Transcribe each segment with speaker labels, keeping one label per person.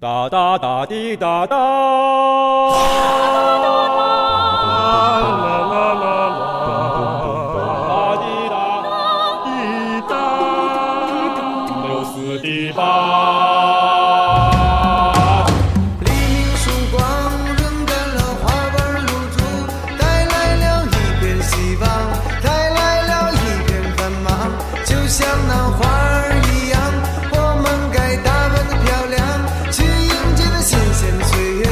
Speaker 1: 哒哒哒滴哒哒，啦啦啦啦啦，哒滴哒滴哒，六四滴八。
Speaker 2: 黎明曙光润干了花瓣露珠，带来了一片希望，带来了一片繁忙。就像那花儿一样，我们该打扮的漂亮，去迎接那新鲜岁月，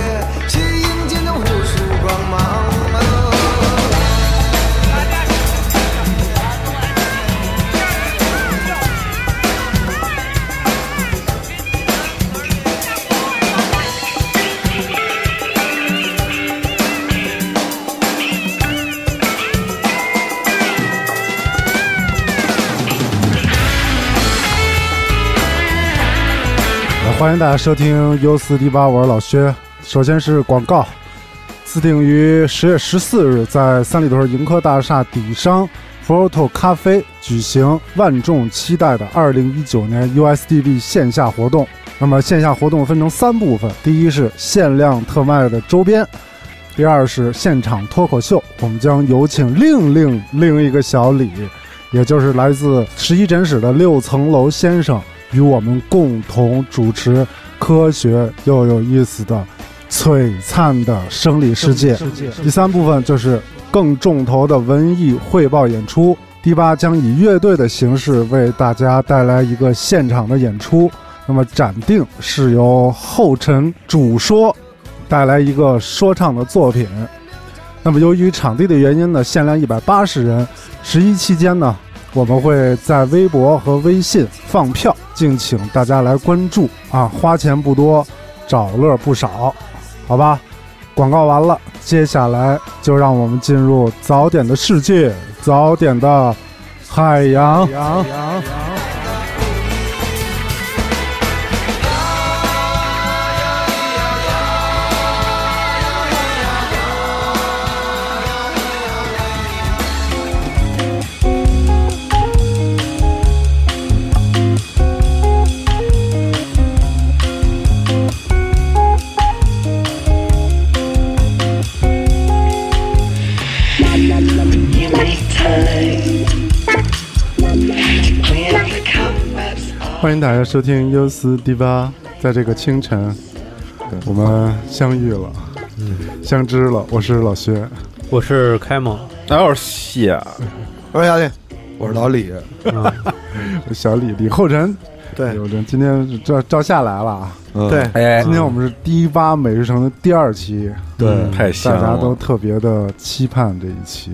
Speaker 2: 去迎接那无数光芒。哦
Speaker 3: 呃欢迎大家收听 U 四 D 八，我是老薛。首先是广告，自定于十月十四日在三里屯迎科大厦底商 Proto 咖啡举行万众期待的二零一九年 USDB 线下活动。那么线下活动分成三部分，第一是限量特卖的周边。第二是现场脱口秀，我们将有请另另另一个小李，也就是来自十一诊室的六层楼先生，与我们共同主持科学又有意思的璀璨的生理世界。第三部分就是更重头的文艺汇报演出。第八将以乐队的形式为大家带来一个现场的演出。那么展定是由后尘主说带来一个说唱的作品。那么由于场地的原因呢，限量一百八十人。十一期间呢，我们会在微博和微信放票，敬请大家来关注啊！花钱不多，找乐不少，好吧？广告完了，接下来就让我们进入早点的世界，早点的海洋。
Speaker 4: You make time. Clean up the cobwebs.
Speaker 3: 欢迎大家收听优思迪吧，在这个清晨，我们相遇了，相知了。我是老薛，
Speaker 5: 我是开蒙，
Speaker 6: 哪有戏啊？
Speaker 7: 我是小李，我是老李。
Speaker 3: 小李李厚辰。
Speaker 7: 对
Speaker 3: 李厚辰今天照照下来了啊。
Speaker 7: 对，
Speaker 6: 哎
Speaker 3: 今，天我们是第一八美食城的第二期，嗯
Speaker 7: 对
Speaker 6: 太香
Speaker 3: 大家都
Speaker 6: 了！
Speaker 3: 特别的期盼这一期，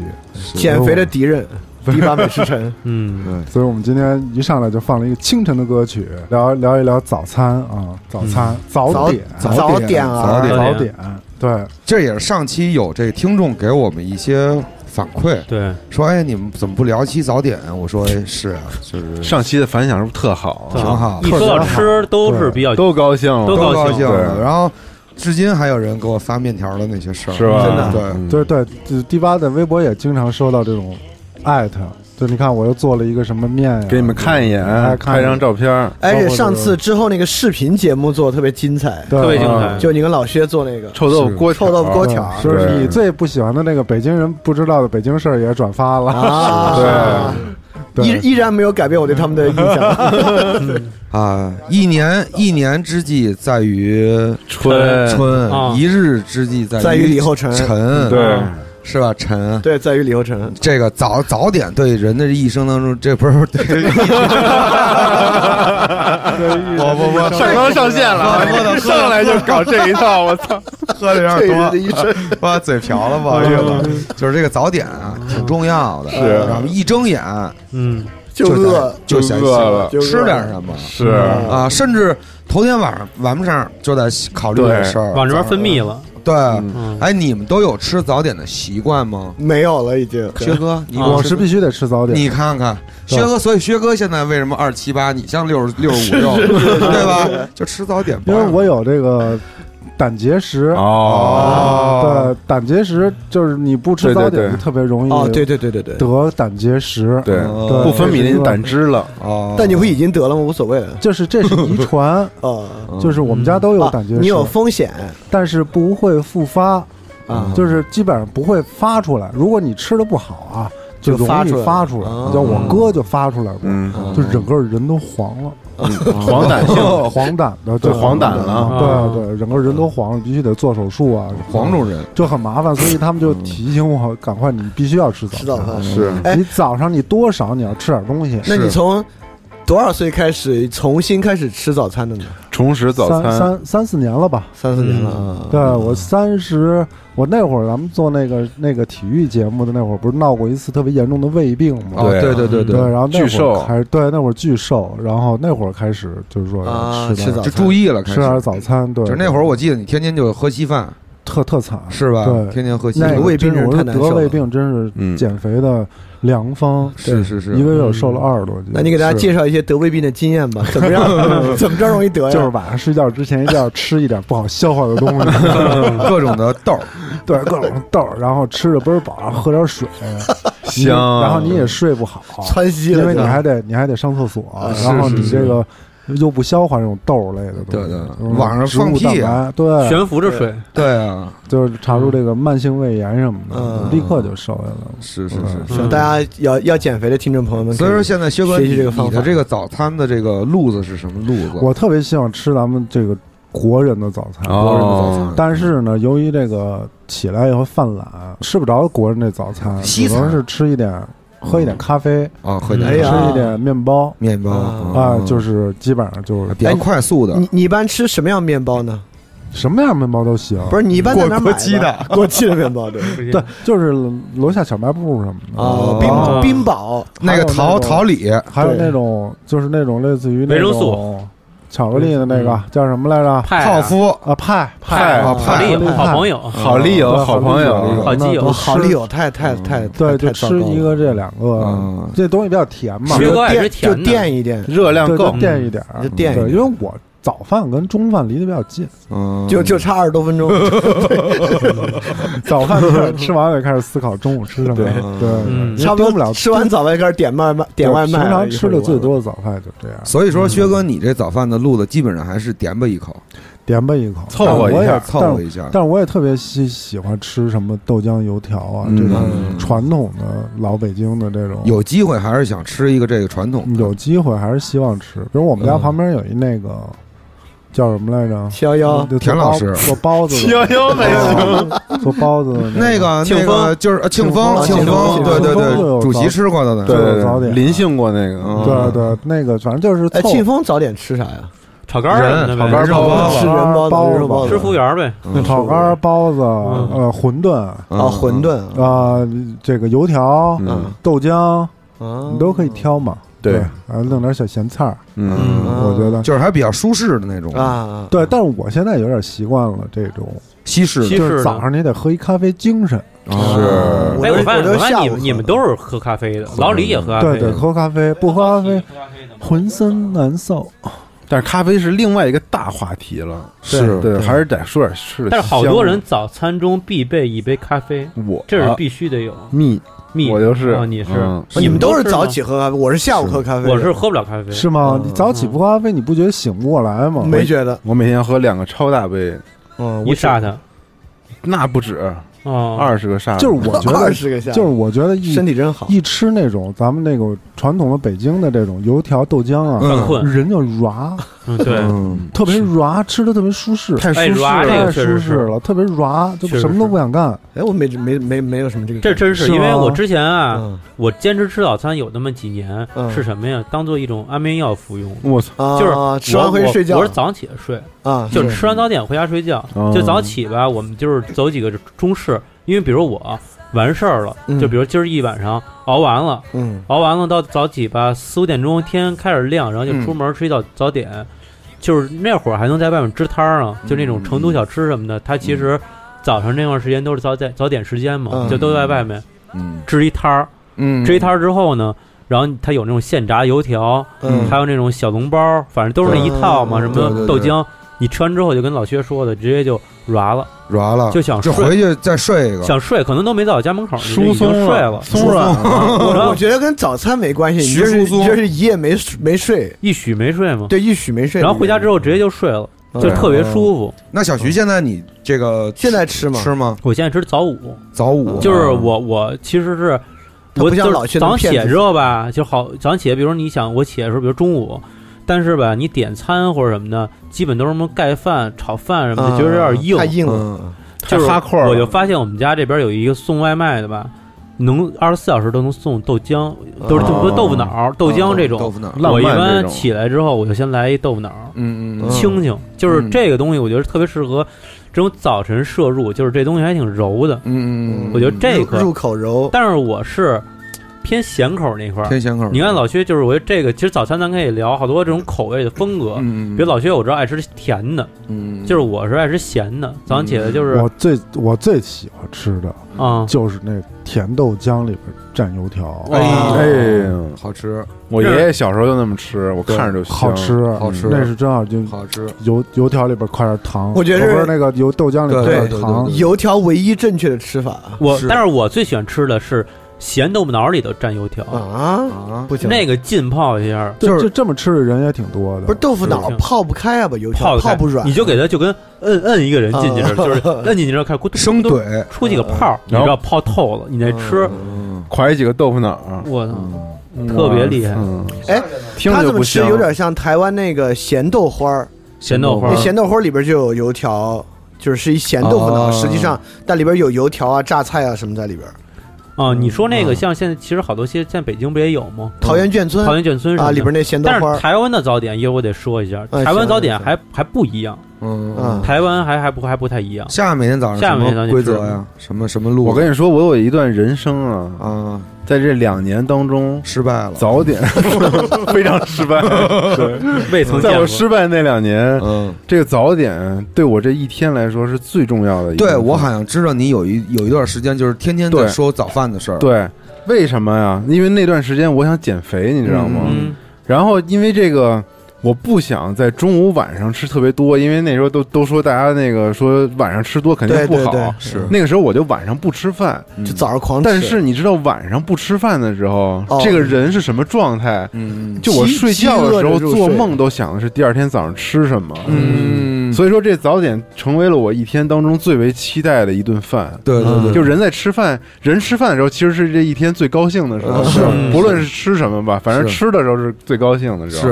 Speaker 7: 减肥的敌人，第八美食 城。
Speaker 5: 嗯，
Speaker 3: 所以我们今天一上来就放了一个清晨的歌曲，聊聊一聊早餐啊，早餐早点
Speaker 7: 早
Speaker 3: 早
Speaker 7: 点
Speaker 6: 早
Speaker 7: 啊，
Speaker 6: 点
Speaker 3: 早
Speaker 5: 早
Speaker 3: 点，对，
Speaker 6: 这也是上期有这个听众给我们一些反馈，
Speaker 5: 对，
Speaker 6: 说：“哎，你们怎么不聊期早点？”我说：“哎，是啊，就是
Speaker 8: 上期的反响是不是特好啊？
Speaker 5: 挺
Speaker 6: 好
Speaker 5: 一说到吃都是比较
Speaker 8: 都高兴了，
Speaker 5: 都
Speaker 6: 都高
Speaker 5: 高
Speaker 6: 兴
Speaker 5: 兴
Speaker 6: 了。”
Speaker 8: 对
Speaker 6: 然后至今还有人给我发面条的那些事儿，
Speaker 8: 是吧？
Speaker 7: 真的
Speaker 3: 对
Speaker 6: 对，
Speaker 3: 对，就是第八的微博也经常收到这种艾特，就你看我又做了一个什么面呀，
Speaker 8: 给你们看一眼
Speaker 3: 哎，看一
Speaker 8: 拍
Speaker 3: 眼
Speaker 8: 张照片儿，
Speaker 7: 而
Speaker 3: 包
Speaker 7: 且
Speaker 3: 括
Speaker 7: 哎上
Speaker 3: 这个
Speaker 7: 次之后那个视频节目做的特别精彩，
Speaker 3: 对
Speaker 5: 特别精
Speaker 8: 啊
Speaker 5: 彩，
Speaker 7: 就你跟老薛做那个
Speaker 8: 臭豆腐锅条
Speaker 7: 臭豆腐锅条
Speaker 3: 就
Speaker 7: 儿
Speaker 3: 是
Speaker 8: 对
Speaker 3: 你最不喜欢的那个北京人不知道的北京事儿也转发了，
Speaker 7: 啊，
Speaker 3: 对
Speaker 7: 依依然没有改变我对他们的印象。
Speaker 6: 啊，一年一年之计在于
Speaker 8: 春
Speaker 5: 啊
Speaker 6: 春，一日之计在
Speaker 7: 在于李后 成
Speaker 6: 晨，
Speaker 8: 对
Speaker 6: 是吧？晨，
Speaker 7: 对，在于李厚成，
Speaker 6: 这个早早点对人的一生当中，这不是 对
Speaker 3: 我
Speaker 6: 不不
Speaker 8: 上纲上线了啊，上来就搞这一 套，我操！
Speaker 6: 喝的有
Speaker 7: 这
Speaker 6: 点
Speaker 7: 人的
Speaker 6: 多，
Speaker 7: 一生。
Speaker 6: 把嘴瓢了吧？就是这个早点啊，挺重要的。啊
Speaker 8: 是
Speaker 6: 然后一睁眼
Speaker 5: 嗯，
Speaker 7: 就饿，
Speaker 6: 就想
Speaker 8: 就饿了
Speaker 7: 就饿
Speaker 6: 吃点什么
Speaker 8: 是
Speaker 6: 啊，甚至头天晚上晚不上就在考虑这事儿，
Speaker 5: 嗯往这边分泌了，
Speaker 6: 对，
Speaker 5: 嗯，
Speaker 6: 哎，你们都有吃早点的习惯吗？
Speaker 7: 没有了，已经。
Speaker 6: 薛哥，你
Speaker 3: 我
Speaker 6: 吃
Speaker 3: 是必须得吃早点，
Speaker 6: 你看看
Speaker 3: 对
Speaker 6: 薛哥，所以薛哥现在为什么二七八？你像六十六十五六，对吧？就吃早点吧。
Speaker 3: 因为我有这个胆结石。
Speaker 8: 哦，
Speaker 3: 对，胆结石就是你不吃
Speaker 8: 对对
Speaker 3: 早点
Speaker 8: 对
Speaker 3: 就特别容易
Speaker 9: 哦，对对哦对对对。
Speaker 3: 得胆结石。
Speaker 8: 哦对
Speaker 3: 对
Speaker 8: 不分泌那胆汁 了，
Speaker 6: 哦，
Speaker 9: 但你不已经得了吗？无所谓了。
Speaker 3: 就是这是遗传，
Speaker 9: 呃，
Speaker 3: 就是我们家都有
Speaker 9: 啊
Speaker 3: 胆结石，
Speaker 9: 你有风险
Speaker 3: 但是不会复发，
Speaker 9: 啊？
Speaker 3: 就是基本上不会发出来。如果你吃的不好啊，
Speaker 9: 就
Speaker 3: 容
Speaker 9: 发
Speaker 3: 易
Speaker 9: 出来
Speaker 3: 发出来。
Speaker 9: 啊
Speaker 3: 像我哥就发出来过，
Speaker 8: 嗯，
Speaker 3: 就整个人都黄了，
Speaker 8: 黄疸性，
Speaker 3: 黄疸的，
Speaker 8: 对黄疸啊
Speaker 3: 的
Speaker 8: 了
Speaker 3: 对对，整个人都黄了，必须得做手术啊，
Speaker 6: 黄种人
Speaker 3: 就很麻烦。所以他们就提醒我，赶快你必须要吃
Speaker 9: 吃
Speaker 3: 早
Speaker 9: 早
Speaker 3: 餐。
Speaker 9: 饭。
Speaker 8: 是
Speaker 9: 哎
Speaker 3: 你早上你多少你要吃点东西，
Speaker 9: 那你从多少岁开始重新开始吃早餐的呢？
Speaker 8: 重拾早
Speaker 3: 三
Speaker 8: 餐，哦
Speaker 3: 三三四年了吧？
Speaker 9: 三四年了啊。
Speaker 8: 嗯
Speaker 3: 对我三十，我那会儿咱们做那个那个体育节目的那会儿，不是闹过一次特别严重的胃病吗？
Speaker 6: 哦，
Speaker 8: 对
Speaker 6: 对对对
Speaker 3: 对，嗯
Speaker 6: 对，
Speaker 3: 然后那
Speaker 8: 巨
Speaker 3: 会
Speaker 8: 瘦
Speaker 3: 儿开始，对，那会儿巨瘦，然后那会儿开始就是说
Speaker 9: 啊
Speaker 3: 要吃
Speaker 9: 吃
Speaker 3: 点
Speaker 9: 早
Speaker 6: 就
Speaker 9: 餐
Speaker 6: 注意了，开
Speaker 3: 吃
Speaker 6: 始
Speaker 3: 点早餐，对，
Speaker 6: 就是那会儿我记得你天天就喝稀饭
Speaker 3: 特特惨，
Speaker 6: 是吧？
Speaker 3: 对
Speaker 6: 天天喝稀
Speaker 3: 那
Speaker 6: 饭
Speaker 9: 个，胃病
Speaker 3: 真是
Speaker 9: 真是
Speaker 3: 我
Speaker 9: 太
Speaker 3: 是
Speaker 9: 难
Speaker 3: 得
Speaker 9: 受了
Speaker 3: 胃病，真
Speaker 8: 嗯
Speaker 3: 是减肥的良方，
Speaker 6: 是是是
Speaker 3: 一个月
Speaker 9: 嗯
Speaker 3: 我瘦了二十多斤。
Speaker 9: 那你给大家介绍一些得胃病的经验吧，怎么 样？怎么着容易得呀？
Speaker 3: 就是晚上睡觉之前一定要吃一点不好消化的东西，
Speaker 6: 各种的豆儿，
Speaker 3: 对，各种豆儿，然后吃的倍儿饱，喝点水，你
Speaker 8: 香啊
Speaker 3: 然后你也睡不好，
Speaker 9: 窜稀
Speaker 3: 因
Speaker 9: 了就，
Speaker 3: 为你还得你还得上厕所，然后你这个又不消化这种豆儿类的东
Speaker 6: 对
Speaker 3: 西，
Speaker 6: 对
Speaker 3: 嗯
Speaker 6: 晚上
Speaker 3: 植物
Speaker 6: 放屁啊
Speaker 3: 蛋白对，
Speaker 5: 嗯悬浮着水，
Speaker 6: 对啊，
Speaker 3: 就是查出这个慢性胃炎什么的，
Speaker 9: 嗯
Speaker 3: 立刻就瘦下来了。
Speaker 6: 是是
Speaker 3: 嗯
Speaker 6: 是
Speaker 9: 希望大家要要减肥的听众朋友们可，
Speaker 6: 所以说现在薛哥，
Speaker 9: 学习这个
Speaker 6: 你
Speaker 9: 方
Speaker 6: 你
Speaker 9: 法
Speaker 6: 的这个早餐的这个路子是什么路子？
Speaker 3: 我特别希望吃咱们这个国人的早餐，
Speaker 6: 国人的
Speaker 8: 哦
Speaker 6: 早餐，
Speaker 3: 但是呢，由于这个起来以后犯懒，吃不着国人这早餐，
Speaker 6: 西
Speaker 3: 只
Speaker 6: 餐
Speaker 3: 能是吃一点，喝一点咖啡，
Speaker 6: 啊，喝点
Speaker 9: 哎呀
Speaker 3: 吃一点面包
Speaker 6: 面包嗯啊
Speaker 3: 啊，就是是基本上就是
Speaker 6: 比较快速的
Speaker 9: 你你一般吃什么样面包呢？
Speaker 3: 什么样面包都行，
Speaker 9: 不是你一般在哪儿买
Speaker 8: 过期的
Speaker 9: 的？过期的面包对。
Speaker 3: 对，就是楼下小卖部什么的，
Speaker 9: 哦，
Speaker 5: 哦
Speaker 9: 冰冰堡
Speaker 6: 那个桃桃李
Speaker 3: 还有那种就是那种类似于那
Speaker 5: 维生
Speaker 3: 种巧克力的那个叫什么来着？
Speaker 5: 派
Speaker 6: 泡
Speaker 5: 啊
Speaker 6: 芙，
Speaker 3: 啊派
Speaker 8: 派
Speaker 6: 啊
Speaker 5: 好
Speaker 6: 派
Speaker 5: 利友，
Speaker 3: 派
Speaker 5: 好朋友，
Speaker 8: 好利友，哦好朋友，
Speaker 5: 好基友
Speaker 3: 那
Speaker 9: 好利友太太太
Speaker 3: 对，
Speaker 9: 太
Speaker 3: 就
Speaker 9: 太糟
Speaker 3: 吃
Speaker 9: 糕
Speaker 3: 一
Speaker 9: 了
Speaker 3: 个这两个，
Speaker 6: 嗯，
Speaker 3: 这东西比较甜嘛，
Speaker 5: 吃
Speaker 3: 对
Speaker 5: 这个也
Speaker 9: 淀
Speaker 5: 是甜的
Speaker 9: 就垫一垫，
Speaker 8: 热量
Speaker 3: 对
Speaker 8: 够，嗯
Speaker 3: 垫一点儿
Speaker 9: 嗯就，垫一
Speaker 3: 对，
Speaker 9: 点
Speaker 3: 因为我早饭跟中饭离得比较 近，
Speaker 6: 嗯
Speaker 9: 就就差二十多分钟。
Speaker 3: 早饭吃吃完了就开始思考中午吃什么，对，
Speaker 5: 嗯
Speaker 3: 因为
Speaker 9: 差不
Speaker 3: 丢
Speaker 9: 多
Speaker 3: 不了
Speaker 9: 吃完早饭开始点外卖，点外卖了。
Speaker 3: 平常吃
Speaker 9: 一会
Speaker 3: 的
Speaker 9: 儿就完
Speaker 3: 最
Speaker 9: 了，
Speaker 3: 多的早饭就这样，
Speaker 6: 所以说薛哥，你这早饭的路子基本上还是点吧一口，
Speaker 3: 点吧一口，
Speaker 8: 凑合
Speaker 3: 但
Speaker 8: 一
Speaker 3: 我也
Speaker 8: 下
Speaker 6: 凑
Speaker 3: 但
Speaker 6: 合一下，
Speaker 3: 但我也特别喜喜欢吃什么豆浆油条啊，
Speaker 6: 嗯
Speaker 3: 这种传统的老北京的这种。
Speaker 6: 有机会还是想吃一个这个传统
Speaker 3: 有机会还是希望吃，比如我
Speaker 9: 嗯
Speaker 3: 们家旁边有一那个、叫什么来着？
Speaker 9: 七幺幺
Speaker 3: 就做
Speaker 6: 田老
Speaker 3: 包
Speaker 6: 师
Speaker 3: 做包子
Speaker 5: 嗯
Speaker 8: 七
Speaker 3: 的
Speaker 8: 幺幺没行，
Speaker 3: 做包子的
Speaker 6: 那
Speaker 3: 个
Speaker 6: 个那
Speaker 5: 庆
Speaker 6: 个
Speaker 5: 丰
Speaker 6: 就是呃庆
Speaker 3: 丰
Speaker 6: 丰庆丰，
Speaker 9: 庆丰
Speaker 6: 对对
Speaker 3: 庆丰就有
Speaker 6: 对，主
Speaker 3: 早
Speaker 6: 席吃过的呢，
Speaker 8: 对对
Speaker 3: 早点
Speaker 8: 对，临幸过那个，哦
Speaker 6: 嗯
Speaker 3: 对对，那个反正就是
Speaker 9: 哎，
Speaker 3: 凑
Speaker 9: 庆丰早点吃啥呀？
Speaker 5: 炒肝儿什么的呗，
Speaker 8: 人炒肝儿包
Speaker 6: 子
Speaker 9: 吃人包
Speaker 3: 包子
Speaker 9: 子、人肉包子
Speaker 5: 吃服务员儿呗，
Speaker 6: 嗯
Speaker 3: 炒肝儿、包子、
Speaker 5: 嗯
Speaker 3: 呃馄饨啊、
Speaker 9: 啊，馄饨啊，
Speaker 3: 呃这个油条、
Speaker 8: 嗯
Speaker 3: 豆浆，
Speaker 9: 啊
Speaker 3: 你嗯都可以挑嘛。
Speaker 8: 对
Speaker 3: 啊，弄点小咸菜儿，
Speaker 8: 嗯，
Speaker 9: 啊
Speaker 3: 我觉得。
Speaker 6: 就是还比较舒适的那种
Speaker 9: 啊，啊。
Speaker 3: 对，但是我现在有点习惯了这种，
Speaker 6: 西式的
Speaker 5: 西
Speaker 3: 就
Speaker 5: 式
Speaker 3: 是
Speaker 5: 的
Speaker 3: 早上你得喝一咖啡，精神。
Speaker 6: 啊
Speaker 9: 我
Speaker 5: 哎，
Speaker 9: 都
Speaker 5: 我
Speaker 9: 是
Speaker 5: 发现
Speaker 9: 我都
Speaker 5: 我
Speaker 9: 是
Speaker 5: 发
Speaker 9: 下
Speaker 5: 现你
Speaker 9: 午
Speaker 5: 们
Speaker 9: 喝
Speaker 5: 你们都是喝咖啡的，老李也喝咖
Speaker 3: 对
Speaker 5: 啡，
Speaker 3: 对，喝咖啡，不喝咖啡，浑身难受。
Speaker 8: 但是咖啡是另外一个大话题了，
Speaker 6: 是
Speaker 8: 对，还是得说点吃的香。
Speaker 5: 但是好多人早餐中必备一杯咖啡，
Speaker 8: 我啊
Speaker 5: 这是必须得有。
Speaker 8: 蜜，
Speaker 5: 蜜，
Speaker 8: 我就是
Speaker 5: 啊，你是
Speaker 8: 嗯
Speaker 9: 你们都是早
Speaker 5: 起，
Speaker 9: 起喝咖啡，我是下午喝咖啡的，
Speaker 5: 我是喝不了咖啡，
Speaker 3: 是吗？
Speaker 9: 嗯
Speaker 3: 你早起不喝咖啡，你不觉得醒不过来吗？
Speaker 9: 没觉得，
Speaker 8: 我每天喝两个超大杯，
Speaker 9: 嗯，
Speaker 5: 哦一下它，
Speaker 8: 那不止
Speaker 5: 哦，
Speaker 8: 二十个沙拉，
Speaker 3: 就是我觉得
Speaker 9: 二，十个下午，
Speaker 3: 就是我觉得一
Speaker 9: 身体真好。
Speaker 3: 一吃那种咱们那个传统的北京的这种油条豆浆啊，
Speaker 5: 犯困，
Speaker 3: 人就软，
Speaker 5: 嗯，对，
Speaker 6: 嗯，
Speaker 3: 特别软，吃的特别舒适，太
Speaker 5: 哎软这
Speaker 3: 太
Speaker 5: 个确
Speaker 3: 舒
Speaker 5: 实
Speaker 3: 适
Speaker 5: 是，
Speaker 3: 了，特别软，就
Speaker 5: 确实
Speaker 3: 什么都不想干。
Speaker 9: 哎，我没没没没有什么这个
Speaker 5: 嗯这
Speaker 9: 感觉，
Speaker 5: 真是
Speaker 3: 是吗
Speaker 5: 因为我之前啊，
Speaker 9: 嗯
Speaker 5: 我坚持吃早餐有那么几年
Speaker 9: 嗯，
Speaker 5: 是什么呀？当做一种安眠药服用。
Speaker 8: 我操，
Speaker 9: 啊，
Speaker 5: 就是
Speaker 9: 吃完
Speaker 5: 我
Speaker 9: 回去睡觉，哦
Speaker 5: 我是早上起来睡，
Speaker 9: 啊，
Speaker 5: 就是吃完早点回家睡觉
Speaker 8: 嗯，
Speaker 5: 就早起吧。我们就是走几个中式，因为比如我完事儿了
Speaker 9: 嗯，
Speaker 5: 就比如今儿一晚上熬完了，
Speaker 9: 嗯
Speaker 5: 熬完了到早起吧，四五点钟天开始亮，然后就
Speaker 9: 嗯
Speaker 5: 出门吃一早早点，就是那会儿还能在外面支摊儿啊，
Speaker 9: 嗯
Speaker 5: 就那种成都小吃什么的，它其实早上那段时间都是早点早点时间嘛
Speaker 9: 嗯，
Speaker 5: 就都在外面
Speaker 6: 嗯
Speaker 5: 支一摊儿，
Speaker 6: 嗯，
Speaker 5: 支一摊儿之后呢。然后它有那种现炸油条，
Speaker 9: 嗯
Speaker 5: 还有那种小笼包，反正都是那一套嘛，
Speaker 9: 嗯
Speaker 5: 什
Speaker 9: 对
Speaker 5: 么
Speaker 6: 对对
Speaker 5: 豆浆，你吃完之后就跟老薛说的，直接就软了，
Speaker 6: 嗯软了，
Speaker 5: 就想
Speaker 6: 就
Speaker 5: 睡
Speaker 6: 啊回去再睡一个。
Speaker 5: 想睡，可能都没到我家门口，你就
Speaker 8: 疏
Speaker 5: 已经
Speaker 8: 松
Speaker 5: 睡了。
Speaker 8: 松软 了，
Speaker 5: 然
Speaker 9: 我
Speaker 5: 后
Speaker 9: 我觉得跟早餐没关系，你
Speaker 6: 徐
Speaker 9: 就是
Speaker 6: 叔叔
Speaker 9: 你就是一夜没睡没睡，
Speaker 5: 一宿没睡嘛，
Speaker 9: 对，一宿没睡。
Speaker 5: 然后回家之后直接就睡了，就
Speaker 6: 对
Speaker 5: 特别舒服。
Speaker 6: 那小徐现在你这个
Speaker 9: 现在吃吗？
Speaker 6: 吃吗？
Speaker 5: 我现在嗯吃早午，
Speaker 6: 早午啊
Speaker 5: 就是我我其实是。
Speaker 9: 他
Speaker 5: 我
Speaker 9: 不像
Speaker 5: 就是
Speaker 9: 老薛
Speaker 5: 早
Speaker 9: 能
Speaker 5: 上起
Speaker 9: 骗
Speaker 5: 来
Speaker 9: 自
Speaker 5: 之后吧，就好早上起来，比如说你想我起来的时候，比如中午，但是吧，你点餐或者什么的，基本都是什么盖饭、炒饭什么的，觉得有点硬
Speaker 9: 啊嗯太，硬了。
Speaker 6: 嗯，
Speaker 5: 就是
Speaker 8: 太哈扣了
Speaker 5: 我就发现我们家这边有一个送外卖的吧，能二十四小时都能送豆浆，都是
Speaker 8: 哦
Speaker 5: 不是豆腐脑、豆浆这
Speaker 6: 嗯豆
Speaker 5: 种。嗯
Speaker 6: 腐脑，
Speaker 8: 浪
Speaker 5: 我一
Speaker 8: 漫这
Speaker 5: 般
Speaker 8: 种
Speaker 5: 起来之后，我就先来一豆腐脑，
Speaker 6: 嗯嗯嗯，
Speaker 5: 清清，就是
Speaker 6: 嗯
Speaker 5: 这个东西，我觉得特别适合这种早晨摄入，就是这东西还挺柔的。
Speaker 6: 嗯嗯嗯，
Speaker 5: 我觉得这
Speaker 9: 入
Speaker 5: 个
Speaker 9: 入口柔，
Speaker 5: 但是我是偏咸口那块儿。
Speaker 6: 天咸口。
Speaker 5: 你看老薛，就是我觉得这个，其实早餐咱可以聊好多这种口味的风格。
Speaker 6: 嗯，嗯，
Speaker 5: 比如老薛，我知道爱吃甜的，
Speaker 6: 嗯，嗯
Speaker 5: 就是我是爱吃咸的。早上起来就是
Speaker 3: 我最我最喜欢吃的
Speaker 5: 啊，
Speaker 3: 就是那甜豆浆里边蘸油条，
Speaker 6: 哎
Speaker 5: 嗯
Speaker 8: 哎呦
Speaker 6: 好吃，
Speaker 8: 我爷爷小时候就那么吃，我看着就香
Speaker 3: 好吃，
Speaker 5: 嗯
Speaker 6: 好吃
Speaker 3: 那是真好，就
Speaker 6: 好吃，
Speaker 3: 油油条里边快点糖，
Speaker 9: 我觉得是
Speaker 3: 不是那个油豆浆里
Speaker 6: 对
Speaker 3: 快点
Speaker 6: 对
Speaker 3: 糖
Speaker 6: 对，
Speaker 9: 油条唯一正确的吃法啊
Speaker 5: 啊我
Speaker 6: 是
Speaker 5: 但是我最喜欢吃的是咸豆腐脑里头蘸油条，
Speaker 9: 啊，
Speaker 6: 啊，
Speaker 9: 不行，
Speaker 5: 那个浸泡一下，
Speaker 3: 就
Speaker 6: 就是
Speaker 3: 就这么吃的人也挺多的，
Speaker 9: 不是豆腐脑
Speaker 5: 是
Speaker 9: 泡不开啊，把油条
Speaker 5: 泡
Speaker 9: 泡不软，
Speaker 5: 你就 给它就跟摁摁一个人进去似的，就是摁进去之后开始咕嘟咕
Speaker 6: 生
Speaker 5: 嘟
Speaker 6: 怼，
Speaker 5: 出几个泡儿，你
Speaker 8: 然
Speaker 5: 知
Speaker 8: 后
Speaker 5: 道泡透了，你再吃，
Speaker 6: 嗯，
Speaker 8: 蒯几个豆腐脑，
Speaker 5: 我操！
Speaker 8: 嗯
Speaker 5: 特别厉害
Speaker 8: 嗯，
Speaker 9: 哎，
Speaker 8: 听
Speaker 9: 他
Speaker 8: 着就
Speaker 9: 这么
Speaker 8: 不
Speaker 9: 吃
Speaker 8: 香，
Speaker 9: 有点像台湾那个咸豆花儿，
Speaker 5: 咸豆花
Speaker 9: 那
Speaker 5: 儿，
Speaker 9: 咸豆花儿里边就有油条，就是是一咸豆腐脑，
Speaker 6: 哦
Speaker 9: 实际上但里边有油条啊、榨菜啊什么在里边。
Speaker 5: 啊，你说那个像现在其实好多些，像北京不也有吗？
Speaker 9: 桃园卷村
Speaker 5: 嗯桃园卷村什么
Speaker 9: 啊
Speaker 5: 的
Speaker 9: 里边那咸豆
Speaker 5: 但
Speaker 9: 花
Speaker 5: 是
Speaker 9: 儿，
Speaker 5: 台湾的早点，一会儿我得说一下，
Speaker 9: 哎
Speaker 5: 台湾
Speaker 9: 行
Speaker 5: 早点
Speaker 9: 行
Speaker 5: 还还不一样，
Speaker 6: 嗯
Speaker 9: 嗯
Speaker 6: 嗯，
Speaker 5: 台湾还还不还不太一样。
Speaker 6: 下面每天早上
Speaker 5: 啊下
Speaker 6: 什
Speaker 5: 面每天早
Speaker 6: 么
Speaker 5: 上
Speaker 6: 规
Speaker 5: 去吃嗯
Speaker 6: 则呀？什么什么路？
Speaker 8: 我跟你说，我有一段人生啊，
Speaker 6: 啊，
Speaker 8: 在这两年当中，
Speaker 6: 失败了，
Speaker 8: 早点 非常失败。对，
Speaker 5: 未曾见
Speaker 8: 在
Speaker 5: 过
Speaker 8: 我，失败那两年，
Speaker 6: 嗯，
Speaker 8: 这个早点对我这一天来说是最重要的一部分。
Speaker 6: 对我好像知道你有一有一段时间就是天天在
Speaker 8: 对
Speaker 6: 说早饭的事儿，
Speaker 8: 对，为什么呀？因为那段时间我想减肥，你知道吗？
Speaker 5: 嗯，
Speaker 8: 然后因为这个，我不想在中午晚上吃特别多，因为那时候都都说大家那个说晚上吃多肯定
Speaker 9: 对
Speaker 8: 不
Speaker 9: 对
Speaker 8: 好。
Speaker 9: 对，
Speaker 6: 是
Speaker 8: 那个时候我就晚上不吃饭，
Speaker 9: 就早上狂吃。
Speaker 8: 但是你知道晚上不吃饭的时候，
Speaker 9: 哦
Speaker 8: 这个人是什么状态？
Speaker 6: 嗯嗯
Speaker 8: 就我
Speaker 9: 饥
Speaker 8: 睡觉的时候
Speaker 9: 饥饿着入睡
Speaker 8: 做梦都想的是第二天早上吃什么。
Speaker 6: 嗯，
Speaker 8: 所以说这早点成为了我一天当中最为期待的一顿饭。
Speaker 6: 对对
Speaker 5: 嗯
Speaker 6: 对，
Speaker 8: 就人在吃饭，人吃饭的时候，其实是这一天最高兴的时候，
Speaker 6: 嗯是
Speaker 8: 不论是吃什么吧，反正
Speaker 6: 是
Speaker 8: 吃的时候是最高兴的时候。
Speaker 6: 是，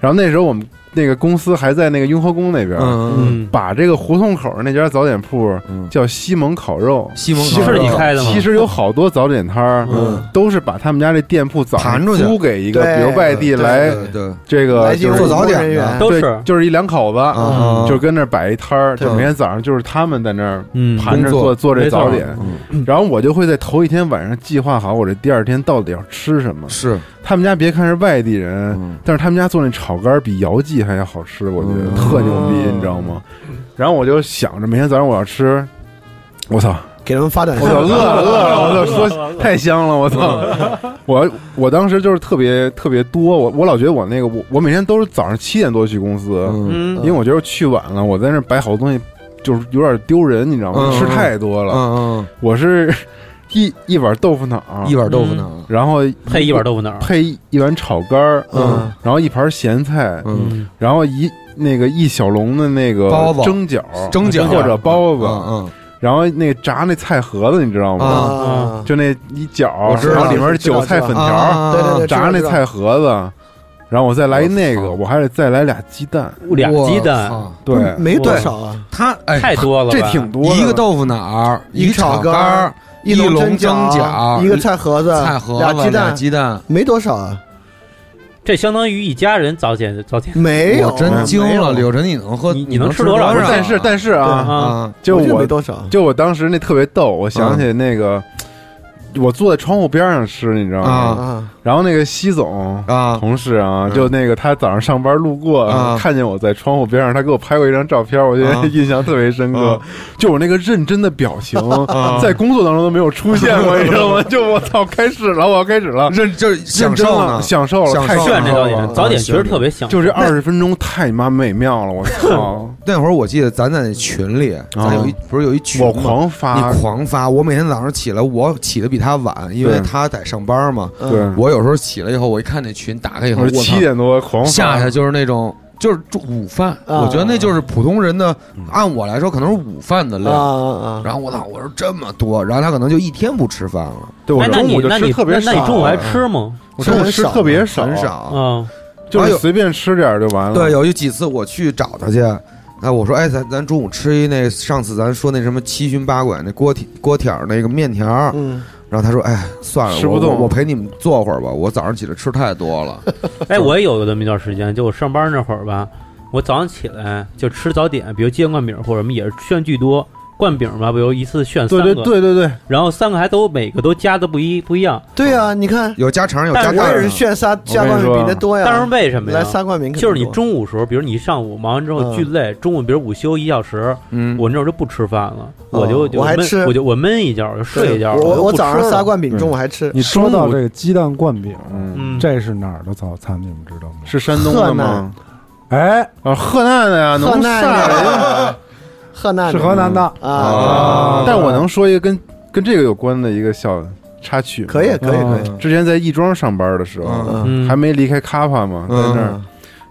Speaker 8: 然后那时候我们那个公司还在那个雍和宫那边，
Speaker 6: 嗯嗯，
Speaker 5: 嗯，
Speaker 8: 把这个胡同口那家早点铺
Speaker 6: 嗯
Speaker 8: 叫西蒙烤肉。
Speaker 6: 西蒙烤
Speaker 5: 是
Speaker 6: 肉
Speaker 5: 你开的吗？
Speaker 8: 其实有好多早点摊儿，
Speaker 6: 嗯
Speaker 8: 都是把他们家这店铺早上
Speaker 6: 盘出去
Speaker 8: 租给一个，
Speaker 9: 对
Speaker 8: 比如外地
Speaker 6: 对
Speaker 8: 来
Speaker 6: 对对
Speaker 8: 这个
Speaker 9: 来
Speaker 8: 就是
Speaker 6: 做早点的
Speaker 9: 人员
Speaker 5: 都
Speaker 8: 对
Speaker 5: 是，
Speaker 8: 就是一两口子，
Speaker 6: 啊，
Speaker 8: 就跟那儿摆一摊儿，
Speaker 6: 对
Speaker 8: 就每天早上就是他们在那儿
Speaker 5: 嗯，
Speaker 8: 盘着
Speaker 6: 工
Speaker 8: 做
Speaker 6: 作
Speaker 8: 做这
Speaker 5: 没错
Speaker 8: 早点，
Speaker 6: 嗯
Speaker 8: 然后我就会在头一天晚上计划好我这第二天到底要吃什么。
Speaker 6: 是，
Speaker 8: 他们家别看是外地人，
Speaker 6: 嗯
Speaker 8: 但是他们家做那炒肝比姚记还要好吃，我觉得
Speaker 6: 嗯
Speaker 8: 特牛逼，你知道吗？然后我就想着每天早上我要吃，我操，
Speaker 9: 给他们
Speaker 6: 哎
Speaker 9: 发短
Speaker 8: 我
Speaker 9: 信
Speaker 8: 操，，饿了饿了，我操，说太香了，我操！ 我我当时就是特别特别多，我我老觉得我那个我我每天都是早上七点多去公司，
Speaker 6: 嗯
Speaker 5: 嗯
Speaker 8: 因为，我觉得去晚了，我在那儿摆好多东西就是有点丢人，你知道吗？
Speaker 6: 嗯
Speaker 8: 吃太多
Speaker 6: 嗯
Speaker 8: 了，
Speaker 6: 嗯，
Speaker 8: 我是一一碗豆腐脑，
Speaker 6: 一碗豆腐脑，
Speaker 8: 然后
Speaker 5: 配一碗豆腐脑儿，
Speaker 8: 配一碗炒肝儿，
Speaker 6: 嗯，
Speaker 8: 然后一盘咸菜，
Speaker 6: 嗯，
Speaker 8: 然后一那个一小笼的那个
Speaker 6: 包子
Speaker 8: 蒸饺，
Speaker 6: 蒸饺
Speaker 8: 或者包子，
Speaker 6: 嗯
Speaker 8: 然后那个炸那菜盒子，你知道吗？
Speaker 6: 啊
Speaker 5: 啊
Speaker 9: 啊，
Speaker 8: 就那一
Speaker 6: 我
Speaker 8: 饺，
Speaker 6: 知道
Speaker 8: 然后里面是韭菜粉
Speaker 6: 嗯，
Speaker 8: 条，
Speaker 6: 啊
Speaker 9: 对对对，
Speaker 8: 炸那
Speaker 9: 知道
Speaker 8: 菜盒子，然后我再来一那
Speaker 6: 我
Speaker 8: 个，
Speaker 6: 操
Speaker 8: 我还得再来俩鸡蛋，
Speaker 5: 俩鸡，蛋，
Speaker 6: 我操
Speaker 8: 对，
Speaker 9: 没多少啊，
Speaker 6: 他哎，
Speaker 5: 太多了吧，
Speaker 8: 这挺多的，
Speaker 6: 一个豆腐脑儿，
Speaker 9: 一
Speaker 6: 一
Speaker 9: 炒
Speaker 6: 炒
Speaker 9: 肝
Speaker 6: 肝儿，一
Speaker 9: 笼
Speaker 6: 笼蒸
Speaker 9: 饺，
Speaker 6: 饺，
Speaker 9: 一个菜盒子，
Speaker 6: 菜盒子，
Speaker 9: 俩鸡
Speaker 6: 俩
Speaker 9: 蛋，
Speaker 6: 鸡蛋，
Speaker 9: 没多少啊，
Speaker 5: 这相当于一家人早点早点
Speaker 9: 哎没有啊
Speaker 6: 我，真惊
Speaker 9: 没有
Speaker 6: 了，柳晨，你能喝？
Speaker 5: 你
Speaker 6: 你
Speaker 5: 能吃
Speaker 6: 吃
Speaker 5: 多少不
Speaker 6: 少啊？
Speaker 5: 是
Speaker 8: 但是但是啊，
Speaker 5: 啊，
Speaker 6: 啊，
Speaker 8: 就
Speaker 9: 我觉得
Speaker 8: 我
Speaker 9: 没多少，
Speaker 8: 就我当时那特别逗，我想
Speaker 6: 嗯
Speaker 8: 起那个，我坐在窗户边上吃，你知道吗？
Speaker 6: 啊
Speaker 9: 啊，
Speaker 8: 然后那个西总
Speaker 6: 啊
Speaker 8: 同事啊，
Speaker 6: 嗯
Speaker 8: 就那个他早上上班路过，
Speaker 6: 啊
Speaker 8: 看见我在窗户边上，他给我拍过一张照片，我觉
Speaker 6: 啊
Speaker 8: 得 印象特别深刻
Speaker 6: 啊。
Speaker 8: 就我那个认真的表情，
Speaker 6: 啊
Speaker 8: 在工作当中都没有出现过，你 知道吗？就我操，开始了，我要开始了，
Speaker 6: 认就是享
Speaker 8: 认真
Speaker 6: 受
Speaker 8: 了
Speaker 6: 呢，啊
Speaker 8: 享受了，
Speaker 6: 享受
Speaker 8: 太
Speaker 5: 炫
Speaker 8: 享
Speaker 5: 这
Speaker 8: 受
Speaker 5: 早
Speaker 8: 了
Speaker 5: 点，早点其实特别享受，
Speaker 8: 就这二十分钟太妈美妙了，我操！
Speaker 6: 那会儿我记得咱在群里，咱有一不是有一群
Speaker 8: 啊我
Speaker 6: 吗？
Speaker 8: 狂发
Speaker 6: 你，狂发，我每天早上起来，我起的比他晚，因为他得上班嘛。
Speaker 8: 嗯对，
Speaker 6: 我有时候起来以后，我一看那群打开以后，
Speaker 8: 我
Speaker 6: 哎我
Speaker 8: 是七
Speaker 6: 操
Speaker 8: 点多狂发
Speaker 6: 下下就是那种就是午饭，
Speaker 9: 啊
Speaker 6: 我觉得那就是普通人的，
Speaker 8: 嗯
Speaker 6: 按我来说可能是午饭的
Speaker 9: 啊
Speaker 6: 量。
Speaker 9: 啊啊！
Speaker 6: 嗯然后我操，我说这么多，然后他可能就一天不吃饭了，
Speaker 8: 对我
Speaker 5: 哎，那
Speaker 8: 中
Speaker 5: 你
Speaker 8: 午就
Speaker 5: 那
Speaker 8: 吃
Speaker 5: 你
Speaker 8: 特别
Speaker 5: 那
Speaker 8: 少，啊
Speaker 5: 那你中午还吃吗？
Speaker 8: 我中午吃特别少，
Speaker 6: 很，少。
Speaker 5: 嗯，
Speaker 8: 就
Speaker 6: 哎
Speaker 8: 是
Speaker 6: 呦
Speaker 8: 随便吃点儿就完了。
Speaker 6: 对，有一几次我去找他去，哎，我说，哎，咱咱中午吃一那上次咱说那什么七旬八拐那锅贴锅贴儿那个面条儿，
Speaker 9: 嗯，
Speaker 6: 然后他说，哎，算了，
Speaker 8: 吃不
Speaker 6: 我我
Speaker 8: 动
Speaker 6: 我陪你们坐会儿吧，我早上起来吃太多了。
Speaker 5: 哎，我也有过这么一段时间，就我上班那会儿吧，我早上起来就吃早点，比如鸡冠饼或者什么，也是炫巨多。灌饼嘛，比如一次炫三
Speaker 8: 对
Speaker 5: 个，
Speaker 8: 对对对对，
Speaker 5: 然后三个还都每个都加的不一不一样，
Speaker 9: 对呀，你看，
Speaker 6: 有加肠，有
Speaker 5: 但
Speaker 6: 加
Speaker 5: 是
Speaker 6: 蛋
Speaker 9: 我也
Speaker 6: 儿
Speaker 9: 是
Speaker 6: 呢，
Speaker 9: 炫仨加冠饼比那多呀，
Speaker 5: 但是为什么呀
Speaker 9: 来？三冠饼肯定
Speaker 5: 就是你
Speaker 9: 多
Speaker 5: 中午时候，比如你上午忙完之后
Speaker 9: 嗯
Speaker 5: 巨累，中午比如午休一小时，
Speaker 6: 嗯，
Speaker 5: 我那会儿就不吃饭了，
Speaker 9: 哦
Speaker 5: 我就就
Speaker 9: 我还
Speaker 5: 闷
Speaker 9: 吃
Speaker 5: 我就我闷一觉，我就睡一觉。
Speaker 9: 我
Speaker 5: 就
Speaker 9: 我
Speaker 5: 不
Speaker 9: 早
Speaker 5: 吃
Speaker 9: 上
Speaker 5: 了
Speaker 9: 仨冠饼，
Speaker 8: 对
Speaker 9: 中午还吃。
Speaker 3: 你说到这个鸡蛋灌饼，
Speaker 5: 嗯，
Speaker 3: 这是哪儿的早餐？你们知道吗？
Speaker 8: 是山东的吗？
Speaker 3: 哎，
Speaker 8: 啊，河南的呀，
Speaker 9: 河
Speaker 8: 能
Speaker 9: 南
Speaker 8: 上来呀
Speaker 9: 的， 河南
Speaker 3: 是河南的，
Speaker 9: 啊，
Speaker 6: 嗯
Speaker 8: 但我能说一个跟跟这个有关的一个小插曲吗，
Speaker 9: 可以可以可以，
Speaker 8: 之前在亦庄上班的时候，
Speaker 6: 嗯，
Speaker 5: 嗯
Speaker 8: 还没离开卡帕嘛，在
Speaker 6: 嗯
Speaker 8: 那儿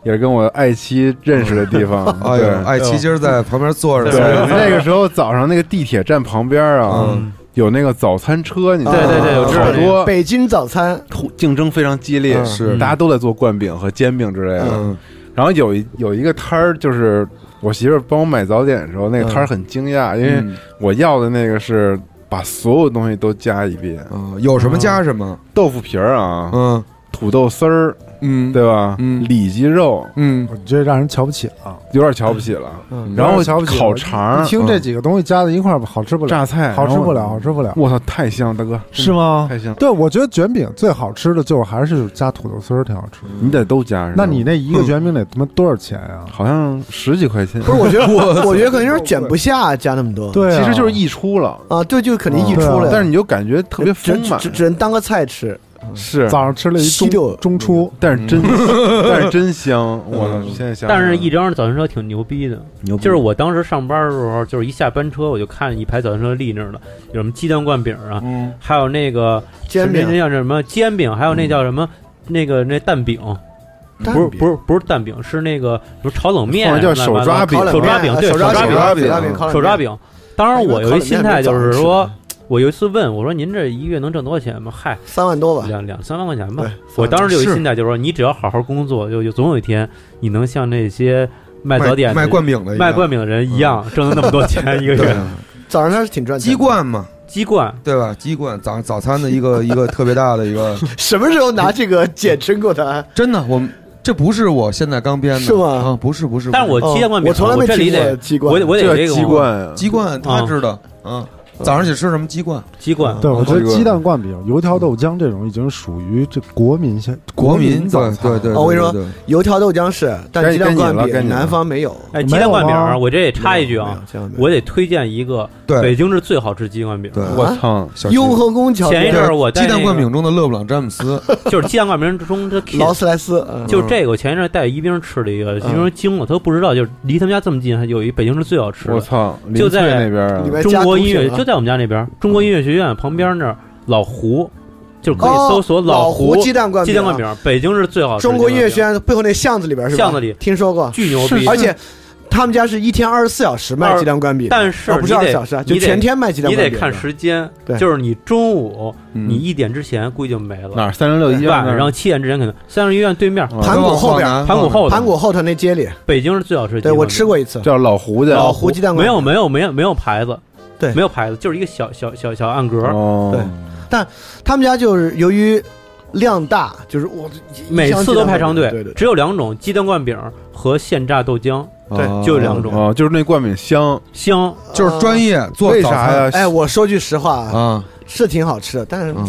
Speaker 8: 也是跟我爱妻认识的地方。
Speaker 6: 哎
Speaker 8: 对
Speaker 6: 呦，哎，琪今儿在旁边坐着，
Speaker 8: 对，那个时候早上那个地铁站旁边啊
Speaker 6: 嗯，
Speaker 8: 有那个早餐车，你知道吗
Speaker 5: 对对对我知道
Speaker 8: 好
Speaker 5: 那个
Speaker 8: 多
Speaker 9: 北京早餐，
Speaker 8: 竞争非常激烈，
Speaker 9: 嗯
Speaker 6: 是
Speaker 8: 大家都在做灌饼和煎饼之类的。
Speaker 6: 嗯
Speaker 8: 然后有一有一个摊儿，就是我媳妇儿帮我买早点的时候，那个摊儿很惊讶，因为
Speaker 6: 嗯
Speaker 8: 我要的那个是把所有东西都加一遍，
Speaker 6: 嗯，有什么加什么，
Speaker 8: 豆腐皮儿啊，
Speaker 6: 嗯
Speaker 8: 土豆丝儿，
Speaker 6: 嗯，
Speaker 8: 对吧？
Speaker 6: 嗯
Speaker 8: 里脊肉
Speaker 6: 嗯
Speaker 3: 我这让人瞧不起了。
Speaker 8: 有点瞧不起了。
Speaker 9: 嗯
Speaker 8: 然后
Speaker 3: 瞧不起
Speaker 8: 烤肠嗯
Speaker 3: 一、听这几个东西加在一块儿吧，好吃不了，
Speaker 8: 榨菜，
Speaker 3: 好吃不了，
Speaker 8: 啊然后
Speaker 3: 好吃不了，
Speaker 8: 我操，太香，大哥，
Speaker 3: 是吗？
Speaker 8: 太香，
Speaker 3: 对，我觉得卷饼最好吃的就是还是加土豆丝儿挺好吃的。
Speaker 8: 你得都加。是
Speaker 3: 那
Speaker 8: 吧
Speaker 3: 你那一
Speaker 8: 嗯
Speaker 3: 个卷饼得他妈多少钱啊呀？
Speaker 8: 好像十几块钱，
Speaker 9: 不是，我觉得我觉得肯定是卷不下加那么多，
Speaker 3: 对啊，
Speaker 8: 其实就是溢出了，
Speaker 9: 啊，对，就肯定溢出
Speaker 3: 对啊
Speaker 9: 了呀，
Speaker 8: 但是你就感觉特别
Speaker 9: 只
Speaker 8: 丰满
Speaker 9: 只，只只能当个菜吃，
Speaker 8: 是，
Speaker 3: 早上吃了一
Speaker 9: 西
Speaker 3: 中
Speaker 9: 六
Speaker 3: 中出，
Speaker 8: 但是真，
Speaker 3: 嗯
Speaker 8: 但是真香， 我操！现在想想，
Speaker 5: 但是一张早餐车挺牛逼的，
Speaker 9: 嗯
Speaker 8: 牛逼
Speaker 5: 就是我当时上班的时候，就是一下班车我就看一排早餐车立那儿了，有什么鸡蛋灌饼啊，
Speaker 8: 嗯
Speaker 5: 还有那个
Speaker 9: 煎
Speaker 5: 是那
Speaker 9: 饼嗯
Speaker 5: 叫什么煎饼，还有那叫什么那个那蛋饼，
Speaker 9: 蛋
Speaker 5: 不是不是不是蛋饼，是那个不是炒冷面
Speaker 8: 或
Speaker 5: 啊，
Speaker 8: 者叫手抓饼
Speaker 9: 烤冷
Speaker 5: 手抓
Speaker 9: 面
Speaker 5: 饼
Speaker 9: 啊
Speaker 5: 对
Speaker 9: 手
Speaker 5: 手抓
Speaker 9: 饼，
Speaker 5: 饼
Speaker 6: 手
Speaker 9: 手
Speaker 6: 抓
Speaker 9: 抓
Speaker 6: 饼
Speaker 9: 饼，烤冷
Speaker 5: 手抓
Speaker 9: 面，
Speaker 5: 饼。当然，我有一心态就是
Speaker 9: 烤冷面不是早
Speaker 5: 说
Speaker 9: 上吃，
Speaker 5: 我有一次问我说：“您这一月能挣多少钱吗？”嗨，
Speaker 9: 三万多吧，
Speaker 5: 两两三万块钱吧
Speaker 9: 对。
Speaker 5: 我当时就有一
Speaker 6: 是
Speaker 5: 心态，就是说，你只要好好工作，就就总有一天你能像那些卖
Speaker 6: 卖
Speaker 5: 早点的
Speaker 6: 卖灌饼的一样，
Speaker 5: 卖灌饼的人一
Speaker 9: 嗯
Speaker 5: 样，挣了那么多钱一个
Speaker 6: 对
Speaker 5: 月。
Speaker 6: 啊
Speaker 9: 早上它是挺赚
Speaker 6: 鸡
Speaker 9: 钱的。
Speaker 6: 冠嘛，
Speaker 5: 鸡冠，
Speaker 6: 对吧？鸡冠早早餐的一个一个特别大的一个，
Speaker 9: 什么时候拿这个简称过它？
Speaker 6: 真的，我们这不是我现在刚编的，
Speaker 9: 是吗
Speaker 6: 啊，不是不是，
Speaker 5: 但是我
Speaker 9: 哦
Speaker 5: 鸡蛋灌饼，
Speaker 9: 我从来没
Speaker 5: 这里
Speaker 9: 听过
Speaker 5: 得，
Speaker 9: 鸡冠，
Speaker 5: 我得我得
Speaker 8: 这
Speaker 5: 有
Speaker 8: 叫
Speaker 5: 这个
Speaker 8: 鸡冠啊，
Speaker 6: 鸡冠他知道，嗯，早上起吃什么鸡冠？
Speaker 5: 鸡冠，
Speaker 9: 哦
Speaker 3: 对，我觉得
Speaker 8: 这个
Speaker 3: 鸡蛋灌饼、油条豆浆这种已经属于这国民
Speaker 8: 嗯
Speaker 3: 现
Speaker 6: 国民
Speaker 3: 民早
Speaker 6: 对
Speaker 3: 餐
Speaker 6: 对对，
Speaker 9: 哦我跟你说
Speaker 6: 对，对
Speaker 9: 油条豆浆是，但
Speaker 8: 该
Speaker 9: 鸡蛋
Speaker 8: 该你
Speaker 9: 灌
Speaker 8: 了该
Speaker 9: 饼
Speaker 8: 你了
Speaker 9: 南方没有。啊
Speaker 5: 哎，
Speaker 3: 没
Speaker 5: 鸡蛋
Speaker 3: 有
Speaker 5: 灌饼
Speaker 3: 吗
Speaker 5: 儿，我这也插一句
Speaker 9: 没有
Speaker 5: 啊，，
Speaker 9: 千万没有
Speaker 5: 我得推荐一个
Speaker 6: 对
Speaker 5: 北京市最好吃鸡冠饼。
Speaker 6: 对
Speaker 8: 我操！
Speaker 6: 小鸡
Speaker 9: 雍和宫桥
Speaker 5: 前一
Speaker 9: 边
Speaker 5: 阵儿我在
Speaker 6: 鸡蛋
Speaker 5: 那
Speaker 6: 灌
Speaker 5: 个
Speaker 6: 饼中的勒布朗詹姆 斯，
Speaker 5: 就是鸡蛋灌饼中的 kiss
Speaker 9: 劳斯莱斯，嗯
Speaker 5: 就这个，我前一阵带宜宾吃了一个，宜宾惊了，他都不知道，就是离他们家这么近，还有一北京是最好吃
Speaker 8: 我
Speaker 5: 的
Speaker 8: 操！林
Speaker 5: 就
Speaker 8: 翠
Speaker 5: 在
Speaker 8: 那边啊
Speaker 9: 里，面
Speaker 5: 中国音乐，
Speaker 9: 加毒品啊
Speaker 5: 就在我们家那边，中国音乐学院旁边那儿老胡，就是可以
Speaker 9: 哦
Speaker 5: 搜索
Speaker 9: 老
Speaker 5: 胡
Speaker 9: 鸡蛋灌啊
Speaker 5: 鸡蛋灌饼，北京是最好吃的
Speaker 9: 中
Speaker 5: 鸡蛋灌饼。
Speaker 9: 国音乐学院背后那巷子里边是吧？
Speaker 5: 巷子里
Speaker 9: 听说过，
Speaker 5: 巨牛逼，
Speaker 9: 而且他们家是一天二十四小时卖
Speaker 5: 二
Speaker 9: 鸡蛋灌饼，
Speaker 5: 但是
Speaker 9: 哦不是
Speaker 5: 你
Speaker 9: 二
Speaker 5: 得
Speaker 9: 十小时啊，
Speaker 5: 你得
Speaker 9: 就全天卖鸡蛋
Speaker 5: 你
Speaker 9: 灌饼。
Speaker 5: 得看时间
Speaker 9: 对，
Speaker 5: 就是你中午
Speaker 8: 嗯
Speaker 5: 你一点之前估计就没了，
Speaker 8: 哪三零六医院那
Speaker 5: 晚
Speaker 8: 儿
Speaker 5: 上七点之前可能三十医院对面，
Speaker 8: 啊
Speaker 9: 盘古后边
Speaker 6: 往南
Speaker 5: 盘古后
Speaker 9: 盘古
Speaker 5: 头，
Speaker 9: 后头那街里，
Speaker 5: 北京是最好吃的鸡
Speaker 9: 对
Speaker 5: 蛋
Speaker 9: 我
Speaker 5: 灌饼。
Speaker 9: 吃过一次，
Speaker 8: 叫老胡家，
Speaker 9: 老胡鸡蛋灌
Speaker 5: 没
Speaker 9: 饼
Speaker 5: 有没有没有没有牌子，
Speaker 9: 对
Speaker 5: 没有牌子，就是一个小小小小暗格，
Speaker 8: 哦，
Speaker 9: 对他们家就是由于量大，就是我
Speaker 5: 每次都排长队，
Speaker 9: 对对对，
Speaker 5: 只有两种鸡蛋灌饼和现榨豆浆，
Speaker 9: 对
Speaker 5: 就两种
Speaker 8: 哦，就是那灌饼香，
Speaker 9: 哦
Speaker 5: 香。
Speaker 6: 啊就是专业做
Speaker 8: 为
Speaker 6: 早
Speaker 8: 啥
Speaker 6: 餐
Speaker 8: 呀？
Speaker 9: 哎，我说句实话啊，
Speaker 6: 啊，
Speaker 9: 是挺好吃的，但是
Speaker 6: 嗯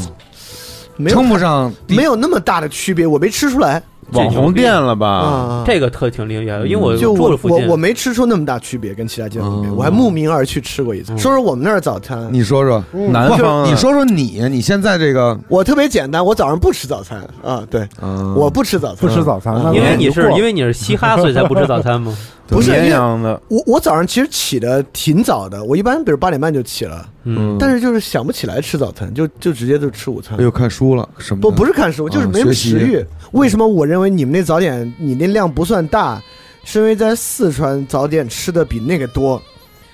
Speaker 9: 没有
Speaker 6: 称不上第
Speaker 9: 没有那么大的区别，我没吃出来。
Speaker 8: 网红店了吧？
Speaker 9: 啊，
Speaker 5: 这个特挺厉害的，因为我
Speaker 9: 嗯就
Speaker 5: 住
Speaker 9: 我
Speaker 5: 了附
Speaker 9: 我
Speaker 5: 近
Speaker 9: 我，没吃出那么大区别，跟其他街坊比，
Speaker 6: 嗯
Speaker 9: 我还慕名而去吃过一次。说说我们那儿早餐，
Speaker 6: 你说说，
Speaker 9: 嗯
Speaker 8: 南方的，
Speaker 6: 你说说你，你现在这个，
Speaker 9: 我特别简单，我早上不吃早餐啊，对，
Speaker 6: 嗯
Speaker 9: 我不吃早
Speaker 3: 不
Speaker 9: 餐，
Speaker 3: 吃早
Speaker 8: 嗯
Speaker 3: 餐，那
Speaker 5: 因为你是
Speaker 3: 过
Speaker 5: 因为你是嘻哈，所以才不吃早餐 吗？
Speaker 9: 不是
Speaker 8: 绵
Speaker 9: 因为
Speaker 8: 阳的，
Speaker 9: 我我早上其实起的挺早的，我一般比如八点半就起了，
Speaker 5: 嗯，
Speaker 9: 但是就是想不起来吃早餐，就就直接就吃午餐
Speaker 6: 哎。呦，看书了什么的？
Speaker 9: 不不是看书，就是
Speaker 6: 嗯
Speaker 9: 没有
Speaker 6: 学习
Speaker 9: 食欲。为什么我认为你们那早点你那量不算大，是因为在四川早点吃的比那个多，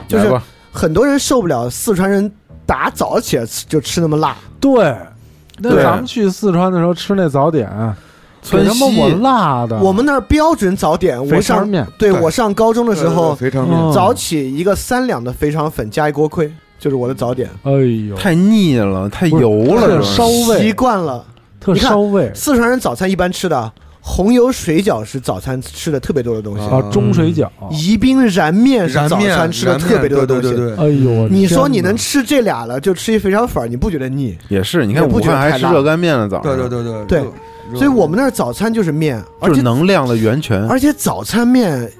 Speaker 9: 就是
Speaker 8: 来吧
Speaker 9: 很多人受不了四川人打早起来吃就吃那么辣。
Speaker 6: 啊
Speaker 3: 对。那
Speaker 8: 对
Speaker 3: 咱们去四川的时候吃那早点，给
Speaker 8: 村
Speaker 3: 他们
Speaker 8: 西
Speaker 3: 我辣的。
Speaker 9: 我们那儿标准早点，
Speaker 3: 肥
Speaker 9: 我
Speaker 3: 肠
Speaker 9: 上
Speaker 3: 面，
Speaker 9: 对
Speaker 6: 对
Speaker 9: 我上高中的时候，
Speaker 6: 肥肠面，
Speaker 3: 嗯
Speaker 9: 早起一个三两的肥肠粉加一锅盔，就是我的早点，
Speaker 3: 哎呦，
Speaker 8: 太腻了，太油了，
Speaker 3: 特
Speaker 8: 主要是
Speaker 3: 烧
Speaker 9: 习
Speaker 3: 味，
Speaker 9: 惯了。
Speaker 3: 特
Speaker 9: 你看
Speaker 3: 烧味。
Speaker 9: 四川人早餐一般吃的红油水饺是早餐吃的特别多的东西，
Speaker 3: 啊，中水饺。
Speaker 9: 宜宾燃面是
Speaker 6: 燃
Speaker 9: 早
Speaker 6: 面
Speaker 9: 餐吃的
Speaker 6: 燃
Speaker 9: 特
Speaker 6: 面
Speaker 9: 别多
Speaker 6: 对
Speaker 9: 的东
Speaker 6: 对
Speaker 9: 西。
Speaker 6: 对对，
Speaker 3: 哎呦，我
Speaker 9: 你说
Speaker 3: 天
Speaker 9: 你
Speaker 3: 哪
Speaker 9: 能吃这俩了，就吃一肥肠粉儿，你不觉得腻？
Speaker 8: 也是。你看
Speaker 9: 也不
Speaker 8: 武
Speaker 9: 觉得
Speaker 8: 汉还
Speaker 9: 太
Speaker 8: 吃
Speaker 9: 辣
Speaker 8: 热干面呢，早上
Speaker 6: 对对对对
Speaker 9: 对
Speaker 6: 热热
Speaker 9: 所以我们那儿早餐就是面，而
Speaker 8: 就是
Speaker 9: 且
Speaker 8: 能量的源泉。
Speaker 9: 而且早餐面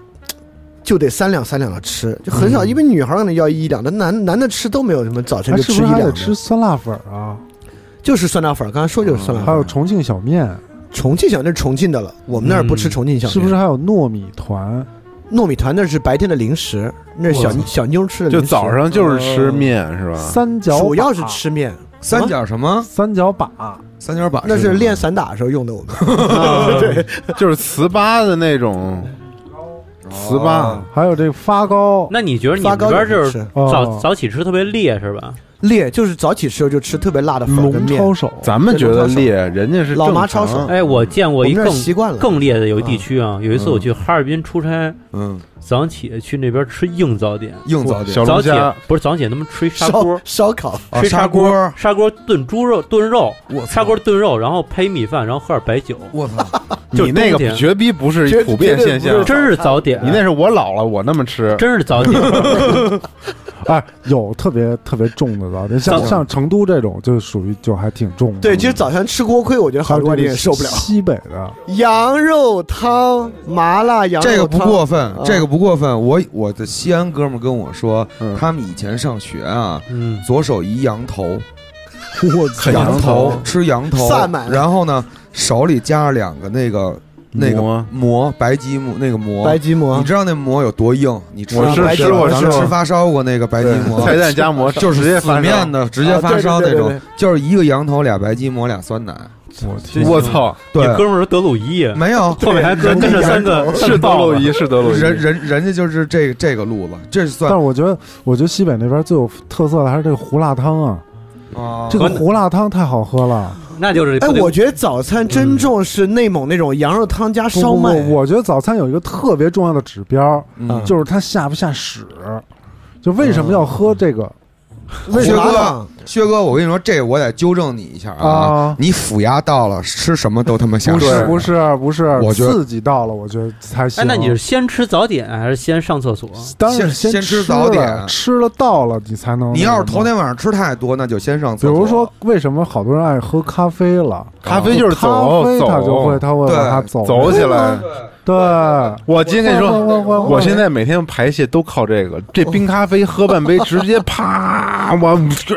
Speaker 9: 就得三两三两的吃，就很少，因为女孩儿可能要一两的，男男的吃都没有什么早晨
Speaker 3: 还
Speaker 9: 就是
Speaker 3: 不
Speaker 9: 吃一
Speaker 3: 是还
Speaker 9: 两
Speaker 3: 得
Speaker 9: 的，
Speaker 3: 吃酸辣粉儿啊？
Speaker 9: 就是酸辣粉儿。刚才说就是酸辣
Speaker 3: 还
Speaker 9: 粉
Speaker 3: 有
Speaker 9: 儿，
Speaker 3: 重庆小面，
Speaker 9: 嗯重庆小那是重庆的了，我们那儿不吃
Speaker 5: 嗯
Speaker 9: 重庆小面，
Speaker 3: 是不是还有糯米团？
Speaker 9: 糯米团那是白天的零食，那是小小妞吃的呃零
Speaker 8: 就
Speaker 9: 食。
Speaker 8: 早上就是吃面是吧？
Speaker 3: 三角
Speaker 9: 嗯主要
Speaker 3: 把
Speaker 9: 是吃面，
Speaker 6: 三角什么
Speaker 3: 三角把，
Speaker 6: 三角板，
Speaker 9: 那是练散打的时候用的。我们对，
Speaker 8: 就是糍粑的那种，糍粑
Speaker 9: 嗯
Speaker 6: 哦
Speaker 3: 还有这个发糕。
Speaker 5: 那你觉得你
Speaker 9: 发
Speaker 5: 们
Speaker 9: 糕
Speaker 5: 那边就
Speaker 9: 也
Speaker 5: 是
Speaker 9: 吃，
Speaker 3: 哦
Speaker 5: 早早起吃特别烈是吧？
Speaker 9: 烈就是早起时候就吃特别辣的粉儿跟
Speaker 3: 龙
Speaker 9: 面
Speaker 3: 抄。手，
Speaker 8: 咱们觉得烈，人家是
Speaker 9: 老妈
Speaker 8: 正常
Speaker 9: 抄手
Speaker 5: 哎，我见
Speaker 9: 我
Speaker 5: 过
Speaker 9: 们
Speaker 5: 一
Speaker 9: 这儿
Speaker 5: 更
Speaker 9: 习惯了，
Speaker 5: 更烈的有一地区啊，有一次我去哈尔滨出差，
Speaker 6: 嗯
Speaker 5: 早上起去那边吃硬早点，
Speaker 6: 硬
Speaker 9: 哎
Speaker 6: 早点
Speaker 8: 小
Speaker 5: 早
Speaker 8: 龙
Speaker 5: 起
Speaker 8: 虾
Speaker 5: 不是早起他们吃一砂
Speaker 9: 烧
Speaker 5: 锅，
Speaker 9: 烧烤，
Speaker 6: 啊
Speaker 5: 吃
Speaker 6: 砂
Speaker 5: 砂
Speaker 6: 锅
Speaker 5: 锅，砂锅炖猪肉炖肉，
Speaker 6: 我
Speaker 5: 砂锅炖肉，然后配米饭，然后喝点白酒，
Speaker 6: 我操，
Speaker 5: 就
Speaker 8: 你那
Speaker 5: 冬
Speaker 8: 个
Speaker 5: 天
Speaker 8: 绝逼不是普遍现象，
Speaker 5: 真是早点，啊
Speaker 8: 你那是我老了，我那么吃，
Speaker 5: 真是早点，
Speaker 3: 哎，有特别特别重的早点，像
Speaker 5: 早
Speaker 3: 像成都这种就属于就还挺重的。
Speaker 9: 对，其实早上吃锅盔，我觉得
Speaker 3: 还
Speaker 9: 好
Speaker 3: 有
Speaker 9: 多外地
Speaker 3: 这
Speaker 9: 人
Speaker 3: 个
Speaker 9: 受不了。
Speaker 3: 西北的，
Speaker 9: 羊肉汤，麻辣羊肉汤
Speaker 6: 这个不过分
Speaker 9: 啊，
Speaker 6: 这个不过分。我我的西安哥们儿跟我说，
Speaker 8: 嗯
Speaker 6: 他们以前上学啊，
Speaker 5: 嗯，
Speaker 6: 左手一羊头，
Speaker 3: 我
Speaker 6: 啃羊头，吃羊头
Speaker 9: 散满，了
Speaker 6: 然后呢手里夹着两个那个那个馍，白吉馍那个馍，
Speaker 9: 白吉馍啊
Speaker 6: 你，知道那馍有多硬？你吃
Speaker 8: 我
Speaker 6: 过
Speaker 8: 是
Speaker 6: 白吉
Speaker 8: 吃过
Speaker 6: 馍
Speaker 8: 吃
Speaker 6: 咱们
Speaker 8: 过
Speaker 6: 吃发烧过那个白吉 馍，
Speaker 8: 菜蛋夹馍，
Speaker 6: 就是
Speaker 8: 直接
Speaker 6: 死
Speaker 8: 翻
Speaker 6: 面
Speaker 8: 面。
Speaker 6: 的，直接发烧那
Speaker 9: 啊对对对对
Speaker 6: 种
Speaker 9: 对，
Speaker 6: 就是一个羊头，俩白吉馍，俩酸奶。
Speaker 3: 我
Speaker 5: 这
Speaker 3: 天，
Speaker 8: 我操，
Speaker 5: 你
Speaker 6: 对，啊
Speaker 5: 哥们儿是德鲁伊，啊
Speaker 6: 没有，
Speaker 5: 后面还跟跟着三个
Speaker 8: 是德鲁伊，是德鲁伊，
Speaker 6: 人人人家就是这个这个路子，这是
Speaker 3: 但
Speaker 6: 算
Speaker 3: 是我觉得，我觉得西北那边最有特色的还是这个胡辣汤啊，
Speaker 6: 啊
Speaker 9: 嗯
Speaker 3: 这个胡辣汤太好喝了。
Speaker 5: 那就是
Speaker 9: 哎，我觉得早餐真正是内蒙那种羊肉汤加
Speaker 3: 不
Speaker 9: 烧麦，
Speaker 3: 不不我觉得早餐有一个特别重要的指标，
Speaker 6: 嗯
Speaker 3: 就是它下不下屎，就为什么要喝这个
Speaker 9: 为什
Speaker 6: 薛
Speaker 9: 么
Speaker 6: 哥
Speaker 9: 呢？，
Speaker 6: 薛哥，我跟你说，这我得纠正你一下啊！
Speaker 3: 啊？
Speaker 6: 你腐牙到了，吃什么都他妈想
Speaker 3: 不是
Speaker 6: 吃，
Speaker 3: 不是不是，
Speaker 6: 我觉得
Speaker 3: 刺激到了，我觉得才行。
Speaker 5: 哎，那你是先吃早点还是先上厕所？
Speaker 3: 当然是
Speaker 6: 先先
Speaker 3: 吃
Speaker 6: 吃早
Speaker 3: 了
Speaker 6: 点
Speaker 3: 吃了到了你才能。
Speaker 6: 你要是头，天晚上吃太多，那就先上厕
Speaker 3: 比
Speaker 6: 所。
Speaker 3: 如说为什么好多人爱喝咖啡了？
Speaker 8: 咖啡就是
Speaker 3: 咖
Speaker 8: 走
Speaker 3: 啡它就会
Speaker 8: 走
Speaker 3: 它会
Speaker 6: 对
Speaker 3: 往下走
Speaker 8: 走起来。
Speaker 3: 对，
Speaker 8: 我今天跟你
Speaker 3: 晃
Speaker 8: 说
Speaker 3: 晃，晃晃
Speaker 8: 我现在每天排泄都靠这个，这冰咖啡喝半杯，直接啪，我唰去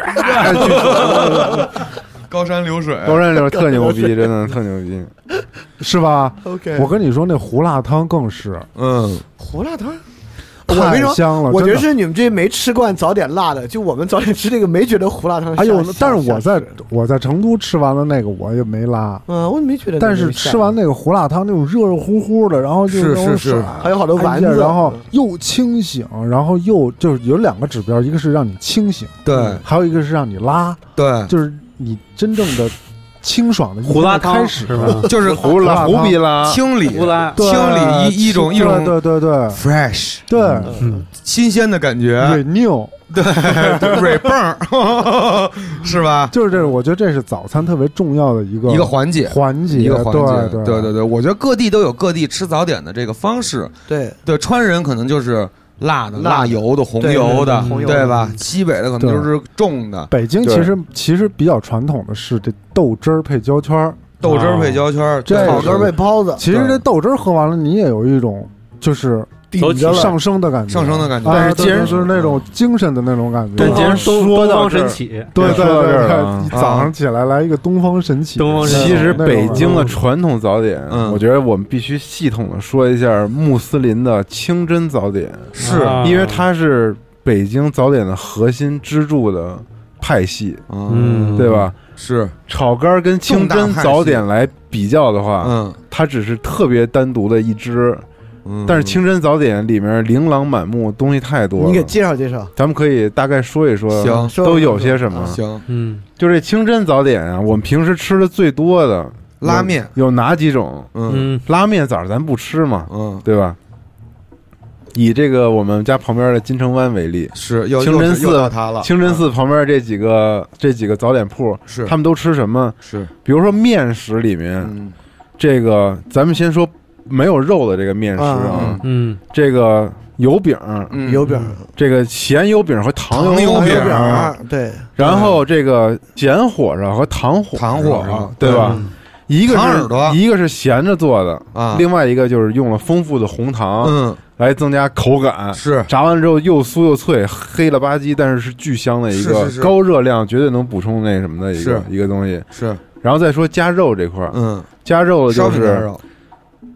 Speaker 6: 高山流水，
Speaker 8: 高山流特牛逼，真的特牛逼。
Speaker 3: 是吧？
Speaker 9: OK，
Speaker 3: 我跟你说，那胡辣汤更是
Speaker 6: 嗯，
Speaker 9: 胡辣汤。我跟
Speaker 3: 太
Speaker 9: 你说，
Speaker 3: 香了，
Speaker 9: 我觉
Speaker 3: 真
Speaker 9: 得
Speaker 3: 的
Speaker 9: 是你们这些没吃惯早点辣的，就我们早点吃这个没觉得胡辣汤下。
Speaker 3: 哎呦，
Speaker 9: 下
Speaker 3: 但是我
Speaker 9: 下
Speaker 3: 在
Speaker 9: 水
Speaker 3: 我在成都吃完了那个，我也没拉。
Speaker 9: 嗯，我也没觉得那
Speaker 3: 但
Speaker 9: 个下
Speaker 3: 是
Speaker 9: 水。
Speaker 3: 吃完那个胡辣汤，那种热热乎乎的，然后就是那种
Speaker 6: 是
Speaker 3: 爽
Speaker 6: 是
Speaker 9: 还有好多
Speaker 3: 哎
Speaker 9: 丸
Speaker 3: 呀
Speaker 9: 子，
Speaker 3: 然
Speaker 6: 嗯
Speaker 3: 后又清醒，然后又就是有两个指标，一个是让你清醒，嗯
Speaker 6: 对嗯
Speaker 3: 还有一个是让你拉，
Speaker 6: 对，
Speaker 3: 就是你真正的清爽的一天
Speaker 5: 胡辣汤
Speaker 3: 开始
Speaker 5: 是吧？
Speaker 6: 就是
Speaker 8: 胡辣胡逼啦，
Speaker 6: 清理
Speaker 5: 胡拉，
Speaker 3: 对
Speaker 6: 清理一一种一种
Speaker 3: 对对对对
Speaker 6: fresh
Speaker 3: 对
Speaker 5: 嗯，
Speaker 6: 新鲜的感觉，
Speaker 3: ，renew
Speaker 6: 蕊泵儿 是吧？
Speaker 3: 就是这，我觉得这是早餐特别重要的一个
Speaker 6: 一个环节。
Speaker 3: 环节，
Speaker 6: 一个环节，
Speaker 3: 对
Speaker 6: 对对，我觉得各地都有各地吃早点的这个方式。
Speaker 9: 对
Speaker 6: 对，川人可能就是辣的、
Speaker 9: 辣的
Speaker 6: 辣油的、红
Speaker 9: 对
Speaker 6: 油的
Speaker 5: 嗯，红油的
Speaker 6: 对吧？西北的可能就是重的，
Speaker 3: 北京
Speaker 8: 对
Speaker 3: 其实其实比较传统的是这豆汁儿配焦圈儿，
Speaker 6: 豆汁儿配焦圈儿，
Speaker 3: 这
Speaker 6: 草
Speaker 9: 草根
Speaker 6: 根
Speaker 9: 儿
Speaker 6: 儿配
Speaker 9: 配包子，
Speaker 3: 其实这豆汁儿喝完了，你也有一种就是
Speaker 5: 走
Speaker 9: 顶
Speaker 5: 起
Speaker 9: 着了。
Speaker 3: 上升的感觉，
Speaker 6: 上升的感觉。
Speaker 3: 啊，
Speaker 8: 但是既然
Speaker 3: 对就是那种精神的那种感觉，
Speaker 8: 但既然说
Speaker 5: 东
Speaker 8: 到
Speaker 5: 方
Speaker 8: 这
Speaker 5: 神
Speaker 8: 儿，
Speaker 5: 起，
Speaker 3: 对对
Speaker 8: 说到这
Speaker 3: 对
Speaker 8: 儿了
Speaker 3: 对，
Speaker 8: 啊
Speaker 3: 一早上起来来一个东方神起，
Speaker 5: 东
Speaker 6: 哦
Speaker 5: 方神起
Speaker 8: 其实北京啊的传统早点，
Speaker 6: 啊嗯
Speaker 8: 我觉得我们必须系统的说一下穆斯林的清真早点，
Speaker 6: 是
Speaker 5: 啊
Speaker 8: 因为它是北京早点的核心支柱的派系，
Speaker 6: 嗯，
Speaker 5: 嗯，
Speaker 8: 对？吧？
Speaker 6: 是，
Speaker 8: 炒肝儿跟清真早点来比较的话，
Speaker 6: 嗯
Speaker 8: 它只是特别单独的一支，
Speaker 6: 嗯，
Speaker 8: 但是清真早点里面琳琅满目，东西太多
Speaker 9: 你给
Speaker 8: 了。
Speaker 9: 介绍介绍，
Speaker 8: 咱们可以大概说一说，
Speaker 6: 行
Speaker 8: 都有些什么？
Speaker 6: 行，
Speaker 5: 嗯，
Speaker 8: 就这清真早点啊，我们平时吃的最多的
Speaker 6: 拉面，
Speaker 8: 有哪几种？
Speaker 6: 嗯
Speaker 5: 嗯，
Speaker 8: 拉面早上咱不吃嘛，
Speaker 6: 嗯，
Speaker 8: 对吧？以这个我们家旁边的金城湾为例，
Speaker 6: 是要
Speaker 8: 清真寺
Speaker 6: 又到它了，
Speaker 8: 清真寺旁边这几个这几个早点铺，
Speaker 6: 啊是
Speaker 8: 他们都吃什么？
Speaker 6: 是，
Speaker 8: 比如说面食里面，
Speaker 6: 嗯
Speaker 8: 这个咱们先说没有肉的这个面食啊
Speaker 9: 嗯，
Speaker 5: 嗯，
Speaker 8: 这个油饼，
Speaker 6: 嗯
Speaker 9: 油饼儿、
Speaker 8: 这个咸油饼和糖
Speaker 3: 嗯
Speaker 6: 糖油
Speaker 8: 油
Speaker 9: 糖
Speaker 6: 饼嗯
Speaker 9: 油
Speaker 8: 饼
Speaker 9: 饼儿，对，
Speaker 8: 然后这个咸火烧和糖火
Speaker 6: 糖火烧
Speaker 8: 对吧？一个
Speaker 6: 糖
Speaker 8: 是
Speaker 6: 耳朵
Speaker 8: 一个是咸着做的，
Speaker 6: 啊，
Speaker 8: 另外一个就是用了丰富的红糖
Speaker 6: 嗯
Speaker 8: 来增加口感，
Speaker 6: 是
Speaker 8: 炸完之后又酥又脆，黑了吧唧，但是是巨香的一
Speaker 6: 是
Speaker 8: 个
Speaker 6: 是是
Speaker 8: 高热量，绝对能补充那什么的一个一个东西。
Speaker 6: 是，
Speaker 8: 然后再说加肉这块儿，
Speaker 6: 嗯，
Speaker 8: 加肉
Speaker 6: 烧
Speaker 8: 就
Speaker 6: 饼夹
Speaker 8: 是
Speaker 6: 肉，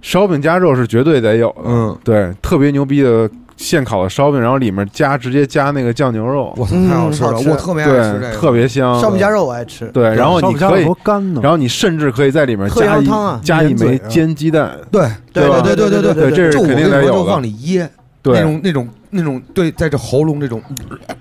Speaker 8: 烧饼加肉是绝对得有的，
Speaker 6: 嗯，
Speaker 8: 对，特别牛逼的现烤的烧饼，然后里面加直接加那个酱牛肉，
Speaker 6: 我操，
Speaker 9: 嗯
Speaker 6: 太好吃了，
Speaker 9: 好吃
Speaker 6: 我特别爱吃这
Speaker 8: 对，
Speaker 6: 个，
Speaker 8: 特别
Speaker 3: 嗯
Speaker 8: 香。
Speaker 9: 烧饼夹肉我爱吃，
Speaker 8: 对，然后
Speaker 3: 烧
Speaker 8: 你
Speaker 3: 饼夹
Speaker 8: 可
Speaker 3: 了
Speaker 8: 以
Speaker 3: 多，干呢，
Speaker 8: 然后你甚至可以在里面
Speaker 9: 喝
Speaker 8: 加
Speaker 9: 羊
Speaker 8: 一
Speaker 9: 汤啊
Speaker 8: 加一
Speaker 3: 烟嘴
Speaker 8: 枚
Speaker 3: 啊
Speaker 8: 煎鸡蛋，
Speaker 6: 对
Speaker 9: 对
Speaker 8: 吧
Speaker 6: 对
Speaker 9: 对
Speaker 6: 对
Speaker 9: 对
Speaker 8: 这是
Speaker 6: 就我
Speaker 8: 肯
Speaker 6: 跟
Speaker 8: 定
Speaker 6: 你
Speaker 8: 得
Speaker 6: 说，
Speaker 8: 有
Speaker 6: 就往
Speaker 8: 的。
Speaker 6: 里噎，那
Speaker 8: 对，
Speaker 6: 种那种那种，对，在这喉咙这种，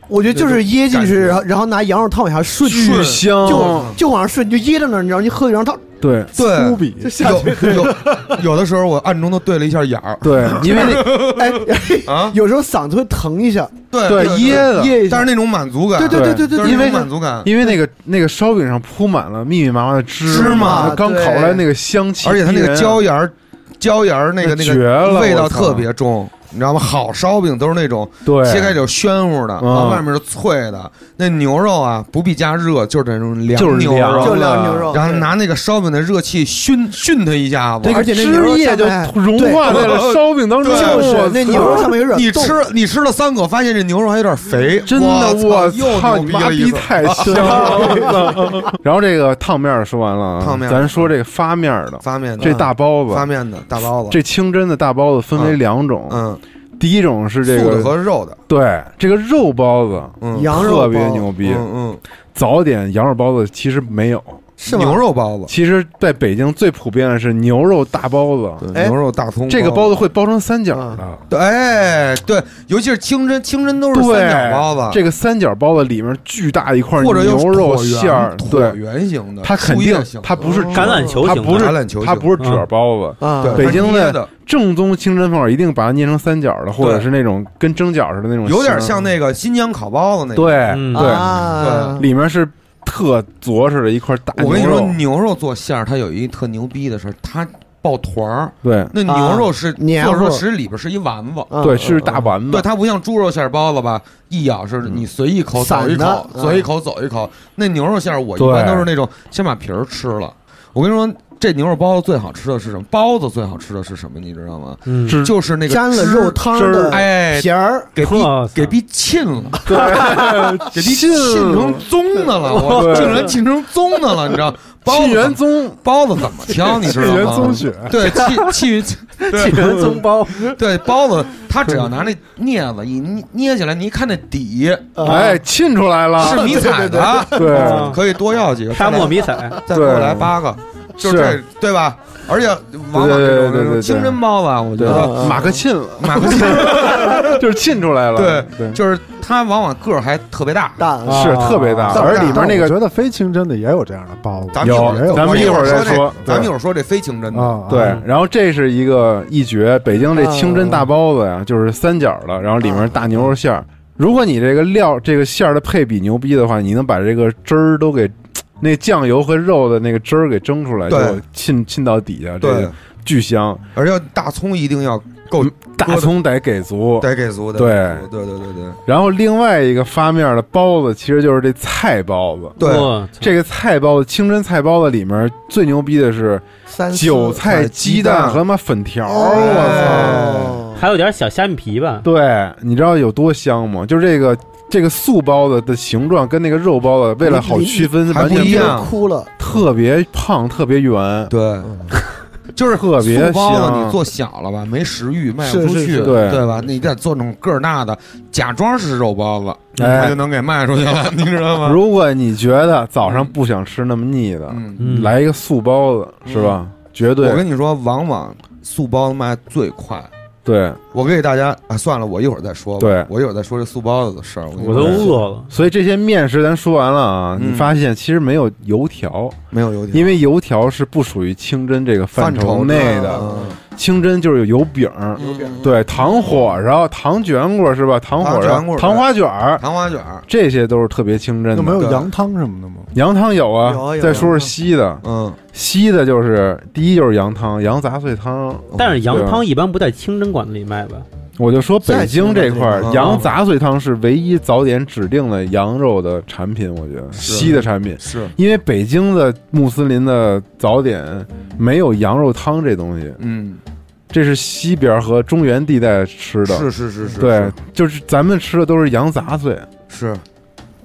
Speaker 9: 我觉得就是噎进
Speaker 6: 感
Speaker 9: 去，
Speaker 6: 觉嗯
Speaker 9: 然后然后拿羊肉汤往下顺，
Speaker 8: 巨
Speaker 9: 就
Speaker 8: 香，
Speaker 9: 就往上顺，你就噎着那儿，你知道，你喝羊 肉汤，
Speaker 8: 对
Speaker 6: 对
Speaker 3: 粗， 鄙，
Speaker 6: 有有有的时候我暗中都对了一下眼儿
Speaker 8: 对，因为那
Speaker 9: 哎，
Speaker 6: 啊，
Speaker 9: 有时候嗓子会疼一下，
Speaker 6: 对
Speaker 8: 对噎的，
Speaker 9: 噎一
Speaker 6: 但
Speaker 9: 下
Speaker 6: 是，那种满足感，
Speaker 9: 对对对对对，
Speaker 6: 但
Speaker 9: 对
Speaker 6: 是
Speaker 8: 因为
Speaker 6: 那种满足感，
Speaker 8: 因为 那个那个烧饼上铺满了密密麻麻的芝
Speaker 6: 芝麻
Speaker 8: 它刚烤出来那个香气，
Speaker 6: 而且它那个椒盐儿，椒盐儿那个
Speaker 8: 啊那
Speaker 6: 那
Speaker 8: 绝了
Speaker 6: 个味
Speaker 8: 我
Speaker 6: 道
Speaker 8: 操
Speaker 6: 特别重，你知道吗？好烧饼都是那种
Speaker 8: 对
Speaker 6: 切开有暄乎的，然
Speaker 8: 嗯
Speaker 6: 后外面是脆的。那牛肉啊，不必加热，就是那种
Speaker 8: 就是
Speaker 6: 凉牛
Speaker 8: 凉
Speaker 6: 肉，
Speaker 9: 就凉牛肉，
Speaker 6: 然后拿那个烧饼的热气熏熏它一下子
Speaker 8: 这。个
Speaker 9: 而且那
Speaker 8: 汁
Speaker 9: 牛肉
Speaker 8: 液
Speaker 9: 下
Speaker 8: 就
Speaker 9: 面
Speaker 8: 融化在 了
Speaker 6: 对
Speaker 8: 烧饼当中，
Speaker 6: 对
Speaker 9: 就是
Speaker 8: 我
Speaker 9: 那牛肉上面有点
Speaker 6: 你
Speaker 9: 冻
Speaker 6: 吃你吃了三口，发现这牛肉还有点肥，
Speaker 8: 真的，
Speaker 6: 我
Speaker 8: 我
Speaker 6: 又
Speaker 8: 操你
Speaker 6: 牛逼
Speaker 8: 妈
Speaker 6: 了一
Speaker 8: 逼
Speaker 6: 次！
Speaker 8: 太 香了！然后这个烫面儿说完了啊，
Speaker 6: 烫面儿
Speaker 8: 咱说这个发面儿的，
Speaker 6: 发面的啊
Speaker 8: 这大包
Speaker 6: 发
Speaker 8: 子，
Speaker 6: 面的大包子，
Speaker 8: 这清真的大包子分为两种，
Speaker 6: 嗯，
Speaker 8: 第一种是这
Speaker 6: 素的
Speaker 8: 个，
Speaker 6: 和肉的，
Speaker 8: 对，这个肉包子
Speaker 6: 嗯，
Speaker 9: 羊肉
Speaker 8: 特别
Speaker 9: 包
Speaker 8: 牛逼，
Speaker 6: 嗯
Speaker 8: 早点羊肉包子其实没有，
Speaker 9: 是
Speaker 6: 嗯，
Speaker 9: 吗？
Speaker 6: 牛肉包子，
Speaker 8: 其实在北京最普遍的是牛肉大包子，
Speaker 9: 哎
Speaker 6: 对，牛肉大葱，
Speaker 8: 这个包子会包成三角的。
Speaker 6: 对，哎，对，尤其是清真，清真都是
Speaker 8: 对
Speaker 6: 三角包子，
Speaker 8: 这个三角包子里面巨大一块
Speaker 6: 或者又是
Speaker 8: 牛肉
Speaker 6: 椭圆
Speaker 8: 馅儿，
Speaker 6: 椭
Speaker 8: 对，
Speaker 6: 圆形的，
Speaker 8: 它肯
Speaker 6: 树
Speaker 8: 定
Speaker 6: 叶形的嗯
Speaker 8: 它不是
Speaker 9: 哦
Speaker 5: 橄榄球
Speaker 8: 它
Speaker 5: 型的，
Speaker 8: 不是
Speaker 6: 橄榄球形，嗯
Speaker 8: 它不是褶包子。
Speaker 9: 啊，
Speaker 6: 对
Speaker 8: 北
Speaker 6: 它是
Speaker 8: 京
Speaker 6: 捏
Speaker 8: 的嗯
Speaker 6: 的，
Speaker 8: 正宗清真饭一定把它捏成三角的，或者是那种跟蒸饺似的那种形，
Speaker 6: 有点像那个新疆烤包子那个。
Speaker 8: 对
Speaker 5: 嗯
Speaker 8: 对，
Speaker 9: 啊，
Speaker 8: 里面是特着实的一块大
Speaker 6: 我跟你
Speaker 8: 牛
Speaker 6: 说
Speaker 8: 肉，，
Speaker 6: 牛肉做馅儿，它有一特牛逼的事儿，它爆团儿。
Speaker 8: 对
Speaker 6: 那牛肉是
Speaker 9: 黏
Speaker 6: 做
Speaker 9: 糊
Speaker 6: 出来实里边是一丸子，
Speaker 9: 啊
Speaker 8: 对，是大丸
Speaker 6: 对，
Speaker 8: 子，
Speaker 6: 它不像猪肉馅儿包子吧，一咬是你随一口
Speaker 9: 散
Speaker 6: 走一口，
Speaker 9: 的
Speaker 6: 走一口走一口。那牛肉馅儿我一
Speaker 8: 对
Speaker 6: 般都是那种先把皮儿吃了。我跟你说，这牛肉包子最好吃的是什么？包子最好吃的是什么？你知道吗？
Speaker 5: 嗯，
Speaker 8: 是
Speaker 6: 就是那个
Speaker 9: 沾了
Speaker 6: 汁
Speaker 9: 肉，汤
Speaker 8: 汁儿
Speaker 9: 的
Speaker 6: 哎，
Speaker 9: 皮儿，
Speaker 6: 给逼
Speaker 5: 哇塞
Speaker 6: 给 逼沁了，
Speaker 8: 对，
Speaker 6: 给逼沁成棕的了，我
Speaker 8: 对
Speaker 6: 竟然沁成棕的了，你知道？包
Speaker 8: 沁
Speaker 6: 子
Speaker 8: 元
Speaker 6: 怎么
Speaker 8: 宗，
Speaker 6: 包子怎么挑？你知
Speaker 3: 沁
Speaker 6: 道
Speaker 3: 园
Speaker 6: 吗？
Speaker 3: 宗雪，
Speaker 6: 对，沁沁
Speaker 5: 气人增 包，
Speaker 6: 对包子，它只要拿那镊子一捏捏起来，你一看那底
Speaker 3: 啊
Speaker 8: 哎，沁出 来了，
Speaker 6: 是迷彩的，
Speaker 8: 对
Speaker 5: 啊
Speaker 6: 嗯可以多要 几个，
Speaker 5: 沙
Speaker 6: 再
Speaker 5: 漠
Speaker 6: 来
Speaker 5: 迷彩，
Speaker 6: 再过来八个，就是这对吧？而且往往这
Speaker 8: 对对对
Speaker 6: 种
Speaker 8: 对
Speaker 6: 这种
Speaker 8: 对
Speaker 6: 清真包子啊，我觉
Speaker 8: 对
Speaker 6: 得
Speaker 9: 啊，
Speaker 8: 马克沁了，
Speaker 6: 马克沁
Speaker 8: 就是沁出来了，
Speaker 6: 对
Speaker 8: 对，
Speaker 6: 就是它往往个儿还特别大，
Speaker 9: 大
Speaker 5: 啊
Speaker 8: 是特别大，
Speaker 9: 但
Speaker 8: 而里
Speaker 3: 但
Speaker 8: 面那
Speaker 3: 我
Speaker 8: 个
Speaker 3: 觉得非清真的也有这样的包子，
Speaker 6: 咱们一会
Speaker 8: 有
Speaker 6: 儿
Speaker 3: 也，有
Speaker 8: 咱们一会儿再
Speaker 6: 这
Speaker 8: 说，
Speaker 6: 咱们一
Speaker 8: 对
Speaker 6: 会儿说这非清真的，
Speaker 3: 啊，
Speaker 8: 对
Speaker 3: 啊，
Speaker 8: 然后这是一个一绝，北京这清真大包子呀，就是三角的，然后里面大牛肉馅儿。如果你这个料这个馅儿的配比牛逼的话，你能把这个汁儿都给那酱油和肉的那个汁儿给蒸出来，
Speaker 6: 对
Speaker 8: 就沁沁到底下，这
Speaker 6: 对
Speaker 8: 个，巨香。
Speaker 6: 而且大葱一定要够
Speaker 8: 大葱得给足。
Speaker 6: 得给足的，
Speaker 8: 对
Speaker 6: 得给足对对对对
Speaker 8: 然后另外一个发面的包子，其实就是这菜包子。
Speaker 6: 对对，
Speaker 5: 哇
Speaker 8: 这个菜包子，清真菜包子里面最牛逼的是
Speaker 9: 三四
Speaker 8: 韭菜、
Speaker 6: 菜
Speaker 8: 鸡
Speaker 6: 鸡蛋
Speaker 8: 蛋和他妈粉条，
Speaker 6: 哎
Speaker 8: 我操！
Speaker 9: 哦，
Speaker 5: 还有点小虾米皮吧？
Speaker 8: 对，你知道有多香吗？就是这个这个素包子的形状跟那个肉包子为了好区分，
Speaker 6: 还
Speaker 8: 完
Speaker 6: 不
Speaker 8: 全
Speaker 6: 一
Speaker 8: 样，
Speaker 6: 样
Speaker 9: 哭了，
Speaker 8: 特别胖，特别圆，
Speaker 6: 对，
Speaker 8: 就是特别
Speaker 6: 素包子
Speaker 8: 香
Speaker 6: 你做小了吧，没食欲，卖不
Speaker 9: 是
Speaker 6: 出
Speaker 9: 是
Speaker 6: 去，
Speaker 9: 是
Speaker 8: 对
Speaker 6: 对吧？你得做那种个儿大的，假装是肉包子，
Speaker 8: 哎
Speaker 6: 它就能给卖出去了，你知道吗？
Speaker 8: 如果你觉得早上不想吃那么腻的，
Speaker 6: 嗯，
Speaker 5: 嗯，
Speaker 8: 来一个素包子是吧？绝
Speaker 6: 我
Speaker 8: 对
Speaker 6: 跟你说，往往素包子卖最快。
Speaker 8: 对，
Speaker 6: 我给大家啊，算了，我一会儿再说吧。
Speaker 8: 对
Speaker 6: 我一会儿再说这素包子的事儿。
Speaker 5: 我都饿了。
Speaker 8: 所以这些面食咱说完了啊，
Speaker 6: 嗯
Speaker 8: 你发现其实没有油条，
Speaker 6: 没有油条，
Speaker 8: 因为油条是不属于清真这个范畴内的，
Speaker 6: 嗯
Speaker 8: 清真就是有油饼。
Speaker 6: 油饼、
Speaker 8: 对，糖火烧、糖卷果是吧？糖火烧
Speaker 6: 糖卷、果
Speaker 8: 糖花卷儿，
Speaker 6: 糖花卷儿，
Speaker 8: 这些都是特别清真
Speaker 3: 那没
Speaker 8: 的。
Speaker 3: 有
Speaker 6: 对
Speaker 3: 羊汤什么的吗？
Speaker 8: 羊汤有啊，
Speaker 9: 有啊有啊
Speaker 8: 再说说稀的，
Speaker 6: 嗯，
Speaker 8: 稀的就是第一就是羊汤，羊杂碎汤。
Speaker 5: 但是羊
Speaker 8: 对啊
Speaker 5: 汤一般不在清真馆子里卖吧？
Speaker 8: 我就说北京这块儿
Speaker 6: 在，清真这块儿
Speaker 8: 羊杂碎汤是唯一早点指定的羊肉的产品，我觉得稀的产品，
Speaker 6: 是，
Speaker 8: 因为北京的穆斯林的早点没有羊肉汤这东西，
Speaker 6: 嗯，
Speaker 8: 这是西边儿和中原地带吃的。
Speaker 6: 是是是是，
Speaker 8: 对，就是咱们吃的都是羊杂碎，
Speaker 6: 是，是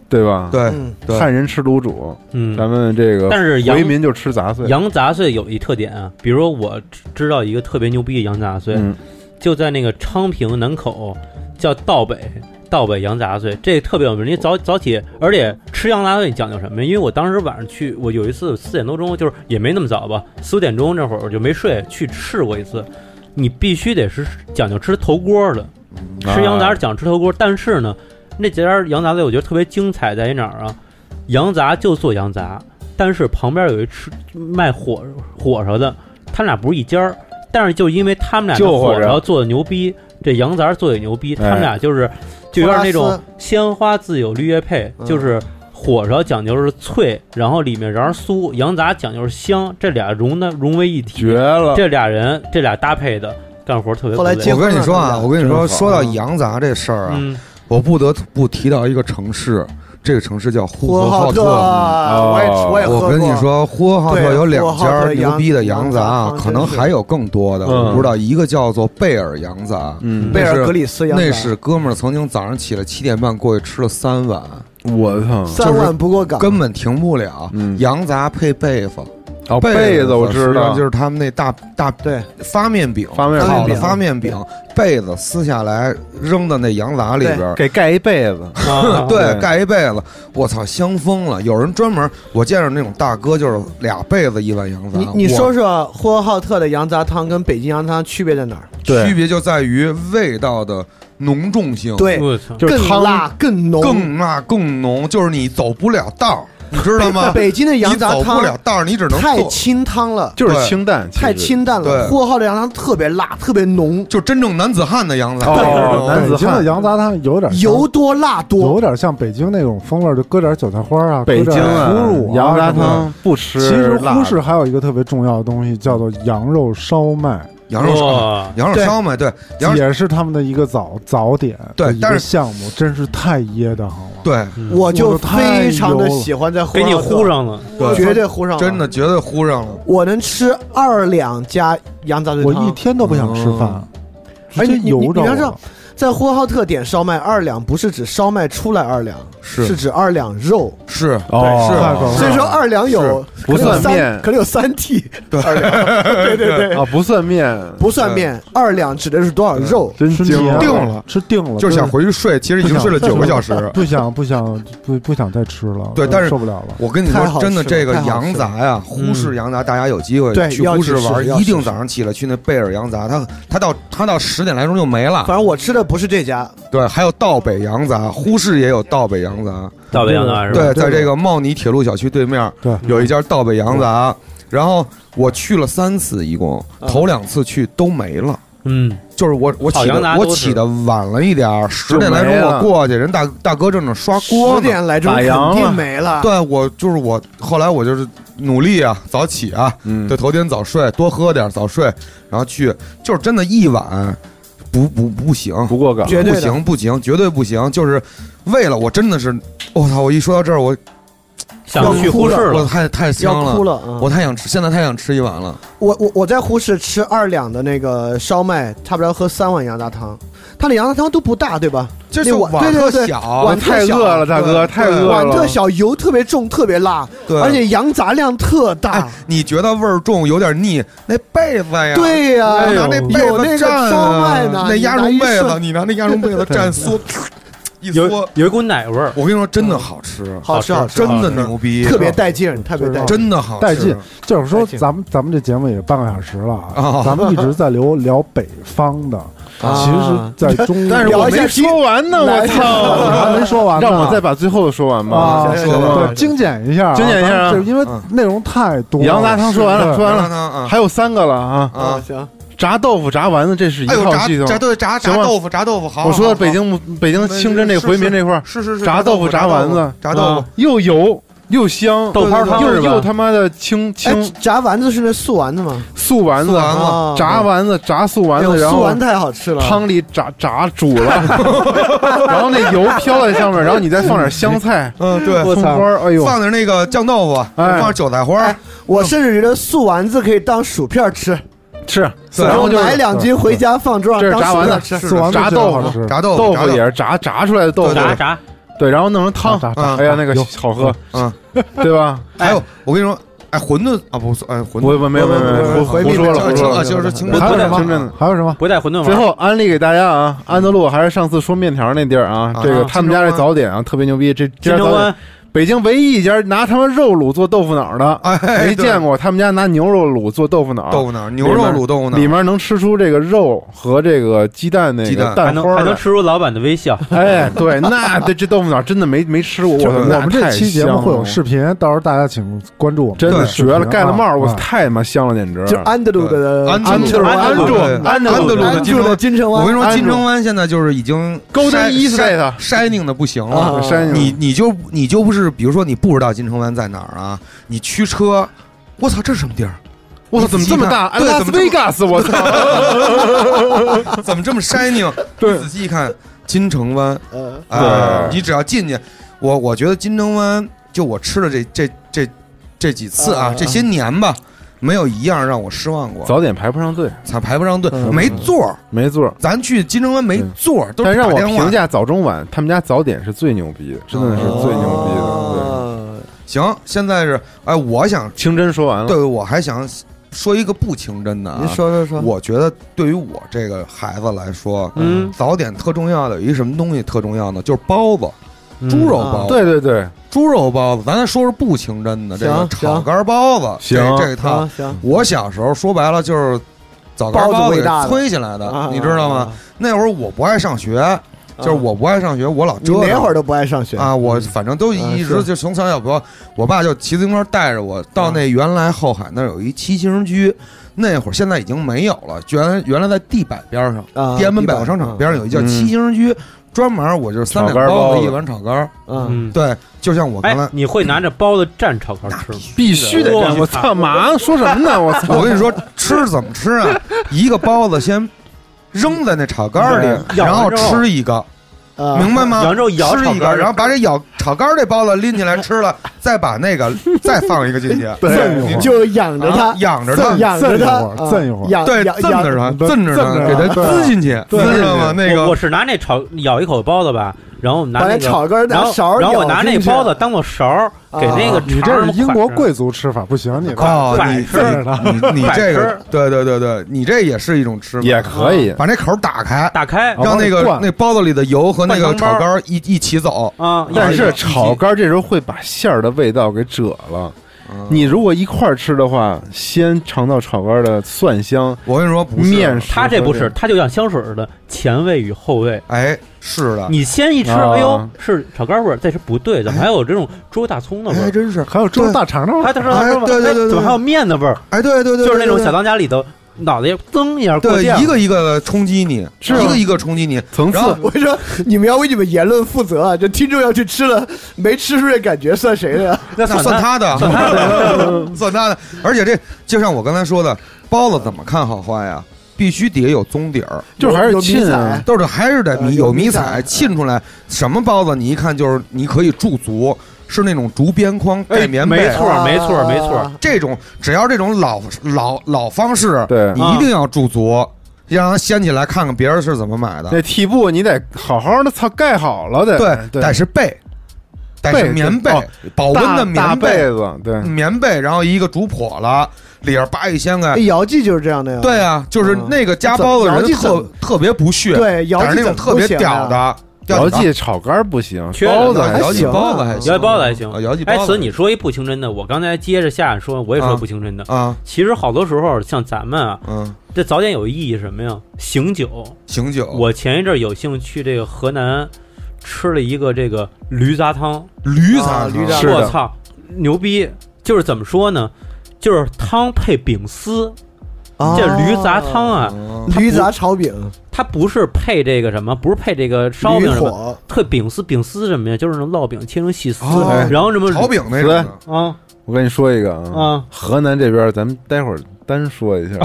Speaker 8: 对吧？
Speaker 6: 对
Speaker 9: 嗯，
Speaker 6: 对
Speaker 8: 汉人吃卤煮，
Speaker 5: 嗯，
Speaker 8: 咱们这个
Speaker 5: 但是羊
Speaker 8: 回民就吃杂碎。
Speaker 5: 羊杂碎有一特点啊，比如说我知知道一个特别牛逼的羊杂碎，
Speaker 8: 嗯，
Speaker 5: 就在那个昌平南口，叫道北道北羊杂碎，这特别有名。你早早起，而且吃羊杂碎讲究什么呀？因为我当时晚上去，我有一次四点多钟，就是也没那么早吧，四五点钟那会儿我就没睡，去吃过一次。你必须得是讲究吃头锅的，吃羊杂
Speaker 8: 啊
Speaker 5: 是讲吃头锅，但是呢，那家羊杂碎我觉得特别精彩在于哪儿啊？羊杂就做羊杂，但是旁边有一吃卖火火烧的，他们俩不是一家儿，但是就因为他们俩的
Speaker 8: 就火
Speaker 5: 火
Speaker 8: 烧
Speaker 5: 烧哎做的牛逼，这羊杂做的牛逼，他们俩就是就有点那
Speaker 9: 花
Speaker 5: 种
Speaker 9: 丝
Speaker 5: 鲜花自有绿叶配，
Speaker 9: 嗯
Speaker 5: 就是。火烧讲究是脆，然后里面瓤儿酥；羊杂讲究是香，这俩融的融为一体。
Speaker 8: 绝了，
Speaker 5: 这俩人，这俩搭配的干活特别不
Speaker 9: 后来
Speaker 5: 累
Speaker 9: 结
Speaker 6: 我跟你说啊，我跟你
Speaker 8: 真好
Speaker 6: 说，说到羊杂这事儿啊，
Speaker 5: 嗯，
Speaker 6: 我不得不提到一个城市，这个城市叫呼和浩
Speaker 9: 特，啊我也
Speaker 8: 哦
Speaker 9: 我也喝过。
Speaker 6: 嗯我跟你，说，呼和浩特
Speaker 9: 对
Speaker 6: 有两
Speaker 9: 呼和浩
Speaker 6: 家
Speaker 9: 特羊
Speaker 6: 牛逼的羊杂
Speaker 9: 羊
Speaker 6: 啊，
Speaker 9: 杂
Speaker 6: 可能还有更多的，
Speaker 8: 嗯
Speaker 6: 我不知道。一个叫做贝尔羊杂，啊
Speaker 8: 嗯，
Speaker 9: 贝
Speaker 6: 那
Speaker 9: 尔
Speaker 6: 是
Speaker 9: 格里斯羊杂
Speaker 6: 那是哥们儿曾经早上起来七点半过去吃了三碗，
Speaker 8: 我操，
Speaker 9: 三万不过岗，
Speaker 6: 根本停不了。
Speaker 8: 啊嗯
Speaker 6: 羊杂配被子，
Speaker 8: 哦，被子我
Speaker 6: 实
Speaker 8: 知
Speaker 6: 际上
Speaker 8: 道，
Speaker 6: 就是他们那大大
Speaker 9: 对
Speaker 6: 发面饼，
Speaker 8: 发面饼
Speaker 6: 好的
Speaker 9: 发
Speaker 6: 发面饼，被子撕下来扔到那羊杂里边儿，
Speaker 8: 给盖一被子，
Speaker 5: 啊
Speaker 6: 对，
Speaker 8: 对
Speaker 6: 盖一被子，我操，香疯了！有人专门，我见着那种大哥就是俩被子一碗羊杂，
Speaker 9: 你你
Speaker 6: 我
Speaker 9: 说说呼和浩特的羊杂汤跟北京羊杂汤区别在哪儿？
Speaker 6: 区
Speaker 8: 对，
Speaker 6: 别就在于味道的浓重性，，
Speaker 9: 对，
Speaker 5: 我操，
Speaker 8: 就是
Speaker 9: 更
Speaker 8: 汤
Speaker 9: 辣更浓。
Speaker 6: 更辣更浓，就是你走不了道儿，你知道吗？
Speaker 9: 北京的羊杂
Speaker 6: 你走
Speaker 9: 汤
Speaker 6: 不了道儿，你只能
Speaker 9: 太
Speaker 6: 做，
Speaker 9: 清汤了，
Speaker 8: 就是清淡，其实
Speaker 9: 太。清淡了。
Speaker 6: 对
Speaker 9: 呼和浩特羊杂汤特别辣，特别浓，
Speaker 6: 就真正男子汉的羊杂，
Speaker 8: 哦
Speaker 6: 你知道吗
Speaker 8: 男子
Speaker 3: 北京的
Speaker 8: 汉
Speaker 3: 羊杂汤有点像
Speaker 9: 油多辣
Speaker 3: 有
Speaker 9: 多。
Speaker 3: 点像北京那种风味儿，就搁点韭菜花啊，
Speaker 8: 北
Speaker 3: 搁
Speaker 8: 京
Speaker 3: 点
Speaker 8: 啊
Speaker 3: 腐乳，啊
Speaker 8: 羊杂
Speaker 3: 什么的
Speaker 8: 汤不吃
Speaker 3: 其实
Speaker 8: 辣
Speaker 3: 呼
Speaker 8: 的
Speaker 3: 市还有一个特别重要的东西，叫做羊肉烧麦，
Speaker 6: 羊肉烧，
Speaker 5: 哇
Speaker 6: 羊肉
Speaker 9: 对
Speaker 6: 烧麦，对，羊肉
Speaker 3: 也是他们的一个早早点
Speaker 6: 对
Speaker 3: 的一
Speaker 6: 但
Speaker 3: 个
Speaker 6: 是
Speaker 3: 项目，真是太噎得慌了。
Speaker 6: 对，
Speaker 5: 嗯
Speaker 9: 我就
Speaker 3: 我太
Speaker 9: 非常的
Speaker 3: 油了
Speaker 9: 喜欢在呼
Speaker 5: 给你
Speaker 9: 和浩特
Speaker 5: 糊，上 了，
Speaker 6: 对
Speaker 9: 绝对
Speaker 5: 嗯
Speaker 9: 糊上了，
Speaker 6: 真的绝对糊上了。
Speaker 9: 我能吃二两加羊杂碎
Speaker 3: 我
Speaker 9: 汤。
Speaker 3: 一天都不想吃
Speaker 6: 嗯
Speaker 3: 饭，哎
Speaker 9: 而且
Speaker 3: 直接
Speaker 6: 哎
Speaker 9: 你你
Speaker 3: 油
Speaker 9: 你
Speaker 3: 着
Speaker 9: 要知道
Speaker 3: 我。，
Speaker 9: 在呼和浩特点烧麦二两，不是指烧麦出来二两，
Speaker 6: 是
Speaker 9: 指二两肉。
Speaker 6: 是
Speaker 3: 太
Speaker 8: 哦
Speaker 3: 爽了
Speaker 9: 所以说二两有
Speaker 8: 不
Speaker 9: 可能有
Speaker 8: 算
Speaker 9: 三
Speaker 8: 面
Speaker 9: 可能有三屉。二两，对对对，
Speaker 8: 啊，不算面，
Speaker 9: 不算面，二两指的是多少肉？
Speaker 8: 真
Speaker 3: 吃
Speaker 8: 惊
Speaker 3: 腻
Speaker 6: 定了
Speaker 3: 吃定了，
Speaker 6: 就是想回去睡，其实已经睡了九个小时。
Speaker 3: 不想不想不不想再吃了，呃
Speaker 6: 对但是
Speaker 3: 受不了了。
Speaker 6: 我跟你
Speaker 9: 太好
Speaker 6: 说，真的，
Speaker 9: 吃了
Speaker 6: 这个
Speaker 9: 太好吃
Speaker 6: 羊杂呀，呼市羊杂，大家有机会
Speaker 9: 对
Speaker 6: 嗯去
Speaker 9: 要
Speaker 6: 呼
Speaker 9: 去
Speaker 6: 市
Speaker 9: 试
Speaker 6: 玩
Speaker 9: 试要，
Speaker 6: 一
Speaker 9: 去
Speaker 6: 定
Speaker 9: 试
Speaker 6: 早上起来去那贝尔羊杂，它它到它到十点来钟就没了。
Speaker 9: 反正我吃的不是这家，
Speaker 6: 对，还有道北羊杂，呼市也有道北羊杂。
Speaker 5: 大白羊杂是吧？
Speaker 6: 对，在这个茂尼铁路小区对面，
Speaker 3: 对
Speaker 6: 有一家道北羊杂。然后我去了三次，一共头两次去都没了，
Speaker 5: 嗯，
Speaker 6: 就是我我
Speaker 5: 炒
Speaker 6: 起
Speaker 5: 羊杂
Speaker 6: 的
Speaker 5: 都
Speaker 6: 我
Speaker 5: 是
Speaker 6: 起的晚了一点儿，十点来
Speaker 8: 就没
Speaker 6: 钟
Speaker 8: 了
Speaker 6: 我过去，人大大哥正正刷锅呢。
Speaker 9: 十点来啊钟
Speaker 8: 打
Speaker 9: 肯
Speaker 8: 烊了
Speaker 9: 定没了。
Speaker 6: 对我就是我，后来我就是努力啊，早起啊，
Speaker 8: 嗯
Speaker 6: 对，，头天早睡，多喝点儿早睡，然后去，就是真的一晚不不不行，
Speaker 8: 不过岗，
Speaker 9: 绝对
Speaker 6: 不
Speaker 9: 的
Speaker 6: 行不行，绝对不行，就是为了我真的是，我、操！我一说到这儿，我
Speaker 5: 想去忽视
Speaker 6: 我
Speaker 5: 了，
Speaker 6: 太太香
Speaker 9: 要
Speaker 6: 了
Speaker 9: 哭。了啊！
Speaker 6: 我太想吃，现在太想吃一碗了。
Speaker 9: 我我我在呼市吃二两的那个烧麦，差不多要喝三碗羊杂汤。它的羊杂汤都不大，对吧？
Speaker 6: 这
Speaker 9: 那
Speaker 6: 就
Speaker 9: 碗
Speaker 6: 碗
Speaker 9: 对对
Speaker 6: 特
Speaker 9: 对
Speaker 6: 小
Speaker 9: 碗，
Speaker 8: 我太饿了，大哥，
Speaker 6: 对
Speaker 8: 太饿
Speaker 9: 碗
Speaker 8: 了
Speaker 9: 特。小，油特别重，特别辣，
Speaker 6: 对，
Speaker 9: 而且羊杂量特大
Speaker 6: 哎。，你觉得味儿重，有点腻，那被子呀，
Speaker 9: 对呀、
Speaker 6: 拿
Speaker 5: 哎呦
Speaker 6: 那被
Speaker 9: 有那
Speaker 6: 子
Speaker 9: 个
Speaker 6: 蘸
Speaker 9: 烧麦
Speaker 6: 啊
Speaker 9: 呢，
Speaker 6: 那
Speaker 9: 你
Speaker 6: 鸭
Speaker 9: 拿
Speaker 6: 绒
Speaker 9: 一
Speaker 6: 被子，
Speaker 9: 涮
Speaker 6: 你拿那鸭绒被子蘸嗦，一
Speaker 5: 有
Speaker 6: 嗦，
Speaker 5: 有一股奶味儿，
Speaker 6: 我跟你说，真的好吃，
Speaker 9: 好吃好吃，
Speaker 6: 真
Speaker 9: 好
Speaker 6: 的
Speaker 9: 吃
Speaker 6: 牛逼，
Speaker 9: 特别带劲，特别带劲。
Speaker 6: 真的
Speaker 8: 哦
Speaker 6: 好吃
Speaker 3: 带劲就是说
Speaker 9: 太，近
Speaker 3: 咱们咱们这节目也半个小时了啊
Speaker 8: 哦
Speaker 6: 啊，
Speaker 3: 咱们一直在聊聊北方的，其实在中，
Speaker 8: 啊但是我
Speaker 9: 聊一下
Speaker 8: 没说完呢，
Speaker 9: 来
Speaker 8: 我
Speaker 3: 我
Speaker 8: 操！
Speaker 3: 还没说完呢，
Speaker 8: 让我再把最后的说完吧。
Speaker 3: 啊，
Speaker 6: 先
Speaker 9: 说吧
Speaker 3: 对，精简一下啊，
Speaker 8: 精简一下啊
Speaker 3: 就是因为
Speaker 6: 嗯
Speaker 3: 内容太多了。
Speaker 8: 羊杂汤说完了，
Speaker 3: 是
Speaker 8: 说完
Speaker 6: 完了
Speaker 8: 了，
Speaker 6: 呢啊
Speaker 8: 还有三个了啊！
Speaker 9: 啊，
Speaker 6: 啊！
Speaker 9: 行，
Speaker 8: 炸豆腐、炸丸子，这是一
Speaker 6: 哎呦，
Speaker 8: 套
Speaker 6: 炸
Speaker 8: 系统。
Speaker 6: 炸对炸
Speaker 8: 行
Speaker 6: 炸
Speaker 8: 吧
Speaker 6: 豆腐，炸豆腐好。
Speaker 8: 我说
Speaker 6: 好
Speaker 8: 的北京北京清真这回民这块儿，
Speaker 6: 是是是
Speaker 8: 炸豆腐、炸丸子、
Speaker 6: 炸豆腐
Speaker 8: 啊，又油又香，
Speaker 5: 豆泡汤
Speaker 8: 又
Speaker 5: 是吧
Speaker 8: 又他妈的清
Speaker 9: 哎
Speaker 8: 清，
Speaker 9: 炸丸子是那素丸子吗？
Speaker 8: 素丸子
Speaker 6: 素、丸子
Speaker 9: 啊
Speaker 8: 炸丸子、炸素丸
Speaker 9: 哎呦
Speaker 8: 子，然
Speaker 9: 素
Speaker 8: 后
Speaker 9: 丸太好吃了，
Speaker 8: 汤里炸炸煮了， 然后那油飘在上面，然后你再放点香菜、
Speaker 6: 嗯对，
Speaker 8: 葱花儿，哎呦，
Speaker 6: 放点那个酱豆腐，放
Speaker 8: 哎
Speaker 6: 点韭菜花
Speaker 9: 哎，我甚至觉得素丸子可以当薯片吃，
Speaker 8: 是，
Speaker 6: 对
Speaker 8: 然后就是
Speaker 9: 买两斤回家放桌
Speaker 8: 这是
Speaker 9: 上当
Speaker 8: 炸
Speaker 9: 薯
Speaker 8: 丸
Speaker 9: 片
Speaker 8: 子
Speaker 9: 吃。
Speaker 6: 是
Speaker 3: 死亡
Speaker 8: 炸
Speaker 3: 之
Speaker 8: 豆
Speaker 3: 后
Speaker 8: 腐
Speaker 3: 好吃
Speaker 6: 炸豆
Speaker 8: 豆
Speaker 6: 腐，
Speaker 8: 腐也是炸炸出来的豆腐，
Speaker 5: 炸炸
Speaker 8: 对，然后弄成汤，
Speaker 3: 炸
Speaker 6: 嗯
Speaker 8: 哎呀，那个
Speaker 3: 有
Speaker 8: 好喝，
Speaker 6: 嗯，
Speaker 8: 对吧？
Speaker 6: 还有我跟你说，哎，馄饨啊，不是，哎，馄饨
Speaker 8: 我我没有没有没有，
Speaker 9: 我
Speaker 8: 胡
Speaker 9: 回
Speaker 8: 胡
Speaker 9: 避
Speaker 8: 说
Speaker 9: 这
Speaker 8: 了
Speaker 9: 个
Speaker 8: 胡
Speaker 9: 这
Speaker 8: 说
Speaker 9: 个
Speaker 8: 了啊
Speaker 6: 啊，。就是清真
Speaker 8: 还有什
Speaker 6: 清真
Speaker 8: 么？还有什么？
Speaker 5: 不带馄饨味
Speaker 8: 最
Speaker 5: 儿，
Speaker 8: 后安利给大家啊，安德路还是上次说面条那地儿啊，
Speaker 6: 啊
Speaker 8: 这个
Speaker 5: 啊
Speaker 8: 他们家这早点啊特别牛逼，这这
Speaker 5: 金
Speaker 8: 家
Speaker 5: 城
Speaker 8: 早
Speaker 5: 湾
Speaker 8: 点北京唯一一家拿他们肉卤做豆腐脑的，
Speaker 6: 哎，
Speaker 8: 没
Speaker 6: 对
Speaker 8: 见过，他们家拿牛肉卤做豆腐
Speaker 6: 豆
Speaker 8: 脑，
Speaker 6: 腐脑，牛肉卤豆腐脑
Speaker 8: 里，面能吃出这个肉和这个鸡蛋那
Speaker 6: 鸡
Speaker 8: 个
Speaker 5: 还
Speaker 6: 蛋
Speaker 8: 蛋
Speaker 5: 能
Speaker 8: 花
Speaker 5: 还能
Speaker 8: 来。
Speaker 5: 吃出老板的微笑，
Speaker 8: 哎，对，那这这豆腐脑真的没没吃过，我
Speaker 3: 就
Speaker 8: 操
Speaker 3: 我
Speaker 8: 那
Speaker 3: 们这
Speaker 8: 太
Speaker 3: 期节
Speaker 8: 香
Speaker 3: 目会
Speaker 8: 了
Speaker 3: 有视频，到时候大家请关注我们
Speaker 8: 真
Speaker 3: 的
Speaker 8: 的
Speaker 3: 视
Speaker 8: 绝
Speaker 3: 频啊。
Speaker 8: 了，盖了帽儿，我操，
Speaker 3: 啊
Speaker 8: 太他妈香了，简直！
Speaker 9: 就安德鲁的
Speaker 6: 安
Speaker 8: 安德
Speaker 6: 德
Speaker 8: 鲁
Speaker 5: 安德
Speaker 8: 安
Speaker 5: 鲁
Speaker 8: 住
Speaker 6: 对
Speaker 8: 安
Speaker 6: 安德
Speaker 8: 德
Speaker 6: 鲁
Speaker 9: 安
Speaker 6: 的金
Speaker 9: 德鲁
Speaker 6: 城
Speaker 9: 的。金城
Speaker 6: 我
Speaker 9: 湾
Speaker 6: 跟你说，
Speaker 8: 安
Speaker 6: 金
Speaker 8: 德鲁
Speaker 6: 城湾现在就是已经
Speaker 8: Golden
Speaker 6: 筛
Speaker 8: East
Speaker 6: 筛
Speaker 8: Side
Speaker 6: 筛拧的不行了
Speaker 9: 啊。
Speaker 8: 这山
Speaker 6: 你你就你就不是，比如说你不知道金城湾在哪儿啊？你驱车，我操，这是什么地儿？
Speaker 8: 我操，怎么这么大？
Speaker 6: 对
Speaker 8: 拉
Speaker 6: 怎
Speaker 8: 斯
Speaker 6: 么这
Speaker 8: 维
Speaker 6: 么
Speaker 8: 加斯，我操！
Speaker 6: 怎么这么筛拧？
Speaker 8: 对
Speaker 6: 你仔细一看，金城湾，
Speaker 9: 呃，
Speaker 6: 哎，
Speaker 8: 对
Speaker 6: 你只要进去，我我觉得金城湾，就我吃了这这这这几次啊
Speaker 9: 啊，
Speaker 6: 这些年吧，没有一样让我失望过，
Speaker 8: 早点排不上队，
Speaker 6: 才排不上队，
Speaker 9: 嗯
Speaker 6: 没座儿。
Speaker 8: 没座儿。
Speaker 6: 咱去金城湾没座儿，都
Speaker 8: 但
Speaker 6: 是
Speaker 8: 让
Speaker 6: 打
Speaker 8: 我
Speaker 6: 电话
Speaker 8: 评。价早中晚，他们家早点是最牛逼的，真的是最牛逼的。对，
Speaker 9: 的。
Speaker 6: 行，现在是哎，我想
Speaker 8: 清真说完了，
Speaker 6: 对，我还想说一个不清真的啊
Speaker 9: 您。说说说，
Speaker 6: 我觉得对于我这个孩子来说，
Speaker 5: 嗯，
Speaker 6: 早点特重要的有一什么东西特重要呢？就是包子，
Speaker 9: 嗯
Speaker 6: 猪肉
Speaker 9: 啊
Speaker 6: 包子，
Speaker 8: 对对对，
Speaker 6: 猪肉包子。咱再说说不清真的，这个
Speaker 9: 行
Speaker 6: 炒肝包子，
Speaker 8: 行
Speaker 6: 这这一套
Speaker 9: 行。啊行，
Speaker 6: 我小时候说白了就是早干
Speaker 9: 包
Speaker 6: 包
Speaker 9: 子
Speaker 6: 子
Speaker 9: 伟
Speaker 6: 给
Speaker 9: 大的
Speaker 6: 催起来的
Speaker 9: 啊，
Speaker 6: 你知道吗？？那会儿我不爱上学，就是我不爱上学，我老
Speaker 9: 你
Speaker 6: 折腾。
Speaker 9: 哪会儿都不爱上学
Speaker 6: 啊，我反正都一
Speaker 9: 啊
Speaker 6: 直
Speaker 9: 是
Speaker 6: 就从小小不，我爸就骑自行车带着我到那原来后海那儿有一七星居，那会儿现在已经没有了，原原来在地板边上，
Speaker 9: 啊，
Speaker 6: 地安门百货商场边上有一叫
Speaker 8: 嗯
Speaker 6: 七星居，专门我就是三
Speaker 8: 炒肝
Speaker 6: 两
Speaker 8: 儿包
Speaker 6: 包
Speaker 8: 子
Speaker 6: 一碗炒肝儿，
Speaker 9: 嗯，
Speaker 5: 嗯，
Speaker 6: 对，就像我
Speaker 5: 哎
Speaker 6: 刚才，，
Speaker 5: 你会拿着包子蘸炒肝吃吗？
Speaker 8: 必须得这样。我操，嘛说什么 呢？我操！
Speaker 6: 我跟你说吃怎么吃啊，一个包子先扔在那炒肝儿里，
Speaker 5: 咬
Speaker 6: 然后
Speaker 5: 着
Speaker 6: 吃一个，
Speaker 9: 啊
Speaker 6: 明白吗？
Speaker 5: 羊肉咬
Speaker 6: 吃
Speaker 5: 炒肝
Speaker 6: 一个，
Speaker 5: 儿，
Speaker 6: 然后把这咬炒肝儿这包子拎起来吃了，再把那个再放一个进去，
Speaker 8: 对
Speaker 6: 你
Speaker 9: 就养着它
Speaker 6: 啊，养着它，
Speaker 9: 养着它，
Speaker 3: 赠一会儿赠一会儿
Speaker 9: 啊养
Speaker 6: 对，
Speaker 9: 养
Speaker 6: 赠
Speaker 9: 养
Speaker 6: 着它，
Speaker 3: 对
Speaker 6: 赠着
Speaker 3: 赠着
Speaker 6: 它，给它
Speaker 3: 对
Speaker 6: 滋进去，
Speaker 8: 对
Speaker 6: 滋知道吗？
Speaker 8: 对
Speaker 6: 那
Speaker 5: 我
Speaker 6: 个
Speaker 5: 我是拿那炒咬一口包子吧，然后拿
Speaker 9: 把
Speaker 5: 那
Speaker 9: 那
Speaker 5: 个
Speaker 9: 炒根
Speaker 5: 然
Speaker 9: 拿
Speaker 5: 后
Speaker 9: 勺儿
Speaker 5: 然后我
Speaker 9: 舀
Speaker 5: 拿那
Speaker 9: 进去
Speaker 5: 包子当做勺儿给那个
Speaker 9: 啊
Speaker 5: 肠
Speaker 3: 你这
Speaker 5: 儿
Speaker 3: 是英
Speaker 5: 㧟
Speaker 3: 国
Speaker 5: 着
Speaker 3: 贵族吃法，不行， 你
Speaker 5: 快
Speaker 6: 靠，
Speaker 5: 百
Speaker 6: 你
Speaker 5: 吃
Speaker 6: 你你你
Speaker 5: 百
Speaker 6: 这个
Speaker 5: 吃，
Speaker 6: 对对对对，你这也是一种吃法，
Speaker 8: 也可以，
Speaker 6: 把那口打开，
Speaker 5: 打开
Speaker 8: 啊
Speaker 6: 让那
Speaker 8: 往里
Speaker 6: 个
Speaker 8: 灌
Speaker 6: 那包子里的油和那个
Speaker 5: 灌汤
Speaker 6: 炒
Speaker 5: 包
Speaker 6: 肝儿一一起走。哎
Speaker 5: 啊，
Speaker 8: 但
Speaker 5: 咬
Speaker 8: 是
Speaker 5: 一口
Speaker 8: 炒肝这时候会把馅儿的味道给褶了。
Speaker 6: 嗯
Speaker 8: 你如果一块儿吃的话，先尝到炒肝的蒜香、
Speaker 6: 我跟你说，不是
Speaker 8: 面食。
Speaker 5: 它这不是，，它就像香水似的前味与后味。
Speaker 6: 哎，是的，
Speaker 5: 你先一吃，
Speaker 8: 啊
Speaker 5: 哎呦，是炒肝味儿，再是不对，怎么还有这种猪肉大葱的味
Speaker 6: 哎，
Speaker 5: 儿？
Speaker 6: 真是，
Speaker 3: 还有猪肉大肠的味儿
Speaker 5: 还有他说他说
Speaker 6: 哎对对对对
Speaker 5: 哎怎么还有面的味儿？
Speaker 6: 哎，对对对，
Speaker 5: 就是那种
Speaker 6: 对
Speaker 5: 小当家里头脑袋也噌一下过
Speaker 6: 对
Speaker 5: 电，了
Speaker 6: 一个一个的冲击你，
Speaker 8: 是啊
Speaker 6: 一个一个冲击你。
Speaker 8: 层次
Speaker 6: 然后
Speaker 9: 我说你们要为你们言论负责啊！这听众要去吃了，没吃出这感觉算谁的呀？
Speaker 5: 那
Speaker 6: 那算
Speaker 5: 他
Speaker 6: 他的， 算他的。而且这就像我刚才说的，包子怎么看好坏呀？必须底下有宗底儿，
Speaker 8: 就是还是
Speaker 9: 有迷
Speaker 8: 亲啊
Speaker 9: 彩，
Speaker 6: 都是还是得
Speaker 9: 呃
Speaker 6: 迷
Speaker 9: 有
Speaker 6: 有
Speaker 9: 迷
Speaker 6: 迷
Speaker 9: 彩
Speaker 6: 彩沁出来。什么包子你一看就是你可以驻足，是那种竹边框盖
Speaker 8: 哎
Speaker 6: 棉
Speaker 5: 没
Speaker 6: 被，
Speaker 5: 错儿没错儿没错儿
Speaker 9: 啊。
Speaker 6: 这种只要这种老老老方式，
Speaker 8: 对
Speaker 6: 你一定要驻足，让它掀起来看看别人是怎么买的。
Speaker 8: 那屉布你得好好的，操，盖好了得，对，
Speaker 6: 得是被，得是
Speaker 8: 被
Speaker 6: 棉被
Speaker 8: 哦，
Speaker 6: 保
Speaker 8: 大
Speaker 6: 温的
Speaker 8: 大
Speaker 6: 棉
Speaker 8: 被子，对，
Speaker 6: 棉被，然后一个竹笸了，里边叭一掀
Speaker 9: 哎
Speaker 6: 开。
Speaker 9: 姚记就是这样的呀。
Speaker 6: 对啊，就是那个夹包子
Speaker 9: 怎么姚
Speaker 6: 人
Speaker 9: 记怎
Speaker 6: 特
Speaker 9: 么
Speaker 6: 特别不屑，
Speaker 9: 对，姚
Speaker 6: 但是
Speaker 9: 记
Speaker 6: 那种
Speaker 9: 怎
Speaker 6: 特
Speaker 9: 么都
Speaker 6: 别
Speaker 9: 行
Speaker 6: 屌
Speaker 9: 啊？
Speaker 6: 的，
Speaker 8: 姚记炒肝不行，
Speaker 5: 缺
Speaker 8: 包子
Speaker 5: 的
Speaker 8: 还
Speaker 6: 姚记
Speaker 8: 行
Speaker 9: 行
Speaker 6: 包子还行，
Speaker 5: 摇包子还行
Speaker 6: 啊，姚记包
Speaker 5: 哎，
Speaker 6: 子
Speaker 5: 所以你说一不清真的，我刚才接着夏说，我也说
Speaker 6: 啊
Speaker 5: 不清真的。
Speaker 6: 啊，
Speaker 5: 其实好多时候，像咱们啊，
Speaker 6: 嗯，
Speaker 5: 这早点有意义什么呀？醒酒。
Speaker 6: 醒酒，
Speaker 5: 我前一阵儿有幸去这个河南，吃了一个这个驴杂汤，
Speaker 6: 驴
Speaker 9: 啊
Speaker 6: 杂
Speaker 9: 驴杂
Speaker 6: 杂
Speaker 8: 是的
Speaker 5: 我操，牛逼！就是怎么说呢？就是汤配饼丝，
Speaker 6: 哦
Speaker 5: 这驴杂汤
Speaker 9: 啊，
Speaker 5: 啊，
Speaker 6: 嗯
Speaker 5: 它不
Speaker 9: 驴杂炒饼，
Speaker 5: 它不是配这个什么，不是配这个烧
Speaker 9: 驴
Speaker 5: 饼什么，
Speaker 9: 火，
Speaker 5: 配饼丝，饼丝什么呀？就是那烙饼切成细丝，
Speaker 6: 哦
Speaker 8: 哎
Speaker 5: 然后什么
Speaker 6: 炒饼那种的，
Speaker 5: 啊
Speaker 8: 我跟你说一个啊，
Speaker 5: 啊，
Speaker 8: 河南这边咱们待会儿单说一下，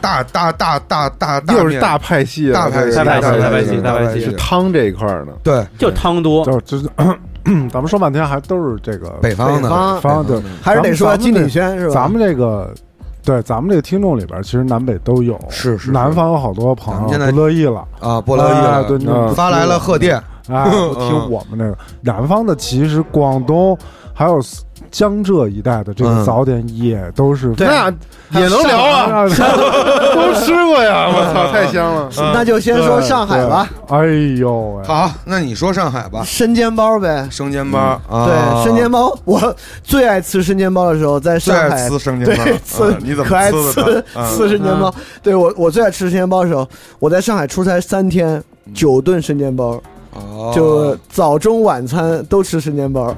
Speaker 6: 大大大大大大
Speaker 8: 又是
Speaker 6: 面
Speaker 8: 大派系了，
Speaker 6: 大派系
Speaker 8: 这
Speaker 5: 大
Speaker 8: 个
Speaker 5: 派系
Speaker 8: 这个
Speaker 5: 大派系
Speaker 8: 这个
Speaker 5: 大派系
Speaker 8: 是汤这一块儿的，
Speaker 6: 对
Speaker 5: 就汤多。
Speaker 3: 嗯就是就是 咱们说半天还都是这个
Speaker 6: 北方
Speaker 9: 北
Speaker 6: 的
Speaker 9: 方
Speaker 3: 方对，
Speaker 9: 还是得说
Speaker 3: 咱们
Speaker 9: 金鼎轩是吧？
Speaker 3: 咱们这个。对，咱们这个听众里边，其实南北都有，
Speaker 6: 是是是
Speaker 3: 南方有好多
Speaker 6: 咱
Speaker 3: 朋
Speaker 6: 们
Speaker 3: 友
Speaker 6: 现在
Speaker 3: 不乐意了，
Speaker 6: 啊，波罗
Speaker 3: 啊
Speaker 6: 的
Speaker 3: 对，那
Speaker 8: 嗯
Speaker 6: 发来了贺电，
Speaker 3: 哎，不听我们那个南方的，其实广东还有江浙一带的这个
Speaker 6: 嗯
Speaker 3: 早点也都是
Speaker 8: 那也能聊
Speaker 3: 啊，
Speaker 8: 啊， 都吃过呀，我操，太香了，
Speaker 9: 嗯
Speaker 5: 嗯
Speaker 9: 那就先说上海吧，
Speaker 3: 哎呦
Speaker 9: 嗯
Speaker 3: 喂，
Speaker 6: 好，那你说上海吧，
Speaker 9: 生煎包呗。
Speaker 6: 生煎包啊，
Speaker 9: 嗯对，生煎包，我最爱吃生煎包的时候，在
Speaker 6: 最
Speaker 9: 上
Speaker 6: 爱
Speaker 9: 海
Speaker 6: 吃生煎包
Speaker 9: 对，
Speaker 6: 啊
Speaker 9: 刺
Speaker 6: 你怎
Speaker 9: 可爱
Speaker 6: 么
Speaker 9: 刺
Speaker 6: 吃的它？啊
Speaker 9: 刺生煎包？
Speaker 5: 嗯
Speaker 9: 对我我最爱吃生煎包的时候，我在上海出差三天，九顿生煎包，
Speaker 6: 嗯哦
Speaker 9: 就早中晚餐都吃生煎包。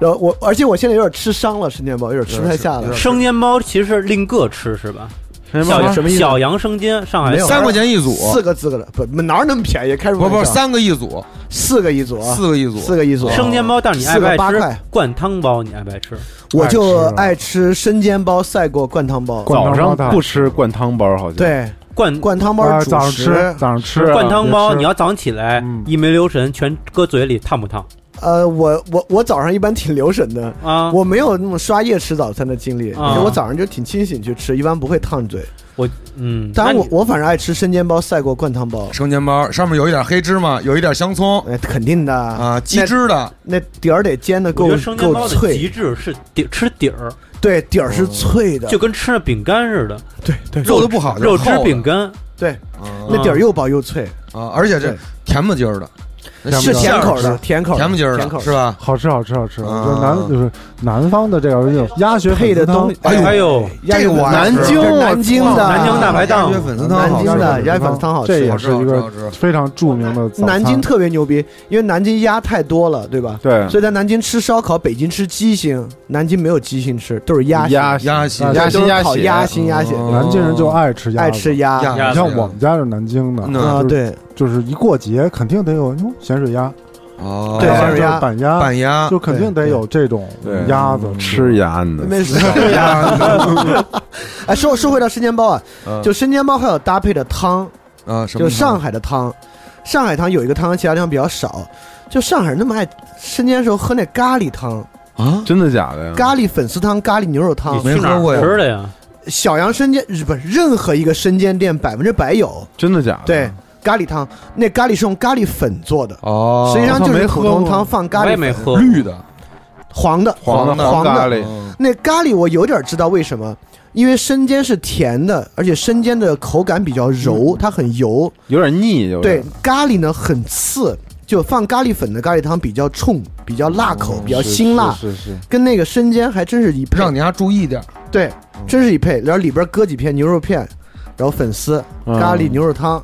Speaker 9: 然后我，而且我现在有点吃伤了，生煎包有点吃不太下
Speaker 6: 有
Speaker 9: 了
Speaker 6: 点。
Speaker 5: 生煎包其实是另个吃是吧？
Speaker 8: 什
Speaker 5: 小
Speaker 9: 什么意思
Speaker 5: 小羊生煎，上海
Speaker 9: 没有
Speaker 6: 三块钱一组，
Speaker 9: 四个四个的，不哪有那么便宜？开什么
Speaker 6: 不
Speaker 9: 玩笑？
Speaker 6: 不，三个一组，
Speaker 9: 四个一组啊，
Speaker 6: 四个哦一组，
Speaker 9: 四个一组。
Speaker 5: 生煎包，但是你爱不爱
Speaker 9: 四个八块
Speaker 5: 吃灌汤包？你爱不爱吃？
Speaker 9: 我就
Speaker 3: 爱吃啊
Speaker 9: 爱吃生煎包赛过灌汤包。
Speaker 3: 灌
Speaker 8: 早
Speaker 3: 汤包
Speaker 8: 上
Speaker 3: 大
Speaker 8: 不吃灌汤包，好像，
Speaker 9: 对，
Speaker 5: 灌
Speaker 9: 灌汤包
Speaker 3: 啊
Speaker 9: 是主
Speaker 3: 早上
Speaker 9: 食。
Speaker 3: 吃，早上吃啊
Speaker 5: 灌汤包，
Speaker 3: 吃
Speaker 5: 你要早上起来
Speaker 3: 嗯
Speaker 5: 一没留神，全搁嘴里烫不烫
Speaker 9: 呃，我我我早上一般挺留神的，
Speaker 5: 啊？
Speaker 9: 我没有那么刷夜吃早餐的经历，
Speaker 5: 啊
Speaker 9: 我早上就挺清醒去吃，一般不会烫嘴。
Speaker 5: 我嗯，
Speaker 9: 当然
Speaker 5: 那
Speaker 9: 我
Speaker 5: 你
Speaker 9: 我反正爱吃生煎包、赛过灌汤包，
Speaker 6: 生煎包，上面有一点黑芝麻，有一点香葱
Speaker 9: 哎，肯定的啊
Speaker 6: 啊，鸡汁的，
Speaker 9: 那底儿得煎的
Speaker 5: 我
Speaker 9: 够
Speaker 5: 觉得生煎包
Speaker 9: 够
Speaker 5: 的极
Speaker 9: 脆，
Speaker 5: 致是底吃底儿，
Speaker 9: 对，底儿
Speaker 6: 哦
Speaker 9: 是脆的，
Speaker 5: 就跟吃那饼干似的，
Speaker 9: 对对
Speaker 6: 做的不好就是
Speaker 5: 肉
Speaker 6: 厚
Speaker 5: 汁
Speaker 6: 的
Speaker 5: 饼干，
Speaker 9: 对，
Speaker 6: 啊
Speaker 9: 那底儿又薄又脆，
Speaker 6: 啊，而且这
Speaker 9: 对
Speaker 6: 甜不筋儿的，那
Speaker 9: 是
Speaker 6: 馅
Speaker 9: 甜
Speaker 6: 儿
Speaker 9: 口
Speaker 6: 是
Speaker 9: 的，甜口的，
Speaker 6: 甜不筋儿
Speaker 9: 甜口
Speaker 6: 的，
Speaker 9: 的
Speaker 6: 是？吧？
Speaker 3: 好吃好吃好吃，
Speaker 6: 啊
Speaker 3: 就是南就是南方的这个鸭血
Speaker 9: 配
Speaker 3: 粉
Speaker 9: 的
Speaker 3: 丝汤
Speaker 9: 东西，
Speaker 6: 哎呦
Speaker 5: 哎呦，
Speaker 9: 鸭血
Speaker 6: 这个我爱吃
Speaker 9: 南京南京的
Speaker 5: 南京大排档
Speaker 6: 鸭血粉丝汤好
Speaker 9: 南
Speaker 6: 吃，
Speaker 9: 京的
Speaker 3: 好吃
Speaker 9: 鸭血粉丝汤好
Speaker 3: 这
Speaker 9: 吃
Speaker 3: 也
Speaker 6: 好吃
Speaker 3: 是一
Speaker 6: 好吃
Speaker 3: 个
Speaker 6: 好吃
Speaker 3: 非常著名的早餐
Speaker 9: 南京特别牛逼，因为南京鸭太多了，对吧？
Speaker 8: 对，
Speaker 9: 所以在南京吃烧烤，北京吃鸡心，南京没有鸡心吃，都是鸭心。
Speaker 8: 鸭
Speaker 6: 鸭血
Speaker 3: 鸭
Speaker 9: 都
Speaker 8: 心
Speaker 9: 是
Speaker 8: 鸭
Speaker 9: 烤
Speaker 8: 血
Speaker 9: 鸭心鸭血，
Speaker 6: 哦
Speaker 3: 南京人就爱吃鸭，
Speaker 9: 哦爱吃。鸭
Speaker 6: 鸭
Speaker 5: 鸭
Speaker 3: 你
Speaker 5: 子
Speaker 3: 像我们家是南京的，
Speaker 6: 嗯
Speaker 3: 就
Speaker 9: 啊，
Speaker 3: 是
Speaker 9: 对，
Speaker 3: 就是一过节肯定得有哟咸水鸭，
Speaker 6: 哦，
Speaker 9: 对
Speaker 3: 要不然
Speaker 9: 咸水
Speaker 3: 就是
Speaker 9: 鸭
Speaker 3: 板鸭，
Speaker 6: 板鸭
Speaker 3: 就肯定得有这种
Speaker 8: 对
Speaker 3: 鸭
Speaker 6: 嗯
Speaker 3: 子
Speaker 8: 吃鸭呢，
Speaker 9: 没事。
Speaker 6: 鸭
Speaker 9: 哎，说说回到生煎包啊，
Speaker 6: 嗯
Speaker 9: 就生煎包还有搭配的汤，
Speaker 6: 啊，什么
Speaker 9: 就上
Speaker 6: 海
Speaker 9: 海的汤，上海汤有一个汤，其他地方比较少。就上海人那么爱生煎的时候喝那咖喱汤、
Speaker 6: 啊，
Speaker 8: 真的假的呀？
Speaker 9: 咖喱粉丝汤、咖喱牛肉
Speaker 5: 你
Speaker 9: 汤，
Speaker 5: 去哪
Speaker 6: 没喝过
Speaker 5: 儿
Speaker 6: 呀
Speaker 5: 吃的呀？
Speaker 9: 小杨生煎不是任何一个生煎店百分之百有。
Speaker 8: 真的假的？
Speaker 9: 对，咖喱汤，那咖喱是用咖喱粉做的，
Speaker 6: 哦，
Speaker 9: 实际上
Speaker 8: 我操
Speaker 9: 就是
Speaker 8: 没
Speaker 9: 普
Speaker 8: 喝
Speaker 9: 通
Speaker 8: 过
Speaker 9: 汤放咖
Speaker 5: 我也
Speaker 9: 喱
Speaker 5: 没
Speaker 9: 粉，
Speaker 5: 喝，
Speaker 6: 绿的
Speaker 9: 黄的，
Speaker 8: 黄
Speaker 6: 的
Speaker 8: 黄
Speaker 9: 黄的
Speaker 8: 咖喱，
Speaker 6: 嗯
Speaker 9: 那咖喱我有点知道为什么，因为生煎是甜的，而且生煎的口感比较柔，它很油。
Speaker 8: 有点腻，有
Speaker 9: 对
Speaker 8: 点，
Speaker 9: 咖喱呢很刺，就放咖喱粉的咖喱汤比较冲，比较辣口，
Speaker 6: 嗯
Speaker 9: 比较辛辣，
Speaker 8: 是是是
Speaker 9: 跟那个生煎还真是一配。
Speaker 6: 让你家注意点儿，
Speaker 9: 对，真是一配。然后里边搁几片牛肉片，然后粉丝、
Speaker 8: 嗯
Speaker 9: 咖喱牛肉汤，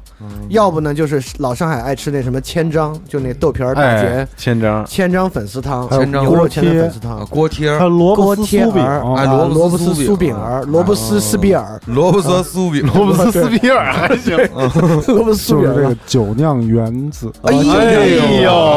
Speaker 9: 要不呢就是老上海爱吃那什么千张，就那豆皮儿大卷、
Speaker 8: 哎，千张，
Speaker 9: 千张粉丝汤，
Speaker 3: 还
Speaker 6: 有
Speaker 9: 牛肉千张
Speaker 3: 锅贴
Speaker 9: 粉丝汤
Speaker 6: 啊，，锅贴
Speaker 3: 还有
Speaker 6: 儿、
Speaker 3: 萝卜
Speaker 9: 锅
Speaker 3: 丝
Speaker 9: 贴
Speaker 3: 酥饼，
Speaker 9: 儿
Speaker 6: 哎
Speaker 9: 啊
Speaker 6: 萝
Speaker 9: 萝
Speaker 6: 卜
Speaker 9: 卜
Speaker 6: 丝
Speaker 9: 丝
Speaker 6: 酥
Speaker 9: 酥
Speaker 6: 饼
Speaker 9: 饼儿、萝卜丝斯比尔、
Speaker 6: 萝卜丝酥饼、
Speaker 8: 罗布斯斯皮尔还行，
Speaker 3: 就
Speaker 9: 萝卜丝饼啊
Speaker 3: 是这
Speaker 9: 儿
Speaker 3: 个。酒酿圆子，啊
Speaker 6: 哎呦
Speaker 8: 哎